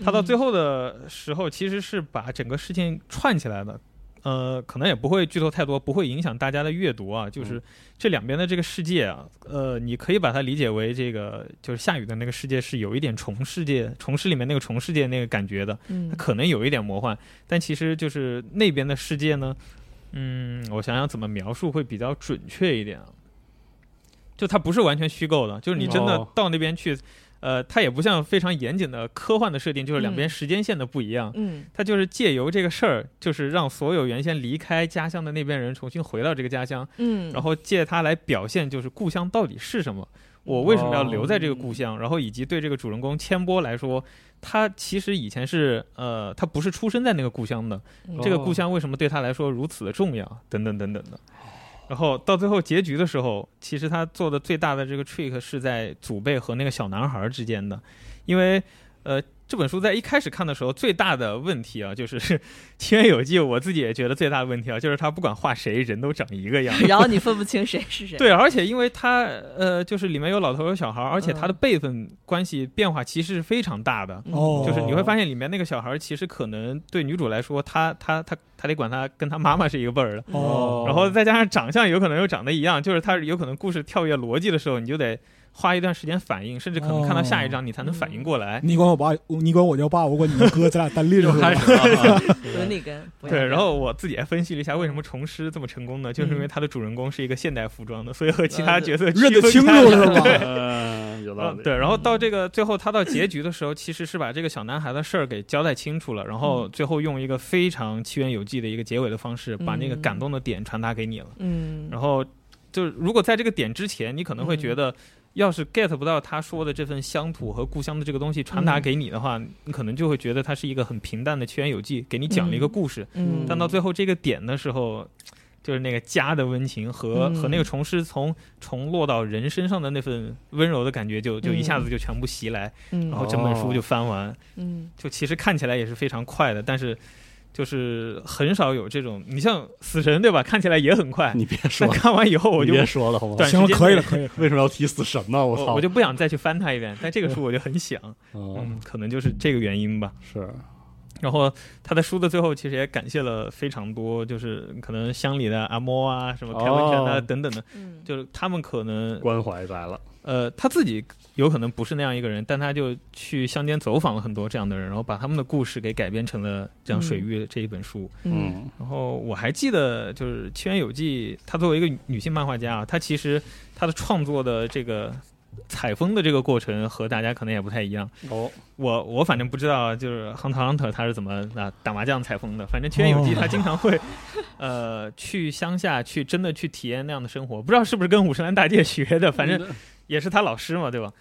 Speaker 6: 他到最后的时候，其实是把整个事情串起来的。呃，可能也不会剧透太多，不会影响大家的阅读啊。就是这两边的这个世界啊，呃，你可以把它理解为这个就是下雨的那个世界是有一点虫世界，虫世里面那个虫世界那个感觉的，它
Speaker 3: 嗯
Speaker 6: 可能有一点魔幻，但其实就是那边的世界呢，嗯，我想想怎么描述会比较准确一点啊。就它不是完全虚构的，就是你真的
Speaker 5: 哦
Speaker 6: 到那边去，呃，它也不像非常严谨的科幻的设定，就是两边
Speaker 3: 嗯
Speaker 6: 时间线的不一样，
Speaker 3: 嗯
Speaker 6: 它就是借由这个事儿，就是让所有原先离开家乡的那边人重新回到这个家乡，
Speaker 3: 嗯，
Speaker 6: 然后借它来表现就是故乡到底是什么，我为什么要留在这个故
Speaker 3: 哦
Speaker 6: 乡，然后以及对这个主人公千波来说，他其实以前是呃，他不是出生在那个故乡的，
Speaker 3: 嗯
Speaker 6: 这个故乡为什么对他来说如此的重要，等等等等的。然后到最后结局的时候，其实他做的最大的这个 trick 是在祖辈和那个小男孩之间的，因为呃。这本书在一开始看的时候，最大的问题啊，就是 《情缘有记》，我自己也觉得最大的问题啊，就是他不管画谁，人都长一个样。
Speaker 3: 然后你分不清谁是谁，
Speaker 6: 对，而且因为它呃，就是里面有老头有小孩儿，而且它
Speaker 4: 嗯
Speaker 6: 的辈分关系变化其实是非常大的。
Speaker 3: 嗯
Speaker 4: 哦，
Speaker 6: 就是你会发现里面那个小孩儿，其实可能对女主来说，她她她她得管她跟她妈妈是一个辈儿的，
Speaker 4: 哦，
Speaker 6: 然后再加上长相有可能又长得一样，就是她有可能故事跳跃逻辑的时候，你就得花一段时间反应，甚至可能看到下一
Speaker 4: 哦
Speaker 6: 章你才能反应过来。
Speaker 4: 你管我爸，你管我叫爸，我管你叫哥，咱俩单拎着
Speaker 5: 又
Speaker 4: 是
Speaker 5: 开
Speaker 4: 吧？
Speaker 5: 始了啊，
Speaker 3: 伦理根不
Speaker 4: 嗯
Speaker 3: 要
Speaker 6: 对，
Speaker 3: 这
Speaker 6: 然
Speaker 3: 样
Speaker 6: 后我自己还分析了一下为什么虫师这么成功呢？就是因
Speaker 4: 嗯
Speaker 6: 为它的主人公是一个现代服装的，所以和其他角色
Speaker 4: 认得
Speaker 6: 区
Speaker 4: 呃清
Speaker 6: 分开来
Speaker 4: 楚是 吧？
Speaker 5: 嗯，有道
Speaker 6: 嗯，
Speaker 5: 理，
Speaker 6: 对，然后到这个最后，他到结局的时候，其实是把这个小男孩的事儿给交代清楚了，然后最后用一个非常七缘有记的一个结尾的方式，把那个感动的点传达给你了。
Speaker 3: 嗯
Speaker 6: 然后，就是如果在这个点之前，你可能会觉得，要是 get 不到他说的这份乡土和故乡的这个东西传达给你的话，你可能就会觉得它是一个很平淡的七缘有记，给你讲了一个故事。
Speaker 3: 嗯，
Speaker 6: 但到最后这个点的时候，就是那个家的温情和、
Speaker 3: 嗯
Speaker 6: 和那个虫师从虫落到人身上的那份温柔的感觉就，就一
Speaker 5: 嗯
Speaker 6: 下子就全部袭来，然
Speaker 3: 嗯
Speaker 6: 后整本
Speaker 5: 哦
Speaker 6: 书就翻完。
Speaker 3: 嗯
Speaker 6: 就其实看起来也是非常快的，但是就是很少有这种。你像死神对吧？看起来也很快，
Speaker 5: 你别说
Speaker 6: 但
Speaker 5: 了，
Speaker 6: 看完以后我
Speaker 5: 你
Speaker 6: 就
Speaker 5: 别说了，好吗
Speaker 6: 短？
Speaker 4: 行了，
Speaker 6: 时间
Speaker 4: 可以
Speaker 6: 内
Speaker 4: 了，可以了，可以
Speaker 5: 为
Speaker 4: 了。
Speaker 5: 什么要提死神呢？我操！
Speaker 6: 我我就不想再去翻它一遍。但这个书我就很想，
Speaker 5: 嗯，
Speaker 6: 嗯，可能就是这个原因吧。
Speaker 5: 是
Speaker 6: 然后他的书的最后其实也感谢了非常多，就是可能乡里的阿莫啊，什么开文泉啊
Speaker 5: 哦
Speaker 6: 等等的，
Speaker 3: 嗯，
Speaker 6: 就是他们可能
Speaker 5: 关怀来了，
Speaker 6: 呃他自己有可能不是那样一个人，但他就去乡间走访了很多这样的人，然后把他们的故事给改编成了《这样水域》这一本书。
Speaker 3: 嗯
Speaker 5: 嗯
Speaker 6: 然后我还记得，就是《七元游记》，她作为一个女性漫画家啊，她其实她的创作的这个采风的这个过程和大家可能也不太一样。
Speaker 5: 哦，
Speaker 6: 我我反正不知道，就是《亨特亨特》她是怎么啊打麻将采风的。反正《七元游记》她经常会、呃去乡下去真的去体验那样的生活，不知道是不是跟五十岚大介学的，反正也是他老师嘛，对吧？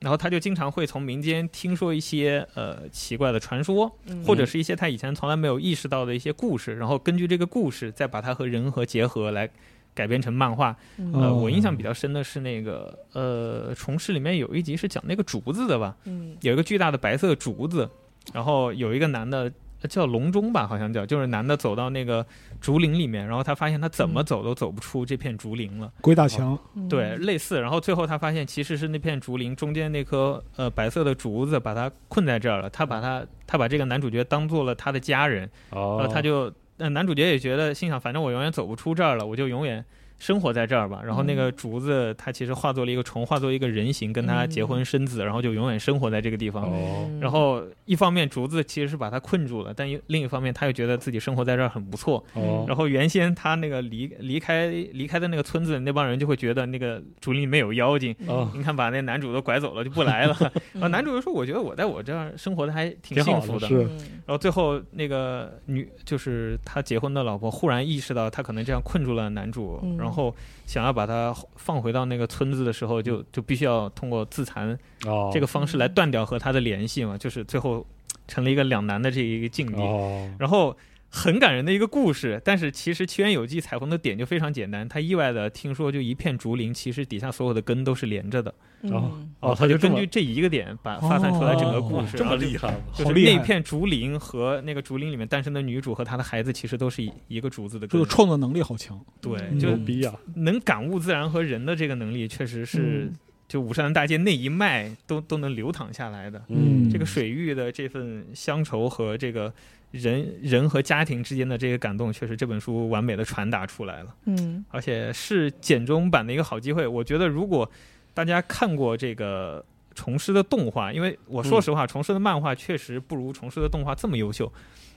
Speaker 6: 然后他就经常会从民间听说一些呃奇怪的传说，
Speaker 3: 嗯
Speaker 6: 或者是一些他以前从来没有意识到的一些故事，然后根据这个故事再把它和人和结合来改编成漫画。
Speaker 3: 嗯
Speaker 6: 呃，
Speaker 4: 哦
Speaker 6: 我印象比较深的是那个呃《虫师》里面有一集是讲那个竹子的吧，
Speaker 3: 嗯
Speaker 6: 有一个巨大的白色竹子，然后有一个男的。呃叫笼中吧，好像叫，就是男的走到那个竹林里面，然后他发现他怎么走都走不出这片竹林了。
Speaker 4: 鬼打墙，
Speaker 3: 嗯
Speaker 6: 对，类似。然后最后他发现其实是那片竹林中间那棵呃白色的竹子把他困在这儿了。他把他他把这个男主角当做了他的家人，然
Speaker 5: 嗯哦
Speaker 6: 后，他就呃男主角也觉得心想，反正我永远走不出这儿了，我就永远。生活在这儿吧，然后
Speaker 5: 嗯
Speaker 6: 那个竹子，它其实化作了一个虫，化作一个人形，跟他结婚生子，然后就永远生活在这个地方。
Speaker 5: 嗯哦
Speaker 3: 嗯
Speaker 6: 然后一方面竹子其实是把他困住了，但一另一方面他又觉得自己生活在这儿很不错，
Speaker 5: 哦，
Speaker 6: 然后原先他那个离离开离开的那个村子，那帮人就会觉得那个竹林里面有妖精。
Speaker 5: 哦，
Speaker 6: 你看，把那男主都拐走了，就 不来了。然后
Speaker 3: 嗯
Speaker 6: 男主就说：“我觉得我在我这儿生活的还挺
Speaker 5: 挺好的
Speaker 6: 幸福的。
Speaker 5: 是
Speaker 3: 嗯
Speaker 6: 然后最后那个女，就是他结婚的老婆，忽然意识到他可能这样困住了男主，
Speaker 3: 嗯
Speaker 6: 然后想要把他放回到那个村子的时候，就就必须要通过自残
Speaker 5: 哦，
Speaker 6: 这个方式来断掉和他的联系嘛，就是最后成了一个两难的这一个境地。
Speaker 5: 哦，
Speaker 6: 然后很感人的一个故事，但是其实《奇缘有记》采风的点就非常简单，他意外的听说就一片竹林，其实底下所有的根都是连着的，
Speaker 5: 然后
Speaker 3: 嗯
Speaker 5: 哦，
Speaker 6: 他
Speaker 5: 他就这
Speaker 6: 根
Speaker 5: 么哦
Speaker 6: 据这一个点把发散出来整个故事，
Speaker 5: 这么
Speaker 6: 然后就
Speaker 5: 厉害吗？
Speaker 6: 就
Speaker 4: 好
Speaker 6: 是
Speaker 4: 厉害
Speaker 6: 那片竹林和那个竹林里面诞生的女主和她的孩子，其实都是一一个竹子的
Speaker 4: 这
Speaker 6: 根
Speaker 4: 个。创作能力好强。
Speaker 6: 对，
Speaker 3: 嗯
Speaker 6: 就
Speaker 5: 牛逼啊呀！
Speaker 6: 能感悟自然和人的这个能力，确实是
Speaker 4: 嗯
Speaker 6: 就五山大街那一脉都都能流淌下来的。
Speaker 4: 嗯
Speaker 6: 这个水域的这份乡愁和这个人人和家庭之间的这个感动，确实这本书完美的传达出来了，
Speaker 3: 嗯
Speaker 6: 而且是简中版的一个好机会。我觉得如果大家看过这个虫师的动画，因为我说实话，虫师的漫画确实不如虫师的动画这么优秀，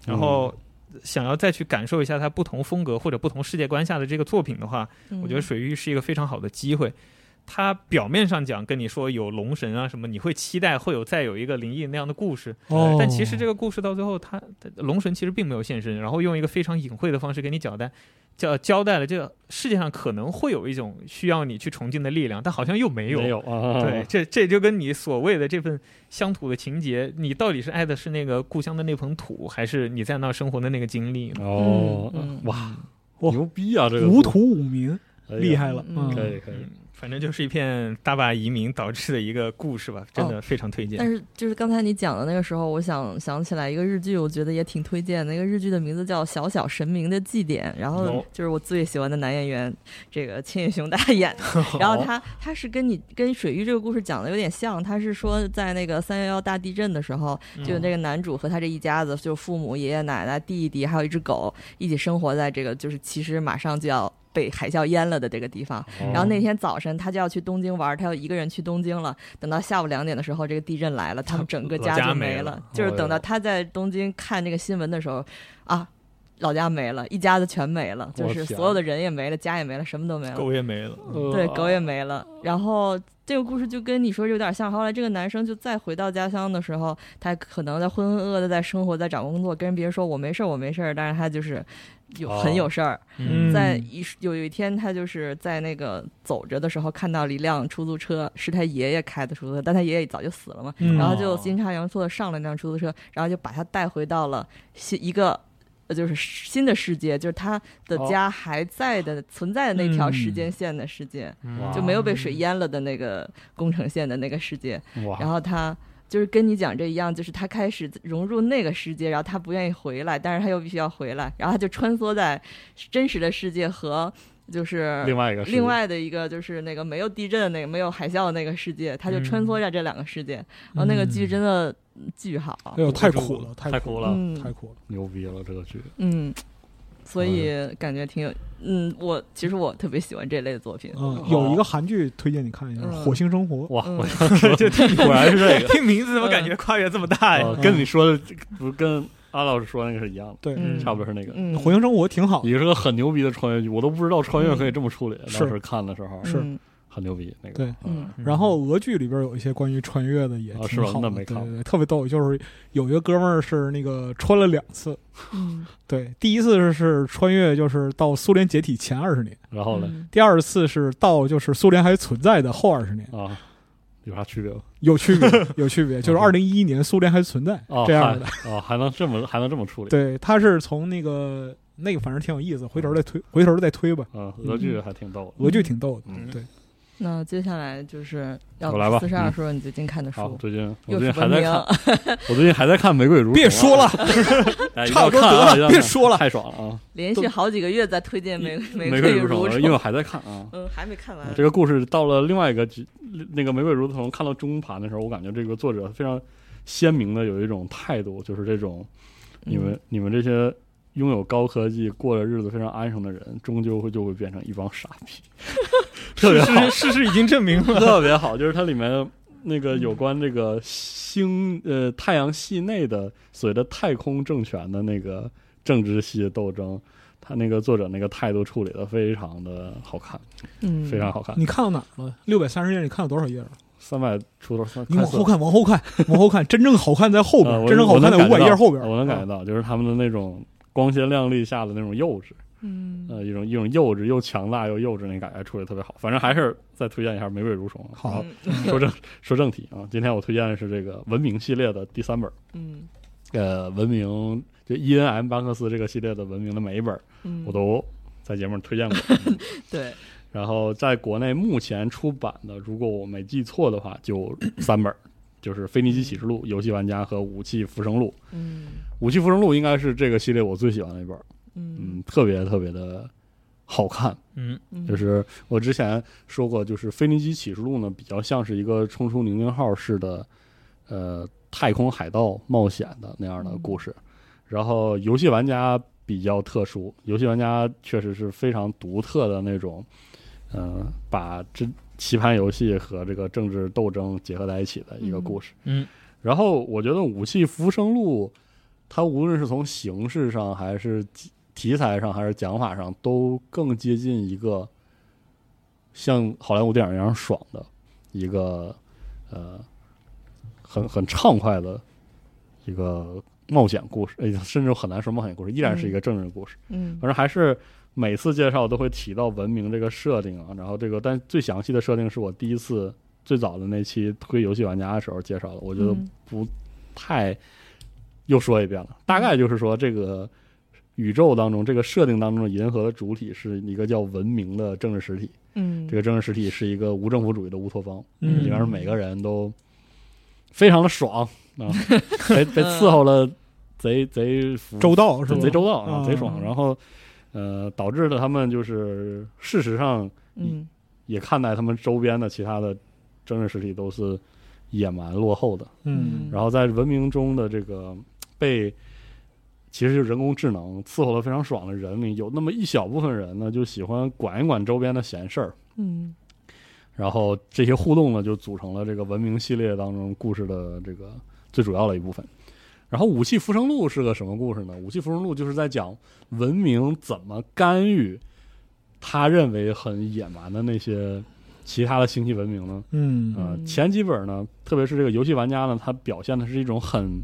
Speaker 5: 嗯
Speaker 6: 然后。想要再去感受一下它不同风格或者不同世界观下的这个作品的话，
Speaker 3: 嗯
Speaker 6: 我觉得水域是一个非常好的机会。它表面上讲跟你说有龙神啊什么，你会期待会有再有一个灵异那样的故事，
Speaker 4: 哦，
Speaker 6: 但其实这个故事到最后，它它龙神其实并没有现身，然后用一个非常隐晦的方式给你交代，交交代了这个世界上可能会有一种需要你去崇敬的力量，但好像又没有。嗯
Speaker 5: 没有啊？
Speaker 6: 对，，这这就跟你所谓的这份乡土的情节，你到底是爱的是那个故乡的那捧土，还是你在那儿生活的那个经历呢？
Speaker 5: 哦
Speaker 3: 嗯嗯，
Speaker 5: 哇，
Speaker 4: 哇
Speaker 5: 牛逼啊！这个
Speaker 4: 无图无名，
Speaker 5: 哎呀
Speaker 4: 厉害了。
Speaker 3: 嗯
Speaker 5: 可以可以
Speaker 6: 嗯，反正就是一片大坝移民导致的一个故事吧，真的非常推荐。
Speaker 3: 哦但是就是刚才你讲的那个时候，我想想起来一个日剧，我觉得也挺推荐。那个日剧的名字叫《小小神明的祭典》，然后
Speaker 6: 哦
Speaker 3: 就是我最喜欢的男演员，这个千叶雄大 演 的。然后他他是跟你跟水域这个故事讲的有点像，他是说在那个三幺幺大地震的时候，
Speaker 6: 嗯
Speaker 3: 就那个男主和他这一家子，就是父母、爷爷奶奶、弟弟，还有一只狗，一起生活在这个就是其实马上就要被海啸淹了的这个地方。
Speaker 6: 哦
Speaker 3: 然后那天早晨他就要去东京玩，他要一个人去东京了。等到下午两点的时候，这个地震来了，他们整个
Speaker 6: 老家
Speaker 3: 就
Speaker 6: 没
Speaker 3: 了
Speaker 6: 了。哦
Speaker 3: 就是等到
Speaker 5: 哎呦
Speaker 3: 他在东京看这个新闻的时候，啊，老家没了，一家子全没了，就
Speaker 5: 我
Speaker 3: 是
Speaker 5: 天
Speaker 3: 所有的人也没了，家也没了，什么都没了。
Speaker 6: 狗也没了，
Speaker 3: 嗯对，
Speaker 5: 呃
Speaker 3: 狗也没了。然后这个故事就跟你说有点像。后来这个男生就再回到家乡的时候，他可能在浑浑噩噩的在生活，在找工作，跟别人说我没事儿，我没事儿，但是他就是有
Speaker 5: 哦
Speaker 3: 很有事儿。
Speaker 4: 嗯
Speaker 3: 在一有一天，他就是在那个走着的时候，看到了一辆出租车，是他爷爷开的出租车，但他爷爷早就死了嘛。
Speaker 4: 嗯
Speaker 3: 哦然后就阴差阳错的上了那辆出租车，然后就把他带回到了新一个呃就是新的世界，就是他的家还在的、存在的那条时间线的世界，
Speaker 5: 哇
Speaker 3: 就没有被水淹了的那个宫城县的那个世界。然
Speaker 5: 哇，
Speaker 3: 后他就是跟你讲这一样，就是他开始融入那个世界，然后他不愿意回来，但是他又必须要回来，然后他就穿梭在真实的世界和就是
Speaker 5: 另外一个是
Speaker 3: 另外的一个就是那个没有地震的那个没有海啸的那个世界，
Speaker 5: 嗯
Speaker 3: 他就穿梭在这两个世界，然后那个剧真的巨好，
Speaker 4: 哎
Speaker 5: 呃
Speaker 4: 呦，太苦了，太
Speaker 5: 太
Speaker 4: 苦
Speaker 5: 苦了，
Speaker 3: 嗯
Speaker 4: 太苦了。
Speaker 5: 牛逼了这个剧，
Speaker 3: 嗯，所
Speaker 5: 呃
Speaker 3: 以感觉挺有，嗯，我其实我特别喜欢这类的作品，
Speaker 4: 嗯，有一个韩剧推荐你看一下，
Speaker 3: 嗯
Speaker 4: 《火星生活》。
Speaker 5: 哇，
Speaker 3: 嗯
Speaker 5: 哦我想说果然是这个
Speaker 6: 听名字怎么感觉跨越这么大呀？
Speaker 5: 啊，哦跟你说的不是跟阿老师说的那个是一样的，
Speaker 4: 对，
Speaker 3: 嗯
Speaker 5: 差不多是那个。
Speaker 3: 嗯，
Speaker 4: 《火星生活》挺好的。
Speaker 5: 也是个很牛逼的穿越剧，我都不知道穿越可以这么处理。
Speaker 4: 嗯是
Speaker 5: 当时看的时候
Speaker 4: 是
Speaker 3: 嗯
Speaker 5: 很牛逼，那个
Speaker 4: 对
Speaker 3: 嗯
Speaker 4: 然后俄剧里边有一些关于穿越的也
Speaker 5: 啊是
Speaker 4: 挺
Speaker 5: 吧
Speaker 4: 好的，
Speaker 5: 那没
Speaker 4: 对
Speaker 5: 看
Speaker 4: 对对，特别逗。就是有一个哥们儿是那个穿了两次，
Speaker 3: 嗯，
Speaker 4: 对，第一次是穿越就是到苏联解体前二十年，
Speaker 5: 然后
Speaker 3: 嗯
Speaker 5: 呢
Speaker 4: 第二次是到就是苏联还存在的后二十年，
Speaker 5: 啊，有啥区别 吗？
Speaker 4: 有区别，有区别。就是
Speaker 5: 嗯
Speaker 4: 二零一一年苏联还存在
Speaker 5: 哦，
Speaker 4: 这样的，
Speaker 5: 还哦，还能这么还能这么处理？
Speaker 4: 对，他是从那个那个反正挺有意思，回头再推，回头再推吧。
Speaker 5: 嗯，俄剧还挺逗的。
Speaker 4: 俄剧挺逗的，
Speaker 5: 嗯
Speaker 4: 对，
Speaker 3: 那接下来就是要
Speaker 5: 我来吧
Speaker 3: 四十二
Speaker 5: 嗯
Speaker 3: 说你最近看的
Speaker 4: 嗯
Speaker 5: 好，
Speaker 3: 书，
Speaker 5: 最近我
Speaker 3: 又
Speaker 5: 最近
Speaker 3: 是
Speaker 5: 还
Speaker 3: 文
Speaker 5: 在
Speaker 3: 明，
Speaker 5: 看，我最近还在看《玫瑰如》。
Speaker 4: 别说了，
Speaker 5: 哎，一定
Speaker 4: 差
Speaker 5: 要
Speaker 4: 不多
Speaker 5: 看啊
Speaker 4: 得
Speaker 5: 一定
Speaker 4: 了，
Speaker 5: 要
Speaker 4: 别
Speaker 5: 看
Speaker 4: 说了。
Speaker 5: 太爽了啊！
Speaker 3: 连续好几个月在推荐 玫玫
Speaker 5: 玫瑰
Speaker 3: 瑰
Speaker 5: 如什么的
Speaker 3: 虫，
Speaker 5: 因为我还在看啊。
Speaker 3: 嗯，还没看完。
Speaker 5: 这个故事到了另外一个集那个《玫瑰如》从看到中盘的时候，我感觉这个作者非常鲜明的有一种态度，就是这种
Speaker 3: 嗯
Speaker 5: 你
Speaker 4: 嗯
Speaker 5: 们你们这些拥有高科技、过着日子非常安生的人，终究会就会变成一帮傻 逼。特别好，
Speaker 6: 事事实已经证明 了，
Speaker 5: 特别好，就是它里面那个有关这个星呃太阳系内的所谓的太空政权的那个政治系的斗争。他那个作者那个态度处理的非常的好看，
Speaker 3: 嗯，
Speaker 5: 非常好看，
Speaker 4: 你看到哪儿了？六百三十页，你看到多少页了？
Speaker 5: 三百出头，三
Speaker 4: 你往
Speaker 5: 四
Speaker 4: 后看，往后看，往后看，真正好看在后边
Speaker 5: 呃
Speaker 4: 儿，
Speaker 5: 我
Speaker 4: 真正好
Speaker 5: 我能
Speaker 4: 看在五
Speaker 5: 感
Speaker 4: 百
Speaker 5: 觉
Speaker 4: 页
Speaker 5: 到
Speaker 4: 后边儿。啊
Speaker 5: 我能感觉到，就是他们的那种光鲜亮丽下的那种幼稚，
Speaker 3: 嗯，
Speaker 5: 呃，一种一种幼稚又强大又幼稚那感觉处理得特别好。反正还是再推荐一下《玫瑰如虫》。啊
Speaker 4: 好
Speaker 3: 嗯，
Speaker 5: 说正说正题啊，今天我推荐的是这个《文明》系列的第三本，
Speaker 3: 嗯
Speaker 5: 呃，《文明》就伊恩 M 班克斯这个系列的《文明》的每一本
Speaker 3: 嗯，
Speaker 5: 我都在节目里推荐过。
Speaker 3: 对，
Speaker 5: 然后在国内目前出版的，如果我没记错的话，就三本，就是《腓尼基启示录》《游戏玩家》和《武器浮生录》。
Speaker 3: 嗯
Speaker 5: 《武器浮生录》应该是这个系列我最喜欢的一本，
Speaker 3: 嗯
Speaker 5: 嗯，特别特别的好看。
Speaker 6: 嗯，
Speaker 3: 嗯，
Speaker 5: 就是我之前说过，就是《腓尼基启示录》呢，比较像是一个冲出宁宁号式的，呃，太空海盗冒险的那样的故事。然后游戏玩家比较特殊，游戏玩家确实是非常独特的那种，嗯、把这棋盘游戏和这个政治斗争结合在一起的一个故事。
Speaker 6: 嗯，
Speaker 5: 然后我觉得《武器浮生录》，它无论是从形式上，还是题题材上，还是讲法上，都更接近一个像好莱坞电影一样爽的一个呃，很很畅快的一个冒险故事，哎，甚至很难说冒险故事，依然是一个政治故事。
Speaker 3: 嗯
Speaker 5: 反正还是每次介绍都会提到文明这个设定啊，然后这个但最详细的设定是我第一次最早的那期推游戏玩家的时候介绍的，我觉得
Speaker 3: 嗯
Speaker 5: 不太又说一遍了，大概就是说这个。宇宙当中，这个设定当中的银河的主体是一个叫文明的政治实体，
Speaker 3: 嗯，
Speaker 5: 这个政治实体是一个无政府主义的乌托邦，
Speaker 4: 嗯
Speaker 5: 里面每个人都非常的爽 啊，被被伺候了贼贼服
Speaker 4: 周到是吧？
Speaker 5: 贼周到啊，
Speaker 4: 嗯
Speaker 5: 贼爽。然后，呃，导致的他们就是事实上
Speaker 3: 嗯
Speaker 5: 也看待他们周边的其他的政治实体都是野蛮落后的。
Speaker 4: 嗯，
Speaker 5: 然后在文明中的这个被，其实就是人工智能伺候的非常爽的人里，有那么一小部分人呢，就喜欢管一管周边的闲事儿。
Speaker 3: 嗯
Speaker 5: 然后这些互动呢，就组成了这个文明系列当中故事的这个最主要的一部分。然后《武器浮生录》是个什么故事呢？《武器浮生录》就是在讲文明怎么干预他认为很野蛮的那些其他的星系文明呢？
Speaker 4: 嗯
Speaker 5: 呃，
Speaker 3: 嗯
Speaker 5: 前几本呢，特别是这个游戏玩家呢，它表现的是一种很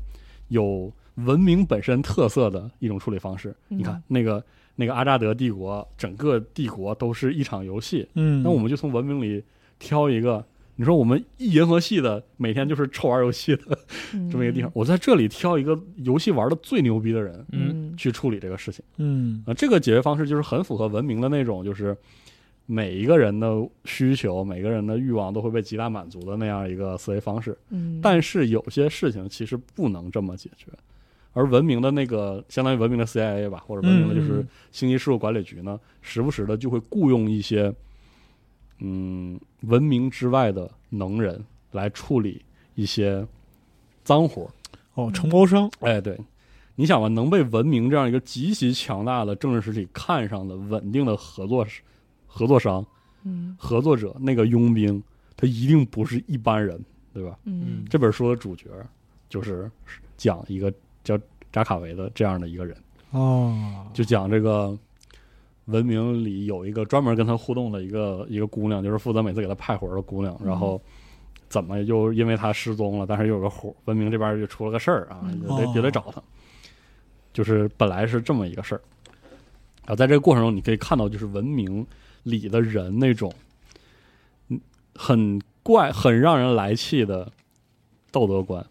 Speaker 5: 有文明本身特色的一种处理方式。你看
Speaker 3: 嗯
Speaker 5: 那个那个阿扎德帝国，整个帝国都是一场游戏，
Speaker 4: 嗯，
Speaker 5: 那我们就从文明里挑一个。你说我们一银河系的每天就是臭玩游戏的
Speaker 3: 嗯
Speaker 5: 这么一个地方，，我在这里挑一个游戏玩的最牛逼的人，
Speaker 6: 嗯
Speaker 3: 嗯
Speaker 5: 去处理这个事情。
Speaker 4: 嗯
Speaker 5: 啊、这个解决方式就是很符合文明的那种，就是每一个人的需求、每个人的欲望都会被极大满足的那样一个思维方式。
Speaker 3: 嗯，
Speaker 5: 但是有些事情其实不能这么解决，而文明的那个相当于文明的 CIA 吧，或者文明的就是
Speaker 4: 嗯
Speaker 5: 星级事务管理局呢，时不时的就会雇佣一些嗯文明之外的能人来处理一些脏活儿。
Speaker 4: 哦，承包商，
Speaker 5: 哎，对，你想吧，能被文明这样一个极其强大的政治实体看上的稳定的合作是合作商、
Speaker 3: 嗯
Speaker 5: 合作者，那个佣兵，他一定不是一般人，对吧？
Speaker 3: 嗯
Speaker 5: 这本书的主角就是讲一个叫扎卡维的这样的一个人，
Speaker 4: 哦，
Speaker 5: 就讲这个文明里有一个专门跟他互动的一个一个姑娘，就是负责每次给他派活儿的姑娘，然后。怎么又因为他失踪了，但是又有个活，文明这边就出了个事儿啊，
Speaker 3: 嗯
Speaker 5: 也得
Speaker 4: 哦
Speaker 5: 也得找他。就是本来是这么一个事儿啊，在这个过程中，你可以看到就是文明里的人那种，嗯，很怪、很让人来气的道德观。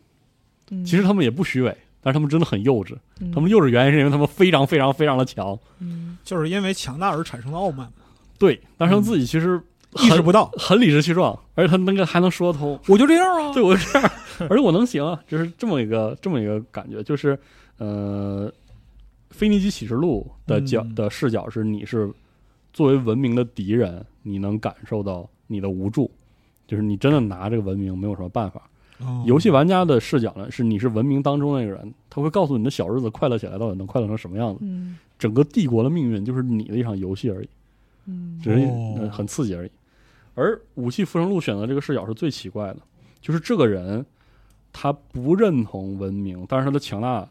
Speaker 3: 嗯
Speaker 5: 其实他们也不虚伪，但是他们真的很幼稚。
Speaker 3: 嗯
Speaker 5: 他们幼稚原因是因为他们非常非常非常的强，
Speaker 3: 嗯
Speaker 4: 就是因为强大而产生的傲慢，
Speaker 5: 对，但是他们自己其实
Speaker 4: 意识
Speaker 5: 很
Speaker 4: 嗯不到，
Speaker 5: 很理直气壮，而且他那个还能说得通。
Speaker 4: 我就这样啊，
Speaker 5: 对我这样，而且我能行啊，就是这么一个这么一个感觉，就是呃，《腓尼基启示录》的角、
Speaker 4: 嗯
Speaker 5: 的视角是你是作为文明的敌人，你能感受到你的无助，就是你真的拿这个文明没有什么办法。
Speaker 4: 哦
Speaker 5: 游戏玩家的视角呢，是你是文明当中那个人，他会告诉你的小日子快乐起来到底能快乐成什么样子。
Speaker 3: 嗯
Speaker 5: 整个帝国的命运就是你的一场游戏而已，
Speaker 3: 嗯
Speaker 5: 只是、
Speaker 4: 哦
Speaker 5: 呃很刺激而已。而《武器复生录》选择这个视角是最奇怪的，就是这个人他不认同文明，但是他的强大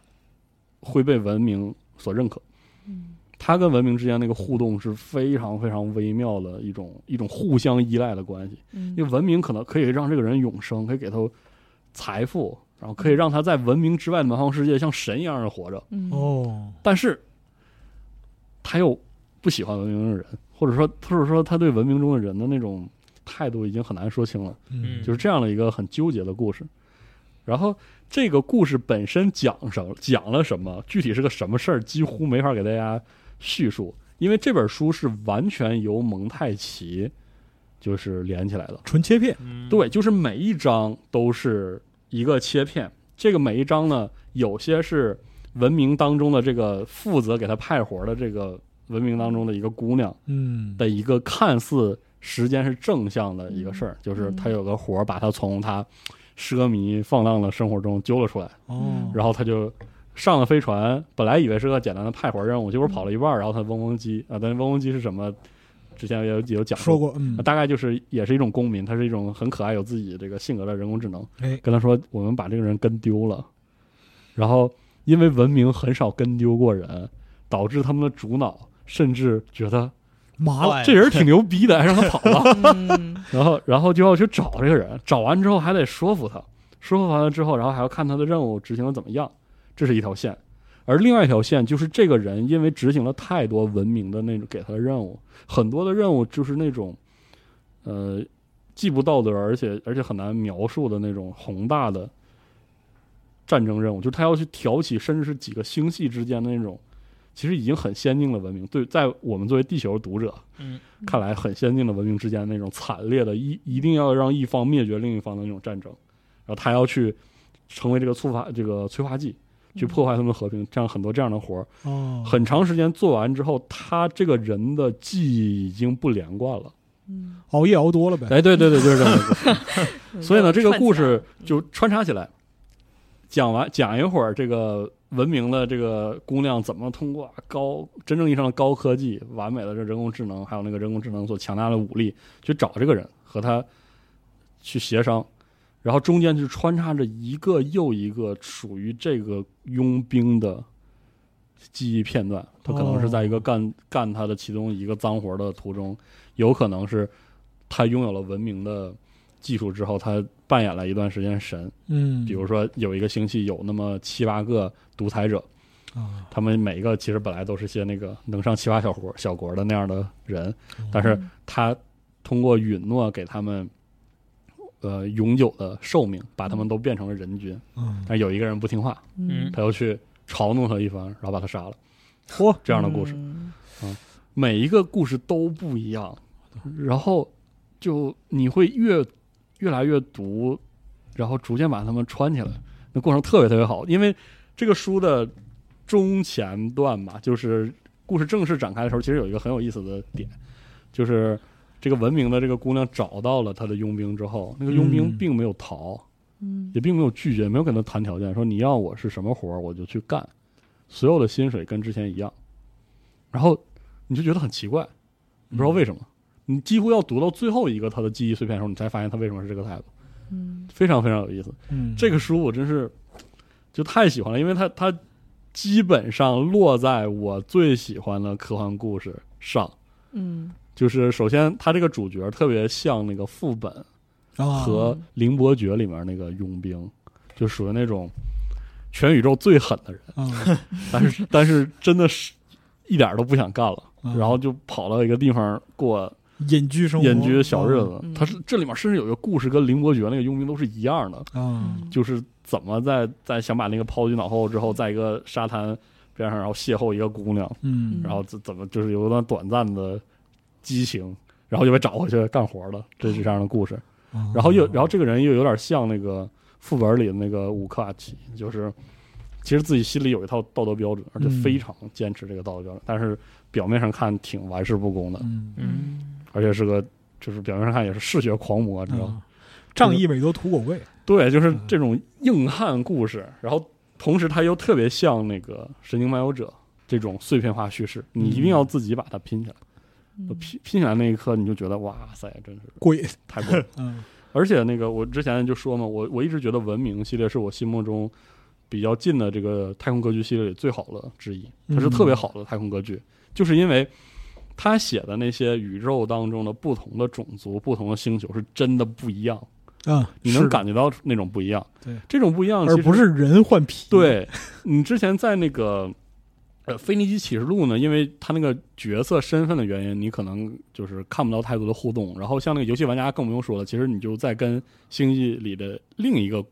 Speaker 5: 会被文明所认可。
Speaker 3: 嗯
Speaker 5: 他跟文明之间那个互动是非常非常微妙的一种一种互相依赖的关系。
Speaker 3: 嗯
Speaker 5: 因为文明可能可以让这个人永生，可以给他财富，然后可以让他在文明之外的蛮荒世界像神一样的活着，
Speaker 3: 嗯
Speaker 4: 哦，
Speaker 5: 但是他又不喜欢文明中的人，或者说，或者说他对文明中的人的那种态度已经很难说清了，
Speaker 6: 嗯
Speaker 5: 就是这样的一个很纠结的故事。然后这个故事本身讲什么，讲了什么，具体是个什么事儿，几乎没法给大家叙述，因为这本书是完全由蒙太奇就是连起来的。
Speaker 4: 纯切片，
Speaker 6: 嗯，
Speaker 5: 对，就是每一章都是一个切片。这个每一章呢，有些是文明当中的这个负责给他派活儿的这个文明当中的一个姑娘
Speaker 4: 嗯，
Speaker 5: 的一个看似时间是正向的一个事儿，
Speaker 4: 嗯
Speaker 5: 就是他有个活儿把他从他奢靡放浪的生活中揪了出来，
Speaker 4: 哦，
Speaker 5: 然后他就。上了飞船，本来以为是个简单的派活儿任务，结果跑了一半儿，然后他嗡嗡机啊，但是嗡嗡机是什么？之前也有也有讲
Speaker 4: 说过，嗯
Speaker 5: 那，大概就是也是一种公民，他是一种很可爱、有自己这个性格的人工智能。
Speaker 4: 哎，
Speaker 5: 跟他说，我们把这个人跟丢了，然后因为文明很少跟丢过人，导致他们的主脑甚至觉得啊
Speaker 4: 麻了，
Speaker 6: 哎
Speaker 5: 这人挺牛逼的，还让他跑了，
Speaker 3: 嗯
Speaker 5: 然后然后就要去找这个人，找完之后还得说服他，说服完了之后，然后还要看他的任务执行的怎么样，这是一条线。而另外一条线就是这个人因为执行了太多文明的那种给他的任务，很多的任务就是那种，呃，既不道德，而且而且很难描述的那种宏大的战争任务，就是他要去挑起甚至是几个星系之间的那种，其实已经很先进的文明，对，在我们作为地球读者，
Speaker 6: 嗯，
Speaker 5: 看来很先进的文明之间那种惨烈的一一定要让一方灭绝另一方的那种战争，然后他要去成为这个触发这个催化剂，
Speaker 3: 嗯
Speaker 5: 去破坏他们的和平，这样很多这样的活儿，
Speaker 4: 哦，
Speaker 5: 很长时间做完之后，他这个人的记忆已经不连贯了。
Speaker 3: 嗯
Speaker 4: 熬夜熬多了呗，
Speaker 5: 哎，对对对，就是这么个故事。
Speaker 3: 嗯
Speaker 5: 所以呢，这个故事
Speaker 3: 嗯
Speaker 5: 就穿插起来，讲完讲一会儿这个文明的这个姑娘怎么通过高真正意义上的高科技、完美的这人工智能，还有那个人工智能所强大的武力去找这个人和他去协商，然后中间就穿插着一个又一个属于这个佣兵的。记忆片段，他可能是在一个干、干他的其中一个脏活的途中，有可能是他拥有了文明的技术之后，他扮演了一段时间神。
Speaker 4: 嗯，
Speaker 5: 比如说，有一个星系有那么七八个独裁者，
Speaker 4: 啊，
Speaker 5: 他们每一个其实本来都是些那个能上七八小国小国的那样的人，但是他通过允诺给他们呃永久的寿命，把他们都变成了人均。
Speaker 4: 嗯，
Speaker 5: 但是有一个人不听话，
Speaker 3: 嗯
Speaker 5: 他又去嘲弄他一番，然后把他杀了。
Speaker 4: 嚯，
Speaker 5: 这样的故事，
Speaker 3: 嗯
Speaker 5: 每一个故事都不一样，然后就你会越越来越读，然后逐渐把它们穿起来，那过程特别特别好。因为这个书的中前段吧，就是故事正式展开的时候，其实有一个很有意思的点，就是这个文明的这个姑娘找到了她的佣兵之后，那个佣兵
Speaker 4: 嗯
Speaker 5: 并没有逃，
Speaker 3: 嗯
Speaker 5: 也并没有拒绝，没有跟他谈条件，说你要我是什么活儿我就去干，所有的薪水跟之前一样。然后你就觉得很奇怪，你不知道为什么。你几乎要读到最后一个他的记忆碎片的时候，你才发现他为什么是这个态度，
Speaker 3: 嗯
Speaker 5: 非常非常有意思。
Speaker 4: 嗯，
Speaker 5: 这个书我真是就太喜欢了，因为它它基本上落在我最喜欢的科幻故事上。
Speaker 3: 嗯
Speaker 5: 就是首先，他这个主角特别像那个副本，
Speaker 4: 啊
Speaker 5: 和《凌波诀》里面那个佣兵，就属于那种全宇宙最狠 的人，
Speaker 4: 啊
Speaker 5: 但是但是真的是一点儿都不想干了，
Speaker 4: 啊
Speaker 5: 然后就跑到一个地方过
Speaker 4: 隐居生活，
Speaker 5: 隐居小日子
Speaker 3: 嗯。
Speaker 5: 他是这里面甚至有一个故事跟《凌波诀》那个佣兵都是一样的，
Speaker 4: 啊
Speaker 5: 就是怎么在在想把那个抛弃脑后之后，在一个沙滩边上，然后邂逅一个姑娘，
Speaker 4: 嗯
Speaker 5: 然后怎怎么就是有一段短暂的激情，然后就被找回去干活了，这是这样的故事。
Speaker 4: 啊
Speaker 5: 然后又，然后这个人又有点像那个副本里的那个武克阿奇，就是其实自己心里有一套道德标准，而且非常坚持这个道德标准，但是表面上看挺玩世不恭的，
Speaker 4: 嗯
Speaker 6: 嗯，
Speaker 5: 而且是个就是表面上看也是嗜血狂魔，你知道吗？
Speaker 4: 啊仗义伪多图狗贵，
Speaker 5: 对，就是这种硬汉故事，然后同时他又特别像那个《神经漫游者》这种碎片化叙事，你一定要自己把它拼起来，
Speaker 3: 嗯
Speaker 5: 拼拼起来那一刻你就觉得哇塞，真是
Speaker 4: 过瘾，
Speaker 5: 太过了。
Speaker 4: 嗯
Speaker 5: 而且那个我之前就说嘛，我我一直觉得文明系列是我心目中比较近的这个太空歌剧系列里最好的之一，
Speaker 4: 嗯
Speaker 5: 它是特别好的太空歌剧，就是因为他写的那些宇宙当中的不同的种族、不同的星球是真的不一样，
Speaker 4: 啊，
Speaker 5: 你
Speaker 4: 是
Speaker 5: 能
Speaker 4: 的，
Speaker 5: 感觉到那种不一样，
Speaker 4: 对
Speaker 5: 这种不一样，
Speaker 4: 而
Speaker 5: 其实
Speaker 4: 不是人换皮，，
Speaker 5: 对
Speaker 4: 嗯
Speaker 5: 你之前在那个呃《腓尼基启示录》呢，因为他那个角色身份的原因，你可能就是看不到太多的互动。然后像那个游戏玩家更不用说了，其实你就在跟星际里的另一个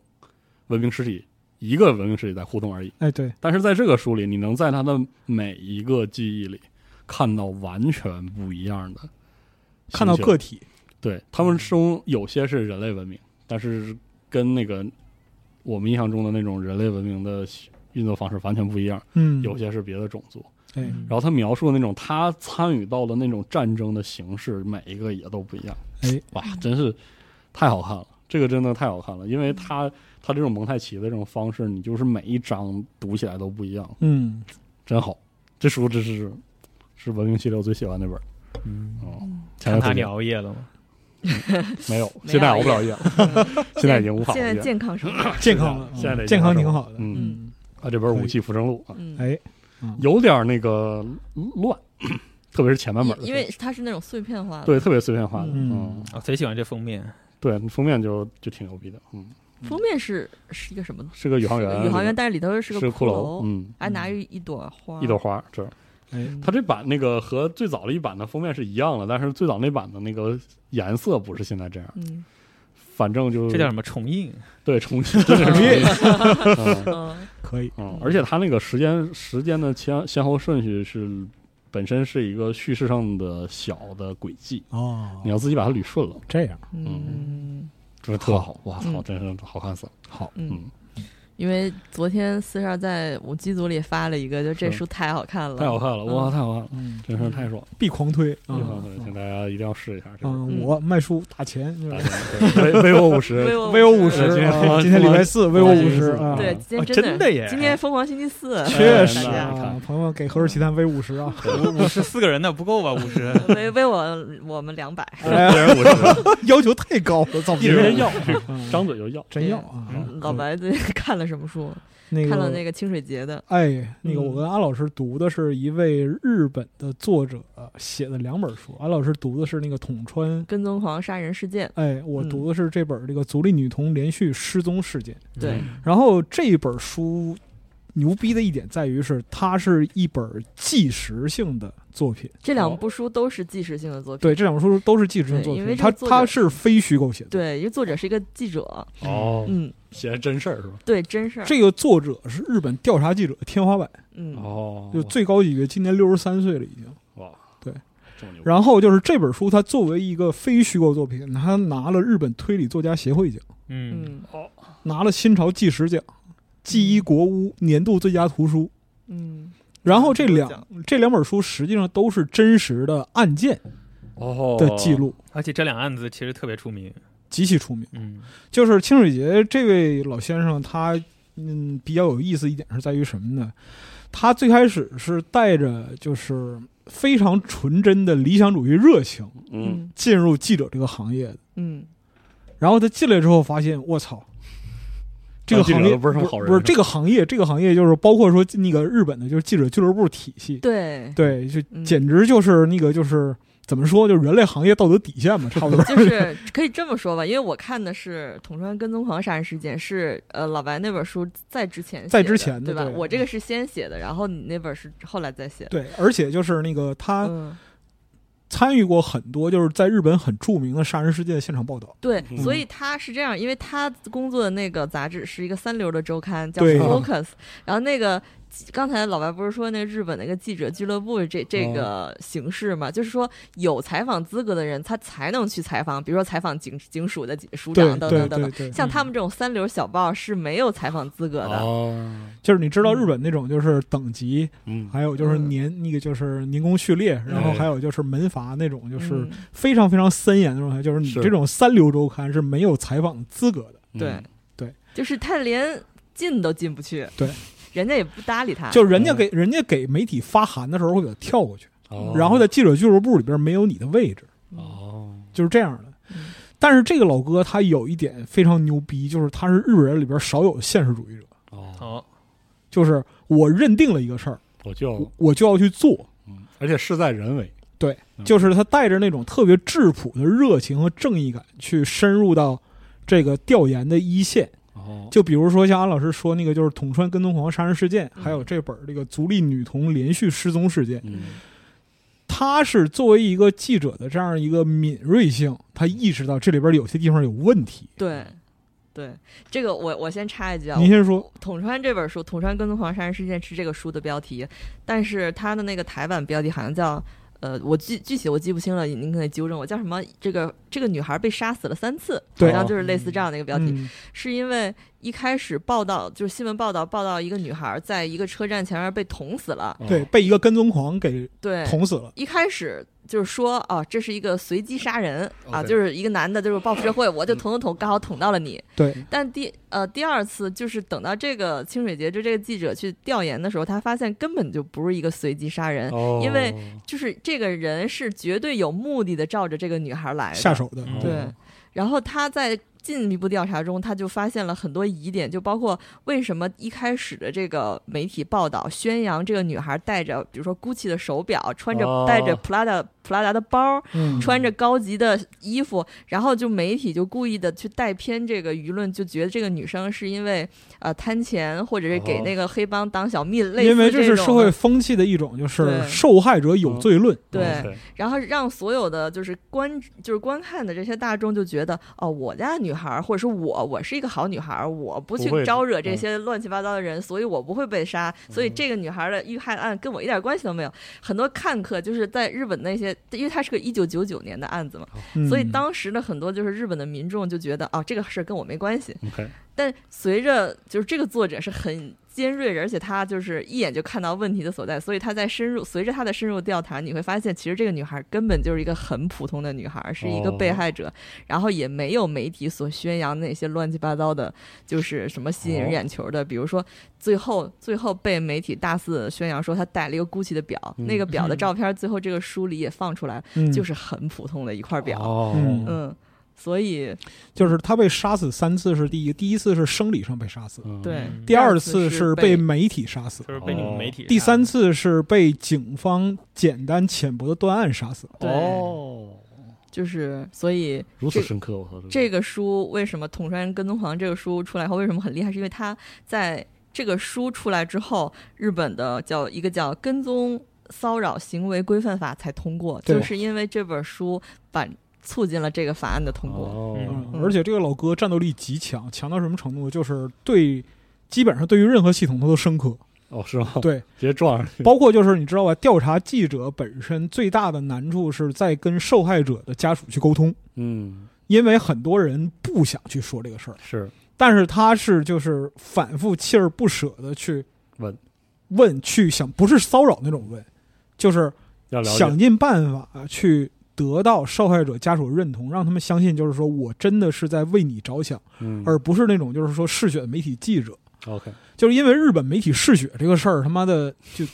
Speaker 5: 文明实体，一个文明实体在互动而已。
Speaker 4: 哎对，
Speaker 5: 但是在这个书里，你能在他的每一个记忆里看到完全不一样的星球，
Speaker 4: 看到个体，
Speaker 5: 对他们中有些是人类文明，但是跟那个我们印象中的那种人类文明的运作方式完全不一样。
Speaker 4: 嗯，
Speaker 5: 有些是别的种族，
Speaker 4: 哎
Speaker 5: 然后他描述的那种他参与到的那种战争的形式，每一个也都不一样。
Speaker 4: 哎，
Speaker 5: 哇，真是太好看了！这个真的太好看了，因为
Speaker 4: 嗯
Speaker 5: 他他这种蒙太奇的这种方式，你就是每一章读起来都不一样，
Speaker 4: 嗯
Speaker 5: 真好。这书真是是文明系列我最喜欢那本。嗯，哦，前两
Speaker 6: 看他
Speaker 5: 天
Speaker 6: 你熬夜了吗？
Speaker 5: 没有，
Speaker 3: 没
Speaker 5: 现在熬不
Speaker 3: 熬
Speaker 5: 了夜了， 现在已经无法熬
Speaker 3: 现
Speaker 5: 夜
Speaker 3: 在
Speaker 5: 了。
Speaker 3: 健康生 活，
Speaker 4: 健康了，
Speaker 5: 现在
Speaker 4: 嗯
Speaker 5: 得
Speaker 4: 健康挺好的，
Speaker 5: 嗯，
Speaker 3: 嗯
Speaker 5: 啊，这本《武器浮生录》啊，
Speaker 3: 嗯，
Speaker 4: 哎，
Speaker 5: 有点那个乱，特别是前半本的时候，
Speaker 3: 因为它是那种碎片化的，
Speaker 5: 对特别碎片化的，
Speaker 4: 嗯
Speaker 5: 嗯，
Speaker 6: 我哦贼喜欢这封面，
Speaker 5: 对，封面就就挺牛逼的，嗯，
Speaker 3: 封面是是一个什么？
Speaker 5: 是个宇航员，
Speaker 3: 宇航员，但是里头是
Speaker 5: 呃是
Speaker 3: 个
Speaker 5: 骷
Speaker 3: 髅，
Speaker 5: 嗯，
Speaker 3: 还拿着一朵花，
Speaker 5: 一朵花，这
Speaker 4: 哎，
Speaker 5: 它这版那个和最早的一版的封面是一样的，但是最早那版的那个颜色不是现在这样，
Speaker 3: 嗯
Speaker 5: 反正就
Speaker 6: 这叫什么重印？
Speaker 5: 对重 启，真的是重启，嗯
Speaker 3: 嗯
Speaker 4: 可以，
Speaker 5: 嗯，而且它那个时间时间的先先后顺序是本身是一个叙事上的小的轨迹，
Speaker 4: 哦
Speaker 5: 你，要自己把它捋顺了，
Speaker 4: 这样，
Speaker 3: 嗯
Speaker 5: 真是特好，哇操，
Speaker 3: 嗯
Speaker 5: 真是好看死了，好，
Speaker 3: 嗯，
Speaker 5: 嗯，
Speaker 3: 因为昨天四十二在我机组里发了一个，就这
Speaker 5: 是
Speaker 3: 书太好看了，
Speaker 5: 太好看了，哇，太好看了，
Speaker 4: 嗯，
Speaker 5: 真是太爽了，
Speaker 4: 必狂推
Speaker 5: 这款
Speaker 4: 啊，
Speaker 5: 东西请大家一定要试一下，这个
Speaker 4: 嗯，我卖书打钱， 就是
Speaker 5: 大家对 vivo 五十，
Speaker 3: vivo
Speaker 4: vivo 五十
Speaker 5: 对哎今天
Speaker 4: 啊，今天礼拜四，vivo 五十啊，
Speaker 3: 对，今天
Speaker 6: 哦
Speaker 3: 真
Speaker 6: 真的耶
Speaker 3: 今天疯狂星期四呃
Speaker 4: 确实
Speaker 5: 哎那你
Speaker 4: 啊
Speaker 5: 看，
Speaker 4: 朋友们给何氏奇谈 vivo 五十啊，
Speaker 6: 五五十四个人呢不够吧？五十
Speaker 3: 为为我我们两百，
Speaker 4: 哎
Speaker 5: 虽然五十，
Speaker 4: 要求太高了，造不
Speaker 5: 一
Speaker 4: 起来
Speaker 5: 人要，
Speaker 4: 嗯
Speaker 5: 张嘴就要，
Speaker 4: 真要啊，
Speaker 6: 嗯
Speaker 3: 老白最近看了什么书？
Speaker 4: 那个
Speaker 3: 看了那个清水节的，
Speaker 4: 哎，那个
Speaker 3: 嗯
Speaker 4: 我跟阿老师读的是一位日本的作者写的两本书，阿老师读的是那个统川
Speaker 3: 《，跟踪狂杀人事件》。
Speaker 4: 哎，我
Speaker 3: 嗯
Speaker 4: 读的是这本这个足利女童连续失踪事件。
Speaker 3: 对，
Speaker 4: 然后这本书，牛逼的一点在于是它是一本纪实性的作品。
Speaker 3: 这两部书都是纪实性的作品。
Speaker 4: 对，这两部书都是纪实性作
Speaker 3: 对因为
Speaker 4: 品，
Speaker 3: 这
Speaker 4: 它
Speaker 3: 个作者
Speaker 4: 它是非虚构写的。
Speaker 3: 对，因为作者是一个记者，
Speaker 5: 哦，
Speaker 3: 嗯，
Speaker 5: 写的真事儿是吧？
Speaker 3: 对，真事儿，
Speaker 4: 这个作者是日本调查记者天花板，
Speaker 3: 嗯，
Speaker 5: 哦，
Speaker 4: 就最高级别，今年六十三岁了已经。
Speaker 5: 哇，
Speaker 4: 对，
Speaker 5: 这么牛逼，
Speaker 4: 然后就是这本书，它作为一个非虚构作品，它拿了日本推理作家协会奖，
Speaker 6: 嗯，
Speaker 3: 嗯
Speaker 4: 拿了新潮纪实奖，记忆国屋年度最佳图书。
Speaker 3: 嗯，
Speaker 4: 然后这
Speaker 6: 奖
Speaker 4: 两这两本书实际上都是真实的案件
Speaker 5: 哦
Speaker 4: 的记，录，
Speaker 6: 而且这两案子其实特别出名，
Speaker 4: 极其出名。
Speaker 6: 嗯
Speaker 4: 就是清水节这位老先生，他嗯比较有意思一点是在于什么呢？他最开始是带着就是非常纯真的理想主义热情
Speaker 5: 嗯，
Speaker 3: 嗯
Speaker 4: 进入记者这个行业的，
Speaker 3: 嗯
Speaker 4: 然后他进来之后发现，我操！这个
Speaker 5: 当记者
Speaker 4: 行业
Speaker 5: 都不是什么好人
Speaker 4: 不是这个行业，这个行业就是包括说那个日本的，就是记者俱乐部体 系，
Speaker 3: 对，
Speaker 4: 对，就
Speaker 3: 嗯。
Speaker 4: 简直就是那个就是怎么说，就是人类行业道德底线嘛，差不 多
Speaker 3: 就是 可以这么说吧，因为我看的是《统川跟踪狂杀人事件》，是呃老白那本书在之前写的，
Speaker 4: 在之前的
Speaker 3: 对吧？
Speaker 4: 对嗯
Speaker 3: 我这个是先写的，然后你那本是后来再写的。
Speaker 4: 对，而且就是那个他
Speaker 3: 嗯，
Speaker 4: 参与过很多就是在日本很著名的杀人事件的现场报道。
Speaker 3: 对，
Speaker 5: 嗯
Speaker 3: 所以他是这样，因为他工作的那个杂志是一个三流的周刊，叫
Speaker 4: 对
Speaker 3: Focus，然后那个。刚才老白不是说那个日本那个记者俱乐部这
Speaker 4: 哦
Speaker 3: 这个形式嘛，就是说有采访资格的人他才能去采访，比如说采访警警署的警署
Speaker 4: 对
Speaker 3: 长等
Speaker 4: 对
Speaker 3: 等等
Speaker 4: 对
Speaker 3: 等。
Speaker 4: 对，
Speaker 3: 像他们这种三流小报是没有采访资格的，
Speaker 5: 哦，
Speaker 4: 就是你知道日本那种就是等级，
Speaker 5: 嗯，
Speaker 4: 还有就是
Speaker 3: 嗯
Speaker 4: 年那个就是年功序列，然后
Speaker 5: 哎
Speaker 4: 还有就是门阀那种就是
Speaker 3: 嗯
Speaker 4: 非常非常森严的状态，就是你
Speaker 5: 是
Speaker 4: 这种三流周刊是没有采访资格的。
Speaker 5: 嗯
Speaker 3: 对，
Speaker 4: 对，
Speaker 3: 就是他连进都进不去，
Speaker 4: 对，
Speaker 3: 人家也不搭理他，
Speaker 4: 就人家给人家给媒体发函的时候会给他跳过去，
Speaker 5: 嗯哦
Speaker 4: 然后在记者俱乐部里边没有你的位置，
Speaker 5: 哦，
Speaker 4: 就是这样的
Speaker 3: 嗯。
Speaker 4: 但是这个老哥他有一点非常牛逼，就是他是日本人里边少有的现实主义者，
Speaker 5: 哦，
Speaker 6: 好，
Speaker 4: 就是我认定了一个事儿，
Speaker 5: 我就
Speaker 4: 我，我就要去做。
Speaker 5: 嗯而且事在人为，嗯
Speaker 4: 就是他带着那种特别质朴的热情和正义感去深入到这个调研的一线。
Speaker 5: 哦，
Speaker 4: 就比如说像安老师说那个，就是统川跟踪狂杀人事件，
Speaker 3: 嗯
Speaker 4: 还有这本儿这个足利女童连续失踪事件，
Speaker 5: 嗯，
Speaker 4: 他是作为一个记者的这样一个敏锐性，他意识到这里边有些地方有问题。
Speaker 3: 对，对，这个我我先插一句啊，
Speaker 4: 您先说，
Speaker 3: 统川这本书《统川跟踪狂杀人事件》是这个书的标题，但是它的那个台版标题好像叫呃，我具具体我记不清了，您可以纠正我，叫什么？这个这个女孩被杀死了三次，好
Speaker 4: 对
Speaker 3: 像就是类似这样的一个标题，
Speaker 4: 嗯，
Speaker 3: 是因为一开始报道就是新闻报道报道一个女孩在一个车站前面被捅死了，
Speaker 5: 哦
Speaker 4: 对，被一个跟踪狂给
Speaker 3: 对，
Speaker 4: 捅死了。
Speaker 3: 一开始就是说啊，这是一个随机杀人啊，
Speaker 5: OK
Speaker 3: 就是一个男的，就是报复社会，我就捅捅捅，刚好捅到了你。
Speaker 4: 对，
Speaker 3: 但第呃第二次就是等到这个清水节就这个记者去调研的时候，他发现根本就不是一个随机杀人，
Speaker 5: 哦，
Speaker 3: 因为就是这个人是绝对有目的的照着这个女孩来的
Speaker 4: 下。手的，
Speaker 6: 嗯
Speaker 3: 对，然后他在进一步调查中，他就发现了很多疑点，就包括为什么一开始的这个媒体报道宣扬这个女孩戴着，比如说 GUCCI 的手表，穿着、
Speaker 5: 哦
Speaker 3: 带着 Prada Prada 的包，
Speaker 4: 嗯，
Speaker 3: 穿着高级的衣服，然后就媒体就故意的去带偏这个舆论，就觉得这个女生是因为呃贪钱，或者是给
Speaker 5: 哦
Speaker 3: 那个黑帮当小蜜，类似
Speaker 4: 因为这
Speaker 3: 这
Speaker 4: 是
Speaker 3: 种
Speaker 4: 社
Speaker 3: 的
Speaker 4: 会风气的一种，就是
Speaker 3: 对
Speaker 4: 受害者有罪论。
Speaker 3: 对。
Speaker 5: OK，
Speaker 3: 然后让所有的就是观就是观看的这些大众就觉得哦，我家女孩儿或者说我我是一个好女孩儿，我不去
Speaker 5: 不会
Speaker 3: 招惹这些乱七八糟的人，所以我不会被杀，所以这个女孩儿的遇害案跟我一点关系都没有。很多看客就是在日本那些，因为它是个一九九九年的案子嘛，
Speaker 4: 嗯
Speaker 3: 所以当时的很多就是日本的民众就觉得哦，这个事儿跟我没关系。
Speaker 5: ，OK，
Speaker 3: 但随着就是这个作者是很尖锐的，而且他就是一眼就看到问题的所在，所以他在深入随着他的深入调查，你会发现其实这个女孩根本就是一个很普通的女孩，是一个
Speaker 5: 哦
Speaker 3: 被害者，然后也没有媒体所宣扬那些乱七八糟的，就是什么吸引人眼球的，比如说最后最后被媒体大肆宣扬说她戴了一个 GUCCI 的表，
Speaker 5: 嗯
Speaker 3: 那个表的
Speaker 4: 嗯
Speaker 3: 照片最后这个书里也放出来，
Speaker 4: 嗯
Speaker 3: 就是很普通的一块表，
Speaker 5: 哦，
Speaker 4: 嗯
Speaker 3: 嗯，所以
Speaker 4: 就是他被杀死三次是第一，第一次是生理上被杀死，
Speaker 5: 嗯
Speaker 3: 对，
Speaker 6: 嗯
Speaker 4: 第二次
Speaker 3: 次是
Speaker 4: 是被媒体杀死，
Speaker 6: 就是被你们媒体
Speaker 4: 第三
Speaker 6: 杀
Speaker 4: 次是被警方简单浅薄的断案杀死。
Speaker 3: 对
Speaker 5: 哦，
Speaker 3: 就是所以。
Speaker 5: 如此深刻，
Speaker 4: 嗯
Speaker 5: 我操，
Speaker 3: 这个书为什么《统帅跟踪狂》这个书出来后为什么很厉害？是因为它在这个书出来之后，日本的叫一个叫《跟踪骚扰行为规范法》才通过，
Speaker 4: 对
Speaker 3: 就是因为这本书把促进了这个法案的通过。
Speaker 5: 哦，
Speaker 4: 嗯
Speaker 3: 嗯
Speaker 4: 而且这个老哥战斗力极强，强到什么程度？就是对，基本上对于任何系统他都深刻。
Speaker 5: 哦是吗？，
Speaker 4: 对，
Speaker 5: 直接撞上去。
Speaker 4: 包括就是你知道吧，调查记者本身最大的难处是在跟受害者的家属去沟通，
Speaker 5: 嗯，
Speaker 4: 因为很多人不想去说这个事儿，
Speaker 5: 是
Speaker 4: 但是他是就是反复锲而不舍的去
Speaker 5: 问
Speaker 4: 问去想，不是骚扰那种问，就是
Speaker 5: 要了
Speaker 4: 想
Speaker 5: 解。
Speaker 4: 尽办法去得到受害者家属认同，让他们相信就是说我真的是在为你着想，
Speaker 5: 嗯
Speaker 4: 而嗯不是那种就是说嗜血的媒体记者。
Speaker 5: OK，
Speaker 4: 就是因为日本媒体嗜血这个事儿，他妈的就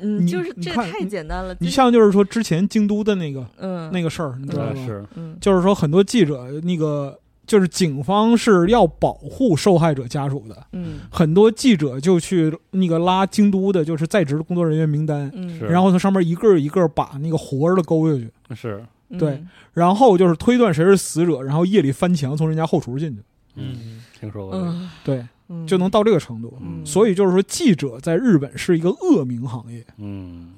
Speaker 3: 嗯，
Speaker 4: 你
Speaker 3: 就是
Speaker 4: 你
Speaker 3: 这个
Speaker 4: 看
Speaker 3: 太简单了。
Speaker 4: 你
Speaker 3: 就是
Speaker 4: 像就是说之前京都的那个
Speaker 3: 嗯
Speaker 4: 那个事儿，你知道
Speaker 5: 啊
Speaker 4: 吗？
Speaker 5: 是
Speaker 3: 嗯
Speaker 4: 就是说很多记者那个就是警方是要保护受害者家属的，
Speaker 3: 嗯
Speaker 4: 很多记者就去那个拉京都的就是在职的工作人员名单，
Speaker 3: 嗯，
Speaker 5: 是
Speaker 4: 然后从上面一个一个把那个活着的勾下去，
Speaker 5: 是，
Speaker 3: 嗯
Speaker 4: 对然后就是推断谁是死者，然后夜里翻墙从人家后厨进去，
Speaker 6: 嗯，
Speaker 5: 听说过这个。
Speaker 3: 嗯
Speaker 4: 对，
Speaker 3: 嗯
Speaker 4: 就能到这个程度。
Speaker 5: 嗯
Speaker 4: 所以就是说，记者在日本是一个恶名行业，
Speaker 5: 嗯，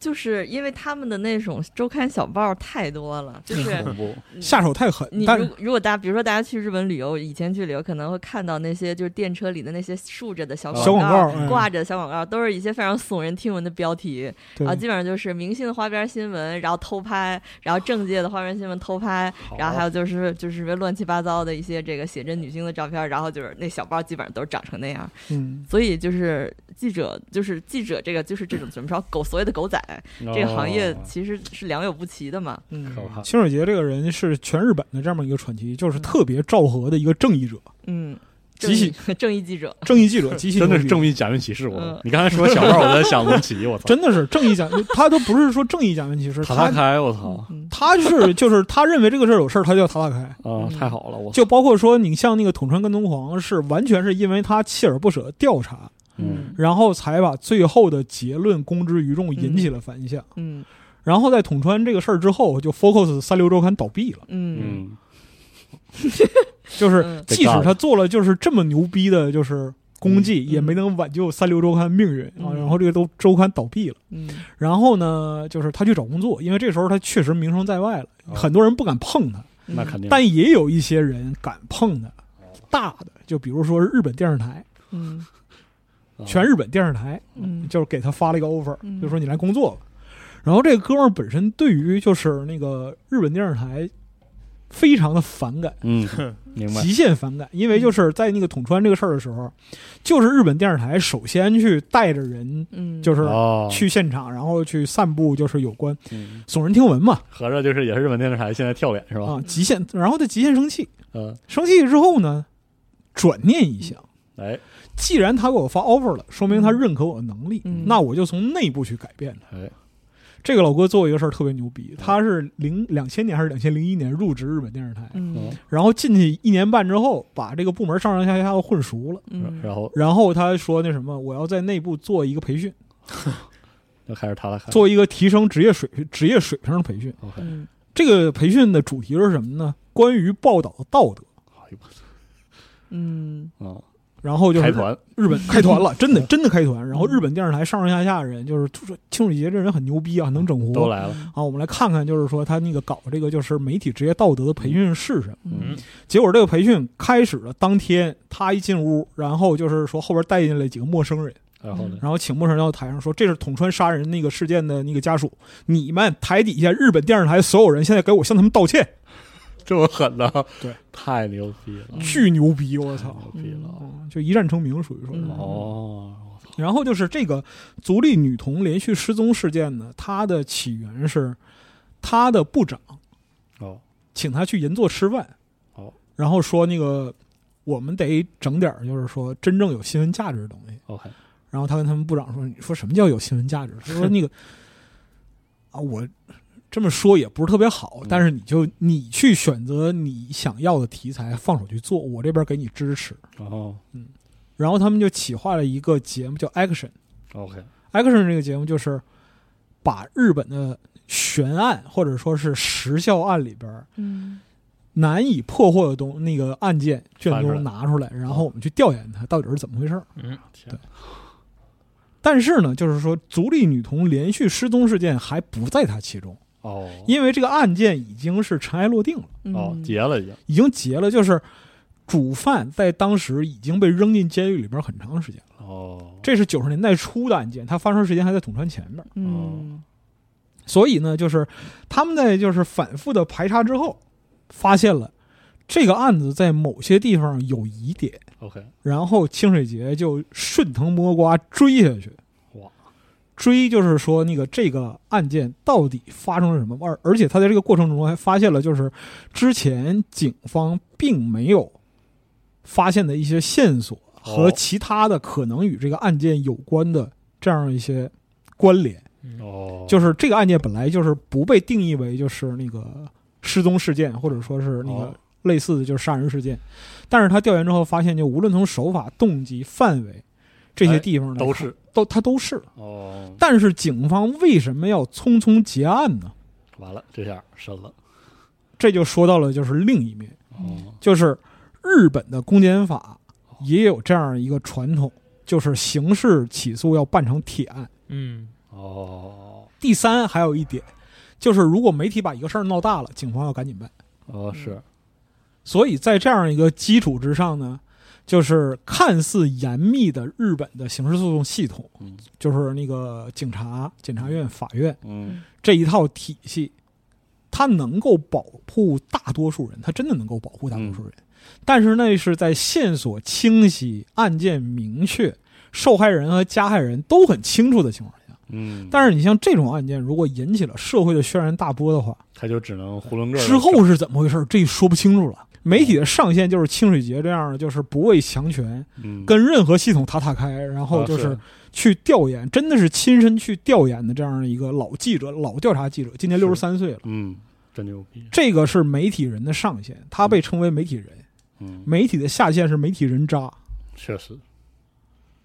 Speaker 3: 就是因为他们的那种周刊小报太多了， 就是
Speaker 5: 嗯恐怖。
Speaker 4: 下手太狠。
Speaker 3: 嗯你
Speaker 4: 但
Speaker 3: 如如果大家，比如说大家去日本旅游，以前去旅游可能会看到那些就是电车里的那些竖着的小
Speaker 5: 小
Speaker 4: 广
Speaker 3: 告
Speaker 4: 告嗯
Speaker 3: 挂着的小广告，都是一些非常耸人听闻的标题
Speaker 4: 对
Speaker 3: 啊，基本上就是明星的花边新闻，然后偷拍，然后政界的花边新闻偷拍，
Speaker 5: 好
Speaker 3: 然后还有就是就是乱七八糟的一些这个写真女星的照片，然后就是那小报基本上都是长成那样，
Speaker 4: 嗯，
Speaker 3: 所以就是记者就是记者这个就是这种怎么说狗所谓的狗仔这个行业
Speaker 5: 哦
Speaker 3: 其实是良莠不齐的嘛，
Speaker 5: 可怕
Speaker 4: 嗯清水节这个人是全日本的这么一个传奇，就是特别昭和的一个正义者、
Speaker 3: 嗯，正
Speaker 4: 极
Speaker 3: 义
Speaker 4: 其
Speaker 3: 正义记者，
Speaker 4: 正义记者，极 其
Speaker 5: 真的
Speaker 4: 牛
Speaker 5: 是
Speaker 4: 逼
Speaker 5: 正义假面骑士，
Speaker 3: 嗯
Speaker 5: 我你刚才说小号，我在想吴奇，我操，
Speaker 4: 真的是正义假，他都不是说正义假面骑 士，
Speaker 5: 塔塔
Speaker 4: 他
Speaker 5: 开，我操
Speaker 3: 嗯
Speaker 4: 他是就是他认为这个事儿有事儿，他就要塔塔开。
Speaker 5: 啊
Speaker 3: 嗯，
Speaker 5: 太好了，我操
Speaker 4: 就包括说，你像那个统川跟踪狂是完全是因为他锲而不舍地调查，
Speaker 5: 嗯
Speaker 4: 然后才把最后的结论公之于众，引起了反响。
Speaker 3: 嗯。
Speaker 4: 然后在统川这个事儿之后，就 Focus 三流周刊倒闭了。
Speaker 3: 嗯，
Speaker 5: 嗯，
Speaker 4: 就是
Speaker 3: 嗯
Speaker 4: 即使他做了就是这么牛逼的，就是功绩，也没能挽救三流周刊命运啊。
Speaker 3: 嗯
Speaker 4: 然后这个都周刊倒闭了。
Speaker 3: 嗯
Speaker 4: 然后呢，就是他去找工作，因为这时候他确实名声在外了，
Speaker 5: 哦
Speaker 4: 很多人不敢碰他，
Speaker 3: 嗯
Speaker 5: 那肯定，
Speaker 4: 但也有一些人敢碰他。大的，就比如说日本电视台，
Speaker 3: 嗯
Speaker 5: 啊
Speaker 4: 全日本电视台，
Speaker 3: 嗯
Speaker 4: 就是给他发了一个 offer，
Speaker 3: 嗯
Speaker 4: 就说你来工作吧。然后这个哥们儿本身对于就是那个日本电视台非常的反感，
Speaker 5: 嗯， 明白
Speaker 4: 极限反感，因为
Speaker 3: 嗯
Speaker 4: 就是在那个统川这个事儿的时候，就是日本电视台首先去带着人，
Speaker 3: 嗯，
Speaker 4: 就是
Speaker 5: 哦，
Speaker 4: 去现场，然后去散布就是有关
Speaker 5: 嗯
Speaker 4: 耸人听闻嘛
Speaker 5: 合着就是也是日本电视台现在跳脸是吧？
Speaker 4: 啊，极限，然后他极限生气，
Speaker 5: 嗯，
Speaker 4: 生气之后呢，转念一想，
Speaker 5: 哎
Speaker 4: 既然他给我发 offer 了，说明他认可我的能力，
Speaker 3: 嗯
Speaker 4: 那我就从内部去改变他。
Speaker 5: 哎，嗯
Speaker 4: 这个老哥做过一个事儿特别牛逼，他是零两千年还是两千零一年入职日本电视台，
Speaker 3: 嗯
Speaker 5: 嗯
Speaker 4: 然后进去一年半之后，把这个部门上上下下都混熟了。
Speaker 3: 嗯，
Speaker 5: 然后
Speaker 4: 然后他说那什么，我要在内部做一个培训，
Speaker 5: 就开始塔塔开
Speaker 4: 做一个提升职业水平、职业水平的培训。
Speaker 5: ，OK，
Speaker 3: 嗯
Speaker 4: 这个培训的主题是什么呢？关于报道的道德。
Speaker 5: 好一波
Speaker 3: 嗯
Speaker 5: 啊，
Speaker 4: 然后就是
Speaker 5: 开团，嗯
Speaker 4: 日本开团了，真的真的开团。然后日本电视台上上下下人就是就说清水节这人很牛逼啊，能整
Speaker 5: 都
Speaker 4: 活
Speaker 5: 来了，
Speaker 4: 啊。我们来看看，就是说他那个搞这个就是媒体职业道德的培训是什么。
Speaker 5: 嗯
Speaker 4: 结果这个培训开始了当天，他一进屋，然后就是说后边带进来几个陌生人。
Speaker 5: 然后呢，
Speaker 4: 然后请陌生人到台上说：“这是统川杀人那个事件的那个家属，你们台底下日本电视台所有人现在给我向他们道歉。
Speaker 5: 这么狠呢？
Speaker 4: 对，
Speaker 5: 太牛逼了”，
Speaker 3: 嗯
Speaker 4: 巨牛逼，我
Speaker 5: 太
Speaker 4: 操！
Speaker 5: 牛逼了，
Speaker 4: 嗯就一战成名，属于说。
Speaker 3: 嗯
Speaker 5: 哦，
Speaker 4: 然后就是这个足利女童连续失踪事件呢，它的起源是她的部长
Speaker 5: 哦，
Speaker 4: 请她去银座吃饭，
Speaker 5: 哦，
Speaker 4: 然后说那个我们得整点儿就是说真正有新闻价值的东西。
Speaker 5: 哦，OK，
Speaker 4: 然后他跟他们部长说：“你说什么叫有新闻价值？”他说：“那个啊，我这么说也不是特别好，但是你就你去选择你想要的题材，放手去做，我这边给你支持。
Speaker 5: 然后”
Speaker 4: 然后他们就企划了一个节目叫 Action。
Speaker 5: OK，
Speaker 4: Action 这个节目就是把日本的悬案或者说是时效案里边儿
Speaker 3: 嗯
Speaker 4: 难以破获的东那个案件卷
Speaker 5: 翻出来
Speaker 4: 宗拿出来，
Speaker 5: 嗯
Speaker 4: 然后我们去调研它到底是怎么回事儿。
Speaker 6: 嗯，
Speaker 5: 天，
Speaker 4: 但是呢，就是说足利女童连续失踪事件还不在它其中，
Speaker 5: 哦，
Speaker 4: 因为这个案件已经是尘埃落定了，
Speaker 5: 哦
Speaker 3: 嗯，
Speaker 5: 结了已经，
Speaker 4: 已经结了，就是主犯在当时已经被扔进监狱里边很长时间了。
Speaker 5: 哦，
Speaker 4: 这是九十年代初的案件，它发生时间还在统川前面。
Speaker 3: 嗯
Speaker 4: 所以呢，就是他们在就是反复的排查之后，发现了这个案子在某些地方有疑点，
Speaker 5: OK，
Speaker 4: 然后清水节就顺藤摸瓜追下去。
Speaker 5: 哇，
Speaker 4: 追就是说那个这个案件到底发生了什么，而而且他在这个过程中还发现了，就是之前警方并没有发现的一些线索和
Speaker 5: 哦
Speaker 4: 其他的可能与这个案件有关的这样一些关联。
Speaker 5: 哦，
Speaker 4: 就是是这个案件本来就是不被定义为就是那个失踪事件，或者说是那个
Speaker 5: 哦
Speaker 4: 类似的就是杀人事件，但是他调研之后发现，就无论从手法、动机、范围这些地方来看
Speaker 5: 哎都是
Speaker 4: 都他都是。
Speaker 5: 哦，
Speaker 4: 但是警方为什么要匆匆结案呢？
Speaker 5: 完了，这下深了，
Speaker 4: 这就说到了就是另一面，
Speaker 5: 哦，
Speaker 4: 就是日本的公检法也有这样一个传统，就是刑事起诉要办成铁案。
Speaker 6: 嗯
Speaker 5: 哦，
Speaker 4: 第三，还有一点就是，如果媒体把一个事儿闹大了，警方要赶紧办。
Speaker 5: 哦，是，
Speaker 4: 所以在这样一个基础之上呢，就是看似严密的日本的刑事诉讼系统，
Speaker 5: 嗯
Speaker 4: 就是那个警察、检察院、法院
Speaker 5: 嗯，
Speaker 4: 这一套体系，它能够保护大多数人，它真的能够保护大多数人。但是那是在线索清晰、案件明确、受害人和加害人都很清楚的情况下。
Speaker 5: 嗯，
Speaker 4: 但
Speaker 5: 是
Speaker 4: 是你像这种案件，如果引起了社会的轩然大波的话，
Speaker 5: 他就只能囫囵个儿地
Speaker 4: 之后是怎么回事，这说不清楚了。媒体的上限就是清水节这样的，就是不畏强权，
Speaker 5: 嗯
Speaker 4: 跟任何系统塔塔开，然后
Speaker 5: 啊
Speaker 4: 就是去调研，真的是亲身去调研的这样一个老记者、老调查记者，今年
Speaker 5: 是
Speaker 4: 六十三岁了。
Speaker 5: 嗯，真牛逼，
Speaker 4: 这个是媒体人的上限，他被称为媒体人。
Speaker 5: 嗯，
Speaker 4: 媒体的下限是媒体人渣，
Speaker 5: 确实，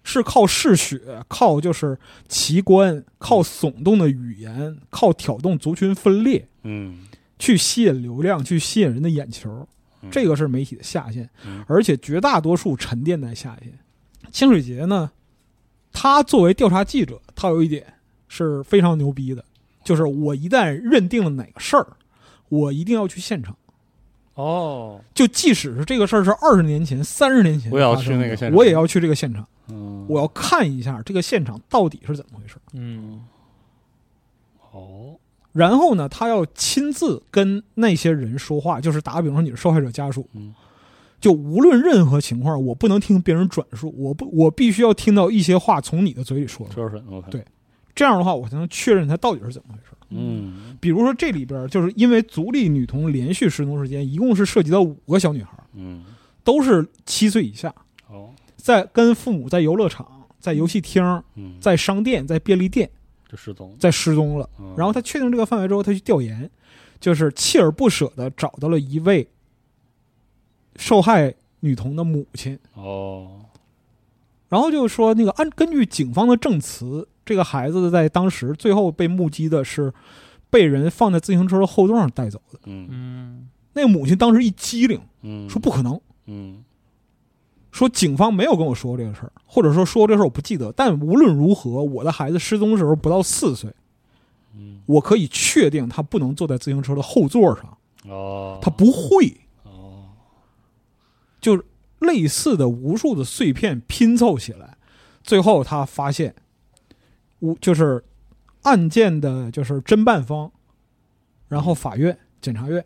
Speaker 4: 是靠嗜血，靠就是奇观，
Speaker 5: 嗯
Speaker 4: 靠耸动的语言，靠挑动族群分裂，
Speaker 5: 嗯，
Speaker 4: 去吸引流量，去吸引人的眼球，
Speaker 5: 嗯
Speaker 4: 这个是媒体的下限
Speaker 5: 嗯，
Speaker 4: 而且绝大多数沉淀在下限。清水节呢，他作为调查记者，他有一点是非常牛逼的，就是我一旦认定了哪个事儿，我一定要去现场。
Speaker 5: 哦，
Speaker 4: 就即使是这个事儿是二十年前、三十年前发生的，
Speaker 5: 我也要去那个现场
Speaker 4: 我也要去这个现场，
Speaker 5: 嗯，
Speaker 4: 我要看一下这个现场到底是怎么回事。
Speaker 6: 嗯
Speaker 5: 哦，
Speaker 4: 然后呢，他要亲自跟那些人说话，就是打个比方说，你是受害者家属，
Speaker 5: 嗯
Speaker 4: 就无论任何情况，我不能听别人转述，我不，我必须要听到一些话从你的嘴里说出来，
Speaker 5: 车粉，OK，
Speaker 4: 对这样的话，我才能确认他到底是怎么回事。
Speaker 5: 嗯
Speaker 4: 比如说这里边就是因为足利女童连续失踪事件，一共是涉及到五个小女孩，
Speaker 5: 嗯，
Speaker 4: 都是七岁以下，
Speaker 5: 哦，
Speaker 4: 在跟父母在游乐场、在游戏厅、
Speaker 5: 嗯，
Speaker 4: 在商店、在便利店
Speaker 5: 就失踪，
Speaker 4: 在失踪了。
Speaker 5: 嗯
Speaker 4: 然后他确定这个范围之后，他去调研，就是锲而不舍的找到了一位受害女童的母亲，
Speaker 5: 哦，
Speaker 4: 然后就说那个按根据警方的证词，这个孩子在当时最后被目击的是被人放在自行车的后座上带走的。
Speaker 5: 嗯
Speaker 6: 嗯
Speaker 4: 那个母亲当时一激灵，
Speaker 5: 嗯，
Speaker 4: 说不可能，
Speaker 5: 嗯，
Speaker 4: 说警方没有跟我说过这个事儿，或者说说过这事儿我不记得。但无论如何，我的孩子失踪的时候不到四岁，
Speaker 5: 嗯
Speaker 4: 我可以确定他不能坐在自行车的后座上，
Speaker 5: 哦，
Speaker 4: 他不会。
Speaker 5: 哦，
Speaker 4: 就是类似的无数的碎片拼凑起来，最后他发现，无就是案件的就是侦办方，然后法院、检察院，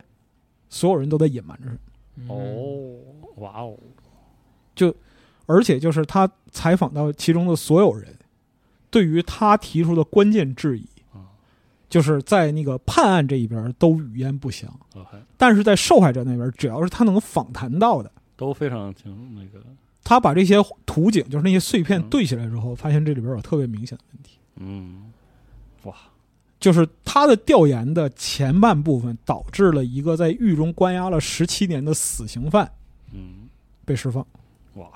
Speaker 4: 所有人都在隐瞒着什么，
Speaker 5: 哦，哇哦，
Speaker 4: 而且就是他采访到其中的所有人，对于他提出的关键质疑
Speaker 5: 啊，
Speaker 4: 就是在那个判案这一边都语焉不详，
Speaker 5: ，OK，
Speaker 4: 但是在受害者那边，只要是他能访谈到的。
Speaker 5: 都非常清楚那个，
Speaker 4: 他把这些图景，就是那些碎片
Speaker 5: 嗯
Speaker 4: 对起来之后，发现这里边有特别明显的问题，
Speaker 5: 嗯，哇，
Speaker 4: 就是他的调研的前半部分导致了一个在狱中关押了十七年的死刑犯
Speaker 5: 嗯，
Speaker 4: 被释放，
Speaker 5: 哇，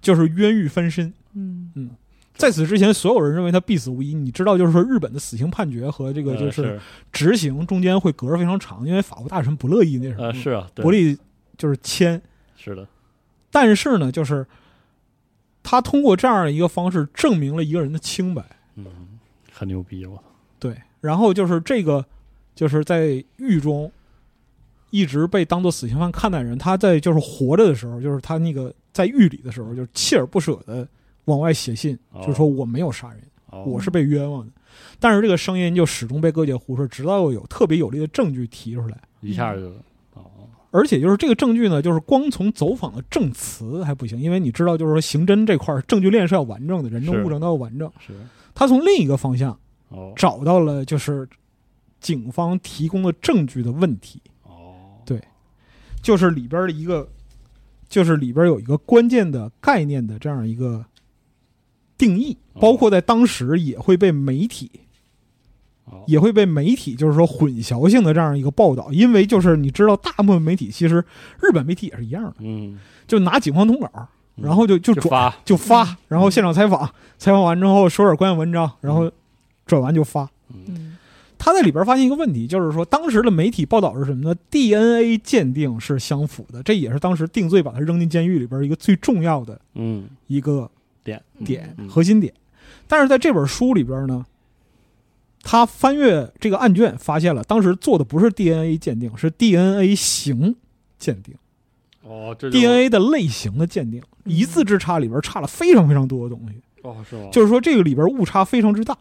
Speaker 4: 就是冤狱翻身。
Speaker 3: 嗯
Speaker 4: 嗯，在此之前，所有人认为他必死无疑。你知道，就是说日本的死刑判决和这个
Speaker 5: 呃
Speaker 4: 就是
Speaker 5: 是
Speaker 4: 执行中间会隔着非常长，因为法国大臣不乐意那什么，
Speaker 5: 呃是啊，对
Speaker 4: 伯利就是签。
Speaker 5: 是的，
Speaker 4: 但是呢，就是他通过这样一个方式证明了一个人的清白。
Speaker 5: 嗯，很牛逼，我操，
Speaker 4: 对，然后就是这个，就是在狱中一直被当做死刑犯看待的人，他在就是活着的时候，就是他那个在狱里的时候，就是锲而不舍的往外写信，
Speaker 5: 哦
Speaker 4: 就是说我没有杀人，
Speaker 5: 哦
Speaker 4: 我是被冤枉的。但是这个声音就始终被各界忽视，直到有特别有力的证据提出来。
Speaker 5: 一下就哦，
Speaker 4: 而且就是这个证据呢，就是光从走访的证词还不行，因为你知道，就是说刑侦这块儿证据链是要完整的，人证
Speaker 5: 是
Speaker 4: 物证都要完整。
Speaker 5: 是
Speaker 4: 他从另一个方向
Speaker 5: 哦
Speaker 4: 找到了就是警方提供的证据的问题，
Speaker 5: 哦，
Speaker 4: 对就是里边的一个，就是里边有一个关键的概念的这样一个定义，
Speaker 5: 哦
Speaker 4: 包括在当时也会被媒体。
Speaker 5: 哦
Speaker 4: 也会被媒体就是说混淆性的这样一个报道，因为就是你知道，大部分媒体其实日本媒体也是一样的，
Speaker 5: 嗯，
Speaker 4: 就拿警方通稿，
Speaker 5: 嗯
Speaker 4: 然后就就
Speaker 5: 就
Speaker 4: 转
Speaker 5: 发
Speaker 4: 就发，然后现场采访，采访完之后说点关键文章，然
Speaker 5: 嗯
Speaker 4: 后转完就发，
Speaker 3: 嗯
Speaker 4: 他在里边发现一个问题，就是说当时的媒体报道是什么呢？DNA 鉴定是相符的，这也是当时定罪把他扔进监狱里边一个最重要的
Speaker 5: 嗯
Speaker 4: 一个
Speaker 5: 点
Speaker 4: 点、
Speaker 5: 嗯
Speaker 4: 核心点。但是在这本书里边呢，他翻阅这个案卷，发现了当时做的不是 DNA 鉴定，是 DNA 型鉴定
Speaker 5: 哦，这就
Speaker 4: ，DNA 的类型的鉴定，一字之差里边差了非常非常多的东西，
Speaker 5: 哦是吗？
Speaker 4: 就是说这个里边误差非常之大。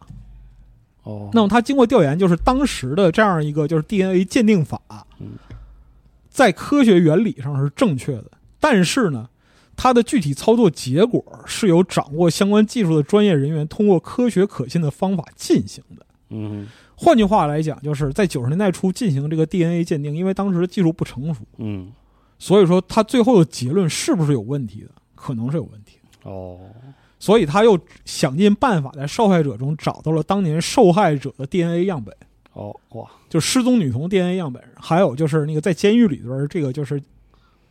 Speaker 5: 哦，
Speaker 4: 那么他经过调研，就是当时的这样一个就是 DNA 鉴定法
Speaker 5: 嗯，
Speaker 4: 在科学原理上是正确的，但是呢，它的具体操作结果是由掌握相关技术的专业人员通过科学可信的方法进行的。
Speaker 5: 嗯
Speaker 4: 换句话来讲，就是在九十年代初进行这个 DNA 鉴定，因为当时的技术不成熟，
Speaker 5: 嗯
Speaker 4: 所以说他最后的结论是不是有问题的，可能是有问题的。
Speaker 5: 哦
Speaker 4: 所以他又想尽办法在受害者中找到了当年受害者的 DNA 样本。
Speaker 5: 哦哇
Speaker 4: 就失踪女童 DNA 样本，还有就是那个在监狱里边儿这个就是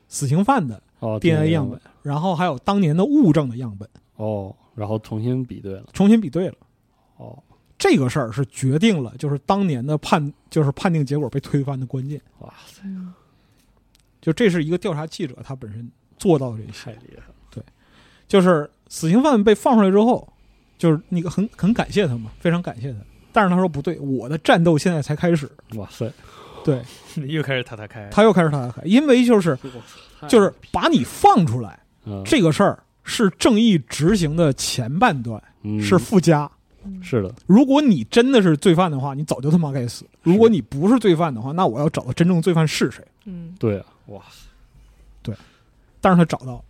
Speaker 4: 死刑犯的
Speaker 5: 哦
Speaker 4: DNA 样本
Speaker 5: 本，
Speaker 4: 然后还有当年的物证的样本，
Speaker 5: 哦，然后重新比对了
Speaker 4: 重新比对了。
Speaker 5: 哦
Speaker 4: 这个事儿是决定了就是当年的判就是判定结果被推翻的关键。
Speaker 5: 哇塞
Speaker 3: 嗯
Speaker 4: 就这是一个调查记者他本身做到的这
Speaker 5: 太
Speaker 4: 些，
Speaker 5: 厉害了
Speaker 4: 就是死刑犯被放出来之后，就是那个很很感谢他嘛，非常感谢他。但是他说不对，我的战斗现在才开始。
Speaker 5: 哇塞
Speaker 4: 对，
Speaker 6: 又开始塔塔开，
Speaker 4: 他又开始他因为就是就是把你放出来。
Speaker 5: 嗯
Speaker 4: 这个事儿是正义执行的前半段，
Speaker 5: 嗯
Speaker 4: 是附加。
Speaker 5: 是的
Speaker 4: 如果你真的是罪犯的话，你早就他妈该死；如果你不是罪犯的话，那我要找到真正罪犯是谁。
Speaker 3: 嗯
Speaker 5: 对啊哇塞
Speaker 4: 但是他找到了，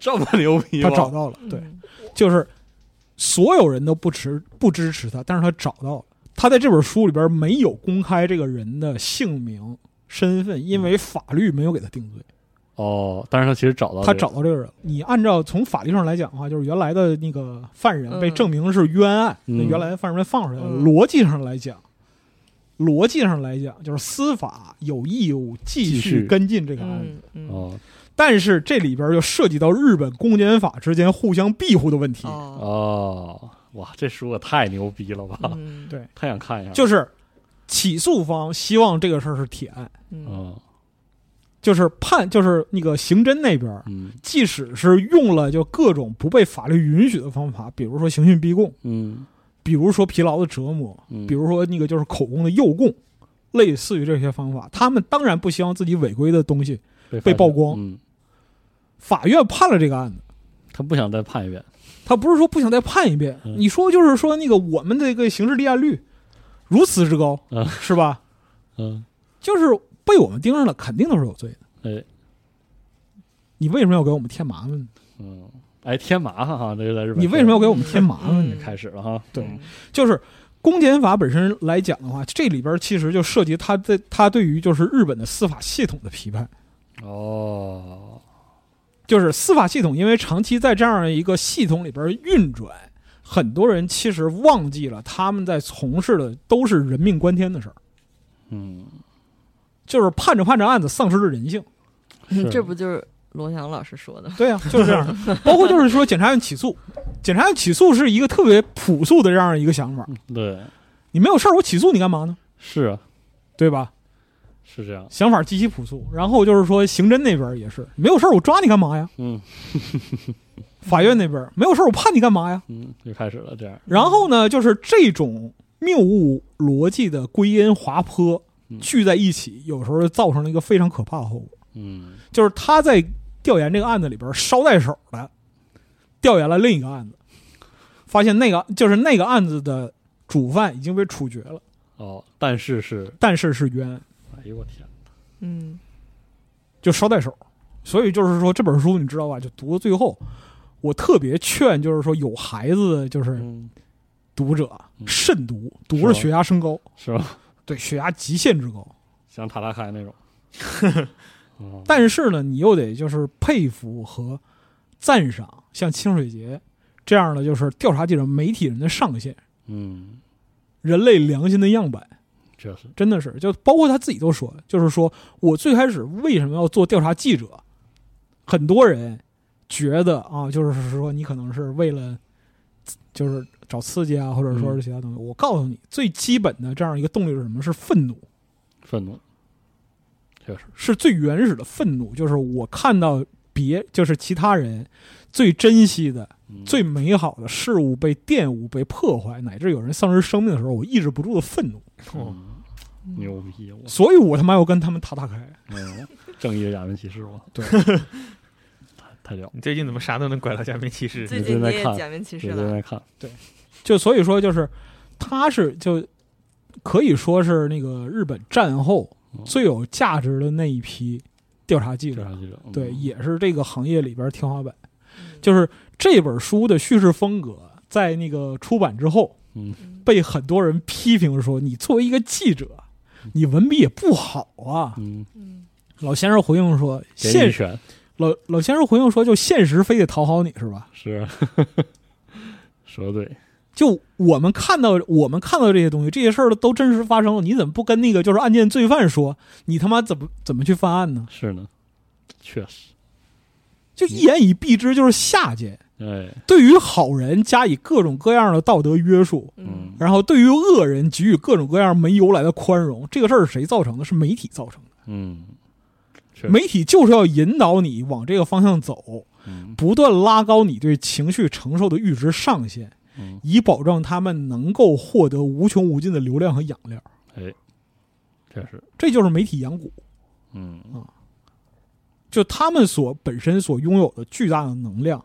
Speaker 5: 这么牛逼
Speaker 4: 他
Speaker 5: 吗
Speaker 4: 找到了，对，
Speaker 3: 嗯
Speaker 4: 就是所有人都不持不支持他，但是他找到了。他在这本书里边没有公开这个人的姓名、身份，因为法律没有给他定罪。
Speaker 5: 哦，但是他其实找到
Speaker 4: 他
Speaker 5: 这个
Speaker 4: 找到这个人了，你按照从法律上来讲的话，就是原来的那个犯人被
Speaker 3: 嗯
Speaker 4: 证明是冤案，那
Speaker 5: 嗯
Speaker 4: 原来的犯人被放出来了。
Speaker 3: 嗯
Speaker 4: 逻辑上来讲，逻辑上来讲，就是司法有义务继
Speaker 5: 继
Speaker 4: 续
Speaker 5: 续
Speaker 4: 跟进这个案子。
Speaker 3: 嗯嗯
Speaker 5: 哦
Speaker 4: 但是这里边又涉及到日本公检法之间互相庇护的问题，
Speaker 3: 哦
Speaker 5: 哦哇，这书也太牛逼了吧！
Speaker 3: 嗯
Speaker 4: 对
Speaker 5: 太想看一下了，
Speaker 4: 就是起诉方希望这个事儿是铁案，
Speaker 3: 嗯
Speaker 5: 嗯
Speaker 4: 就是判就是那个刑侦那边。
Speaker 5: 嗯
Speaker 4: 即使是用了就各种不被法律允许的方法，比如说刑讯逼供，
Speaker 5: 嗯
Speaker 4: 比如说疲劳的折磨，
Speaker 5: 嗯，
Speaker 4: 比如说那个就是口供的诱供，类似于这些方法，他们当然不希望自己违规的东西。被
Speaker 5: 被发现
Speaker 4: 曝光
Speaker 5: 嗯，
Speaker 4: 法院判了这个案子，
Speaker 5: 他不想再判一遍，
Speaker 4: 他不是说不想再判一遍，
Speaker 5: 嗯
Speaker 4: 你说就是说那个我们这个刑事立案率如此之高，
Speaker 5: 嗯
Speaker 4: 是吧？
Speaker 5: 嗯，
Speaker 4: 就是被我们盯上了，肯定都是有罪的。
Speaker 5: 哎
Speaker 4: 你为什么要给我们添麻烦呢？
Speaker 5: 嗯，哎，添麻烦哈，这个在日本，
Speaker 4: 你为什么要给我们添麻烦呢？
Speaker 3: 嗯
Speaker 5: 开始了哈？
Speaker 4: 对
Speaker 5: 嗯
Speaker 4: 就是公检法本身来讲的话，这里边其实就涉及他在他对于就是日本的司法系统的批判。
Speaker 5: 哦，
Speaker 4: 就是司法系统，因为长期在这样一个系统里边运转，很多人其实忘记了他们在从事的都是人命关天的事儿，
Speaker 5: 嗯，
Speaker 4: 就是盼着盼着案子丧失了人性。
Speaker 5: 是
Speaker 3: 这不就是罗翔老师说的，
Speaker 4: 对啊，就是这样。包括就是说检察院起诉，检察院起诉是一个特别朴素的这样一个想法，
Speaker 5: 对，
Speaker 4: 你没有事儿我起诉你干嘛呢？
Speaker 5: 是啊，
Speaker 4: 对吧？
Speaker 5: 是这样，
Speaker 4: 想法极其朴素。然后就是说刑侦那边也是，没有事儿我抓你干嘛呀？
Speaker 5: 嗯
Speaker 4: 法院那边没有事儿我判你干嘛呀？
Speaker 5: 嗯，又开始了这样，
Speaker 4: 然后呢，就是这种谬误逻辑的归因滑坡
Speaker 5: 嗯
Speaker 4: 聚在一起，有时候造成了一个非常可怕的后果，
Speaker 5: 嗯
Speaker 4: 就是他在调研这个案子里边捎带手的调研了另一个案子，发现那个就是那个案子的主犯已经被处决了，
Speaker 5: 哦，但是是，
Speaker 4: 但是是冤案，
Speaker 5: 哎呦我天，
Speaker 3: 嗯
Speaker 4: 就捎带手。所以就是说这本书你知道吧？就读到最后，我特别劝就是说有孩子的就是
Speaker 5: 嗯，
Speaker 4: 读者
Speaker 5: 嗯
Speaker 4: 慎读，读
Speaker 5: 是
Speaker 4: 着
Speaker 5: 吧
Speaker 4: 血压升高，
Speaker 5: 是吧？
Speaker 4: 对血压极限之高。
Speaker 5: 像塔拉开那种， 哦
Speaker 4: 但是呢，你又得就是佩服和赞赏像清水节这样的就是呃调查记者、媒体人的上限，
Speaker 5: 嗯，
Speaker 4: 人类良心的样板，
Speaker 5: 这是，
Speaker 4: 真的是就包括他自己都说，就是说我最开始为什么要做调查记者，很多人觉得啊，就是说你可能是为了就是找刺激啊，或者说是其他东西。我告诉你，最基本的这样一个动力是什么？是愤怒。
Speaker 5: 愤怒，确实，
Speaker 4: 是最原始的愤怒，就是我看到别就是其他人最珍惜的、
Speaker 5: 嗯
Speaker 4: 最美好的事物被玷污、被破坏，乃至有人丧失生命的时候，我抑制不住的愤怒，
Speaker 5: 嗯牛逼，我
Speaker 4: 所以我他妈要跟他们打打开。
Speaker 5: 嗯，正义的假面骑士，我
Speaker 4: 对，
Speaker 5: 太太屌了，
Speaker 6: 你最近怎么啥都能拐到假面骑士？
Speaker 3: 最
Speaker 5: 最
Speaker 3: 近
Speaker 5: 近
Speaker 3: 你
Speaker 5: 你
Speaker 3: 也
Speaker 5: 也
Speaker 3: 假面骑士
Speaker 5: 直
Speaker 3: 了
Speaker 5: 接，来看，
Speaker 4: 就所以说，就是他是就可以说是那个日本战后
Speaker 5: 嗯
Speaker 4: 最有价值的那一批调查记
Speaker 5: 调
Speaker 4: 者，
Speaker 5: 查记者，嗯
Speaker 4: 对，也是这个行业里边天花板。就是这本书的叙事风格，在那个出版之后，
Speaker 5: 嗯
Speaker 4: 被很多人批评说，你作为一个记者，你文笔也不好啊。
Speaker 5: 嗯，
Speaker 3: 嗯
Speaker 4: 老先生回应说，
Speaker 5: 给你一
Speaker 4: 现
Speaker 5: 拳，
Speaker 4: 老老先生回应说，就现实非得讨好你是吧？
Speaker 5: 是，说的对，
Speaker 4: 就我们看到我们看到这些东西，这些事儿都真实发生了，你怎么不跟那个就是案件罪犯说，你他妈怎么怎么去犯案呢？
Speaker 5: 是呢，确实，
Speaker 4: 就一言以蔽之，就是下贱。
Speaker 5: 哎，
Speaker 4: 对于好人加以各种各样的道德约束，
Speaker 3: 嗯
Speaker 4: 然后对于恶人给予各种各样没由来的宽容，这个事儿是谁造成的？是媒体造成的。
Speaker 5: 嗯，确实，
Speaker 4: 媒体就是要引导你往这个方向走，
Speaker 5: 嗯
Speaker 4: 不断拉高你对情绪承受的阈值上限，
Speaker 5: 嗯，
Speaker 4: 以保证他们能够获得无穷无尽的流量和养料。
Speaker 5: 哎确实，
Speaker 4: 这就是媒体养蛊，
Speaker 5: 嗯
Speaker 4: 就他们所本身所拥有的巨大的能量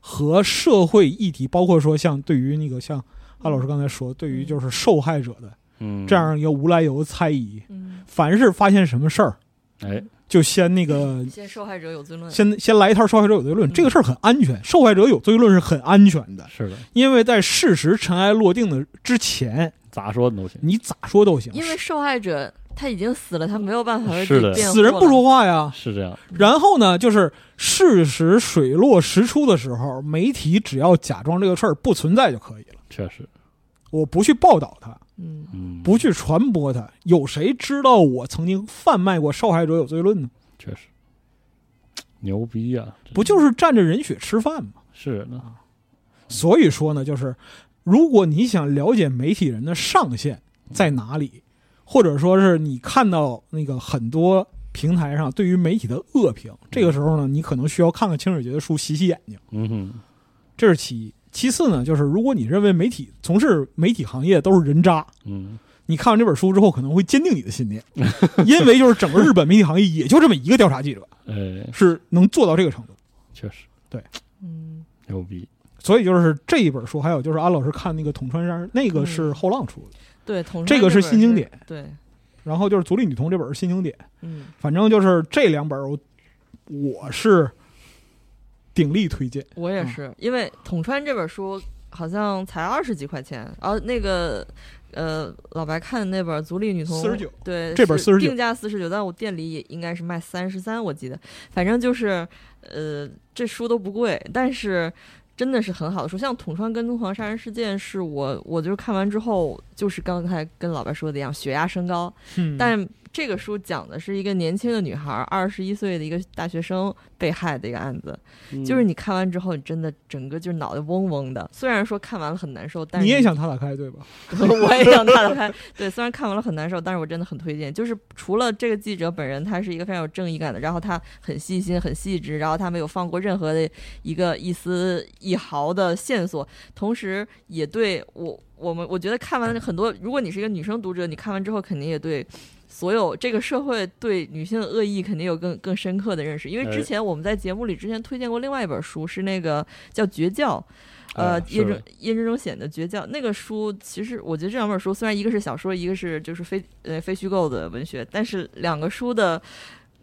Speaker 4: 和社会议题，包括说像对于那个像阿老师刚才说，对于就是受害者的
Speaker 5: 嗯，
Speaker 4: 这，样一个无来由的猜疑，
Speaker 3: 嗯，
Speaker 4: 凡是发现什么事儿，
Speaker 5: 哎，
Speaker 4: 就先那个
Speaker 3: 现在受害者有罪论，
Speaker 4: 先先来一套受害者有罪论，这个事儿很安全，受害者有罪论是很安全的，
Speaker 5: 是的，
Speaker 4: 因为在事实尘埃落定的之前，
Speaker 5: 咋说你都行，
Speaker 4: 你咋说都行，
Speaker 3: 因为受害者他已经死了，他没有办法为
Speaker 5: 是
Speaker 3: 自
Speaker 5: 的
Speaker 3: 己辩护
Speaker 4: 死人不
Speaker 3: 了
Speaker 4: 说话呀。
Speaker 5: 是这样，
Speaker 4: 然后呢，就是事实水落石出的时候，媒体只要假装这个事儿不存在就可以了，
Speaker 5: 确实，
Speaker 4: 我不去报道它，
Speaker 3: 嗯
Speaker 5: 嗯，
Speaker 4: 不，去传播它，有谁知道我曾经贩卖过受害者有罪论呢？
Speaker 5: 确实，牛逼呀，
Speaker 4: 不就是蘸着人血吃饭吗？
Speaker 5: 是呢，
Speaker 4: 所以说呢，就是如果你想了解媒体人的上限在哪里，或者说是你看到那个很多平台上对于媒体的恶评，这个时候呢，你可能需要看看清水节的书，洗洗眼睛，
Speaker 5: 嗯哼，
Speaker 4: 这是其一。其次呢，就是如果你认为媒体从事媒体行业都是人渣，
Speaker 5: 嗯，
Speaker 4: 你看完这本书之后可能会坚定你的信念，因为就是整个日本媒体行业也就这么一个调查记者
Speaker 5: 哎，
Speaker 4: 是能做到这个程度。
Speaker 5: 确实
Speaker 3: 嗯
Speaker 5: 牛逼，
Speaker 4: 所以就是这一本书，还有就是安老师看那个统川山，那个是后浪出的。
Speaker 3: 对，同
Speaker 4: 这个是新经典，
Speaker 3: 对，
Speaker 4: 然后就是《足力女童》这本是新经典，
Speaker 3: 嗯
Speaker 4: 反正就是这两本我我是鼎力推荐。
Speaker 3: 我也
Speaker 4: 嗯
Speaker 3: 是，因为统川这本书好像才二十几块钱，然后那个呃老白看的那本《足力女童》
Speaker 4: 49，
Speaker 3: 对，
Speaker 4: 这本
Speaker 3: 是
Speaker 4: 49
Speaker 3: 定价四十九，但我店里也应该是卖三十三，我记得，反正就是呃这书都不贵，但是。真的是很好的书，像《统川跟踪狂杀人事件》是我，我就是看完之后，就是刚才跟老白说的一样，血压升高，
Speaker 4: 嗯
Speaker 3: 但这个书讲的是一个年轻的女孩，二十一岁的一个大学生被害的一个案子。就是
Speaker 4: 嗯
Speaker 3: 你看完之后，你真的整个就是脑袋嗡嗡的。虽然说看完了很难受，但是
Speaker 4: 你也想他打开对吧？
Speaker 3: 我也想看看。 对，虽然看完了很难受，但是我真的很推荐。就是除了这个记者本人，他是一个非常有正义感的，然后他很细心、很细致，然后他没有放过任何的一个一丝一毫的线索，同时也对我我们我觉得看完很多，如果你是一个女生读者，你看完之后肯定也对。所有这个社会对女性的恶意肯定有更更深刻的认识，因为之前我们在节目里之前推荐过另外一本书，是那个叫《绝教》，呃，
Speaker 5: 哎是
Speaker 3: 叶正叶真中显的《绝教》那个书，其实我觉得这两本书虽然一个是小说，一个是就是非呃非虚构的文学，但是两个书的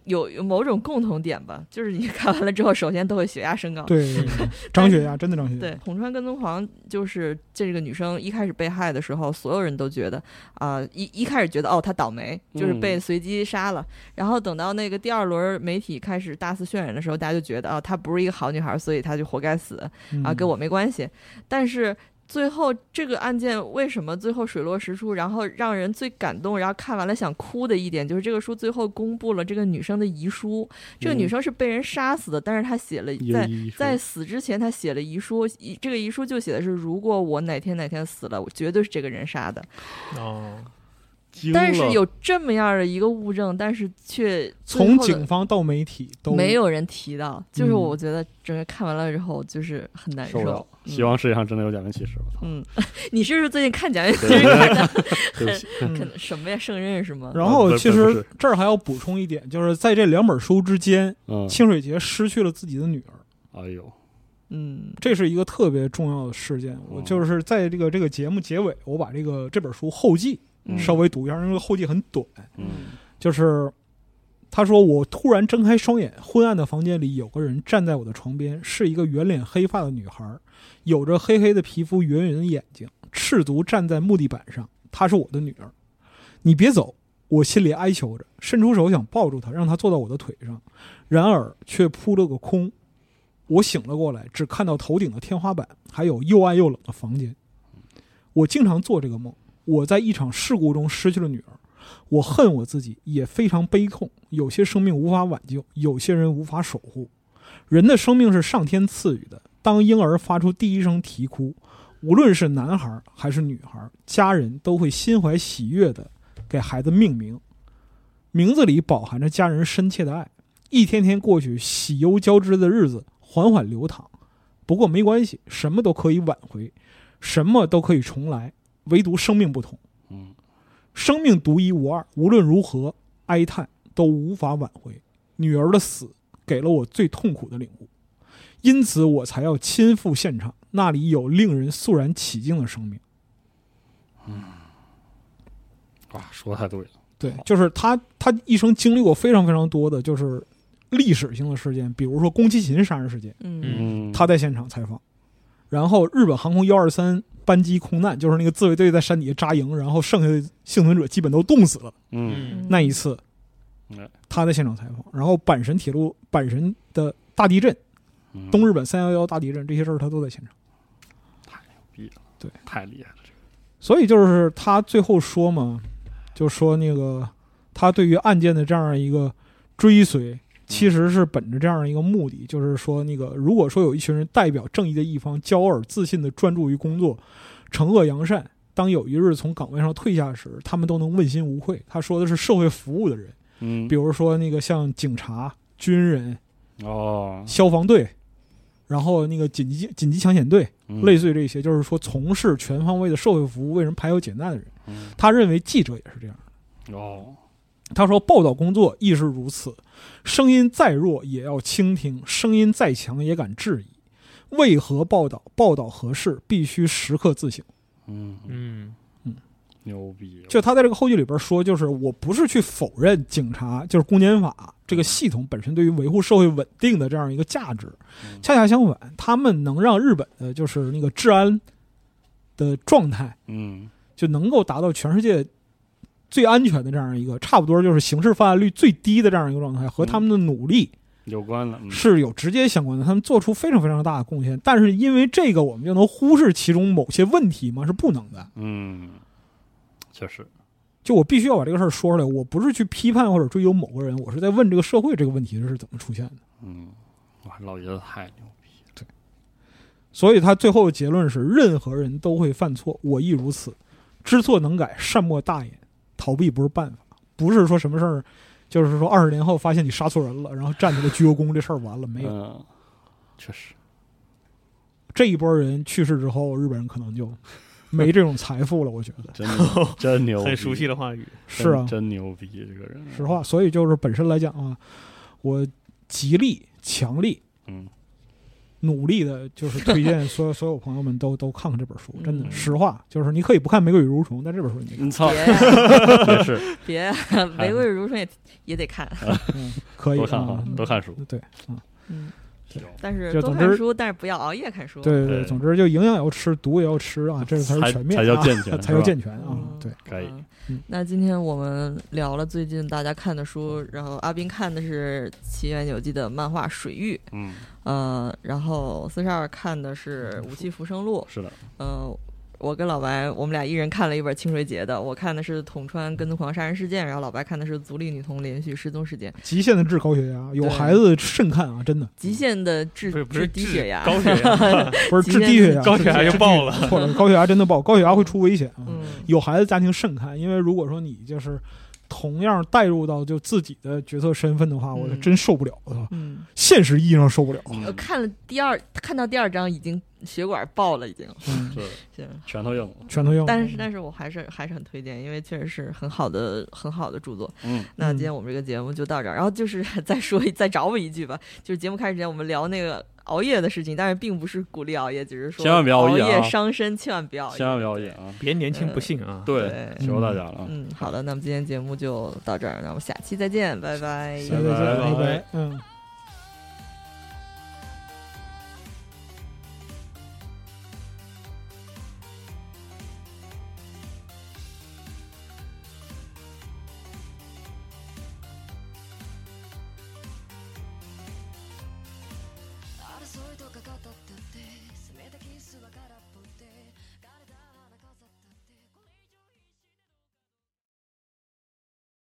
Speaker 3: 有有某种共同点吧，就是你 看完了之后，首先都会血压升高。
Speaker 4: 对，
Speaker 6: 嗯
Speaker 4: 张雪呀，真的张雪。
Speaker 3: 啊对，，《红川跟踪狂》就是这个女生一开始被害的时候，所有人都觉得啊、一一开始觉得哦，她倒霉，就是被随机杀了。然后等到那个第二轮媒体开始大肆渲染的时候，大家就觉得啊、她不是一个好女孩，所以她就活该死
Speaker 4: 嗯
Speaker 3: 啊，跟我没关系。但是。最后这个案件为什么最后水落石出？然后让人最感动，然后看完了想哭的一点就是这个书最后公布了这个女生的遗书。这
Speaker 4: 哦
Speaker 3: 个女生是被人杀死的，但是她写了在在死之前，他写了遗书，遗这个遗书就写的是，如果我哪天哪天死了，我绝对是这个人杀的。
Speaker 6: 哦，
Speaker 3: 但是有这么样的一个物证，但是却最
Speaker 4: 从
Speaker 3: 后的
Speaker 4: 警方到媒体都
Speaker 3: 没有人提到，就是
Speaker 4: 嗯
Speaker 3: 我觉得整个看完了之后就是很难
Speaker 5: 受不了
Speaker 3: 受。，嗯
Speaker 5: 希望世界上真的有假面骑士。我操
Speaker 3: 嗯， 你是不是最近看蒋介石
Speaker 5: 对
Speaker 3: 看的
Speaker 5: 对不起，
Speaker 4: 嗯
Speaker 3: 可能什么呀？圣刃是吗？
Speaker 4: 然
Speaker 5: 啊不
Speaker 4: 后
Speaker 5: 是
Speaker 4: 其
Speaker 5: 不是
Speaker 4: 实这儿还要补充一点，就是在这两本书之间，
Speaker 5: 嗯，
Speaker 4: 清水节失去了自己的女儿，
Speaker 5: 哎呦，
Speaker 3: 嗯
Speaker 4: 这是一个特别重要的事件。
Speaker 5: 嗯
Speaker 4: 我就是在这个这个节目结尾，我把这个这本书后记
Speaker 3: 嗯
Speaker 4: 稍微读一下，因为后记很短。
Speaker 5: 嗯，
Speaker 4: 就是他说我突然睁开双眼，昏暗的房间里有个人站在我的床边，是一个圆脸黑发的女孩，有着黑黑的皮肤，圆圆的眼睛，赤足站在木地板上。她是我的女儿，你别走。我心里哀求着，伸出手想抱住她，让她坐到我的腿上，然而却扑了个空。我醒了过来，只看到头顶的天花板，还有又暗又冷的房间。我经常做这个梦。我在一场事故中失去了女儿，我恨我自己，也非常悲痛。有些生命无法挽救，有些人无法守护。人的生命是上天赐予的。当婴儿发出第一声啼哭，无论是男孩还是女孩，家人都会心怀喜悦的给孩子命名，名字里饱含着家人深切的爱。一天天过去，喜忧交织的日子缓缓流淌。不过没关系，什么都可以挽回，什么都可以重来，唯独生命不同。
Speaker 5: 嗯，
Speaker 4: 生命独一无二，无论如何哀叹都无法挽回。女儿的死给了我最痛苦的领悟，因此我才要亲赴现场，那里有令人肃然起敬的生命。
Speaker 5: 哇，说得太对了，
Speaker 4: 对，就是他，他一生经历过非常非常多的就是历史性的事件，比如说宫崎勤杀人事件，
Speaker 3: 嗯
Speaker 5: 嗯，
Speaker 4: 他在现场采访，然后日本航空幺二三班机空难，就是那个自卫队在山底下扎营，然后剩下的幸存者基本都冻死了。
Speaker 5: 嗯，
Speaker 6: 嗯
Speaker 4: 那一次
Speaker 5: 嗯，
Speaker 4: 他在现场采访，然后阪神铁路、阪神的大地震、东
Speaker 5: 日
Speaker 4: 日本三幺幺大地震这些事儿，他都在现场。
Speaker 5: 太厉害了，
Speaker 4: 所以就是他最后说嘛，就说那个他对于案件的这样一个追随，其实是本着这样一个目的，就是说那个如果说有一群人代表正义的一方，骄傲而自信的专注于工作，惩恶扬善。当有一日从岗位上退下时，他们都能问心无愧。他说的是社会服务的人，
Speaker 5: 嗯，
Speaker 4: 比如说那个像警察、军人、
Speaker 5: 哦，
Speaker 4: 消防队，然后那个紧急紧急抢险队，
Speaker 5: 嗯
Speaker 4: 类似于这些，就是说从事全方位的社会服务，为人排忧解难的人。
Speaker 5: 嗯
Speaker 4: 他认为记者也是这样。
Speaker 5: 哦，
Speaker 4: 他说，报道工作亦是如此，声音再弱也要倾听，声音再强也敢质疑。为何报道？报道何事？必须时刻自省。
Speaker 5: 嗯，
Speaker 6: 嗯
Speaker 5: 牛逼，
Speaker 4: 就他在这个后记里边说，就是我不是去否认警察，就是公检法这个系统本身对于维护社会稳定的这样一个价值
Speaker 5: 嗯，
Speaker 4: 恰恰相反，他们能让日本的就是那个治安的状态
Speaker 5: 嗯
Speaker 4: 就能够达到全世界最安全的这样一个，差不多就是刑事犯案率最低的这样一个状态，和他们的努力
Speaker 5: 有关了，嗯
Speaker 4: 是有直接相关的。他们做出非常非常大的贡献，但是因为这个，我们就能忽视其中某些问题吗？是不能的。
Speaker 5: 嗯，确实，
Speaker 4: 就我必须要把这个事儿说出来，我不是去批判或者追究某个人，我是在问这个社会这个问题是怎么出现的。
Speaker 5: 嗯，哇，老爷子太牛逼了，
Speaker 4: 所以他最后的结论是：任何人都会犯错，我亦如此。知错能改，善莫大焉。逃避不是办法，不是说什么事儿，就是说二十年后发现你杀错人了，然后站起来鞠个躬，这事儿完了没有？
Speaker 5: 嗯，确 实，
Speaker 4: 这一波人去世之后，日本人可能就没这种财富了。我觉得
Speaker 5: 真牛，真牛逼，
Speaker 6: 很熟悉的话语。
Speaker 5: 真，
Speaker 4: 是啊，
Speaker 5: 真牛逼，这个人，啊
Speaker 4: 实话。所以就是本身来讲啊，我极力、强力、
Speaker 5: 嗯，
Speaker 4: 努力的，就是推荐所有所有朋友们都都看看这本书。真的，
Speaker 3: 嗯
Speaker 4: 实话就是你可以不看《玫瑰与蠕虫》，但这本书你得看
Speaker 5: 你操，也是，
Speaker 3: 啊别啊 玫瑰如春也也得看，
Speaker 4: 嗯，可以
Speaker 5: 多看
Speaker 4: 啊，，
Speaker 5: 啊多看书，
Speaker 4: 对，嗯，
Speaker 3: 嗯，
Speaker 5: 行，
Speaker 3: 但是
Speaker 4: 就
Speaker 3: 多
Speaker 4: 总
Speaker 3: 看
Speaker 4: 之
Speaker 3: 书，但是不要熬夜看书。，
Speaker 4: 对
Speaker 5: 对
Speaker 4: 对，总之就营养也要吃，毒也要吃啊，这才
Speaker 5: 才
Speaker 4: 是全面
Speaker 5: 才叫
Speaker 4: 啊，
Speaker 5: 健全，
Speaker 4: 才叫
Speaker 5: 是吧
Speaker 4: 健全啊。
Speaker 3: 嗯
Speaker 4: 对，
Speaker 5: 可以
Speaker 4: 嗯。
Speaker 3: 那今天我们聊了最近大家看的书，然后阿斌看的是《奇缘游记》的漫画《水域》，
Speaker 5: 嗯，
Speaker 3: 呃，然后四十二看的是《武器浮生录》，
Speaker 5: 是的，
Speaker 3: 嗯，我跟老白，我们俩一人看了一本清水节的，我看的是《统川跟踪狂杀人事件》，然后老白看的是《足利女童连续失踪事件》，
Speaker 4: 极限的治高血压，有
Speaker 3: 对
Speaker 4: 孩子慎看啊，真的
Speaker 3: 极限的治
Speaker 6: 不是不
Speaker 3: 治
Speaker 6: 是
Speaker 3: 低
Speaker 6: 治
Speaker 3: 血压，
Speaker 6: 高血压，
Speaker 4: 不是
Speaker 3: 极
Speaker 4: 治
Speaker 3: 限
Speaker 4: 低血压，
Speaker 6: 高血压
Speaker 4: 是
Speaker 6: 就爆了。
Speaker 4: 错了，高血压真的爆，高血压会出危险啊。
Speaker 3: 嗯，
Speaker 4: 有孩子家庭慎看，因为如果说你就是同样带入到就自己的角色身份的话，我
Speaker 3: 嗯
Speaker 4: 真受不了，我操
Speaker 3: 嗯，
Speaker 4: 现实意义上受不了。啊
Speaker 3: 我
Speaker 5: 嗯，
Speaker 3: 看了第二，看到第二章已经血管爆了，已经
Speaker 4: 嗯，
Speaker 5: 是
Speaker 3: 是。
Speaker 5: 拳头硬了，
Speaker 4: 全都要。
Speaker 3: 但是，但是我还是还是很推荐，因为确实是很好的很好的著作。
Speaker 5: 嗯，
Speaker 3: 那今天我们这个节目就到这儿，然后就是再说一再找我一句吧，就是节目开始之前我们聊那个熬夜的事情，但是并不是鼓励熬夜，只是说
Speaker 5: 千万别熬夜啊
Speaker 3: 伤身，千万不要熬夜，
Speaker 5: 千万不要演啊，
Speaker 6: 别年轻不信啊！
Speaker 5: 对
Speaker 3: 对，
Speaker 5: 求大家了啊，
Speaker 3: 嗯，好的，那么今天节目就到这儿，那我们下期再见，拜拜。
Speaker 5: 行
Speaker 4: 对对对，
Speaker 5: 拜拜
Speaker 4: 拜拜，嗯。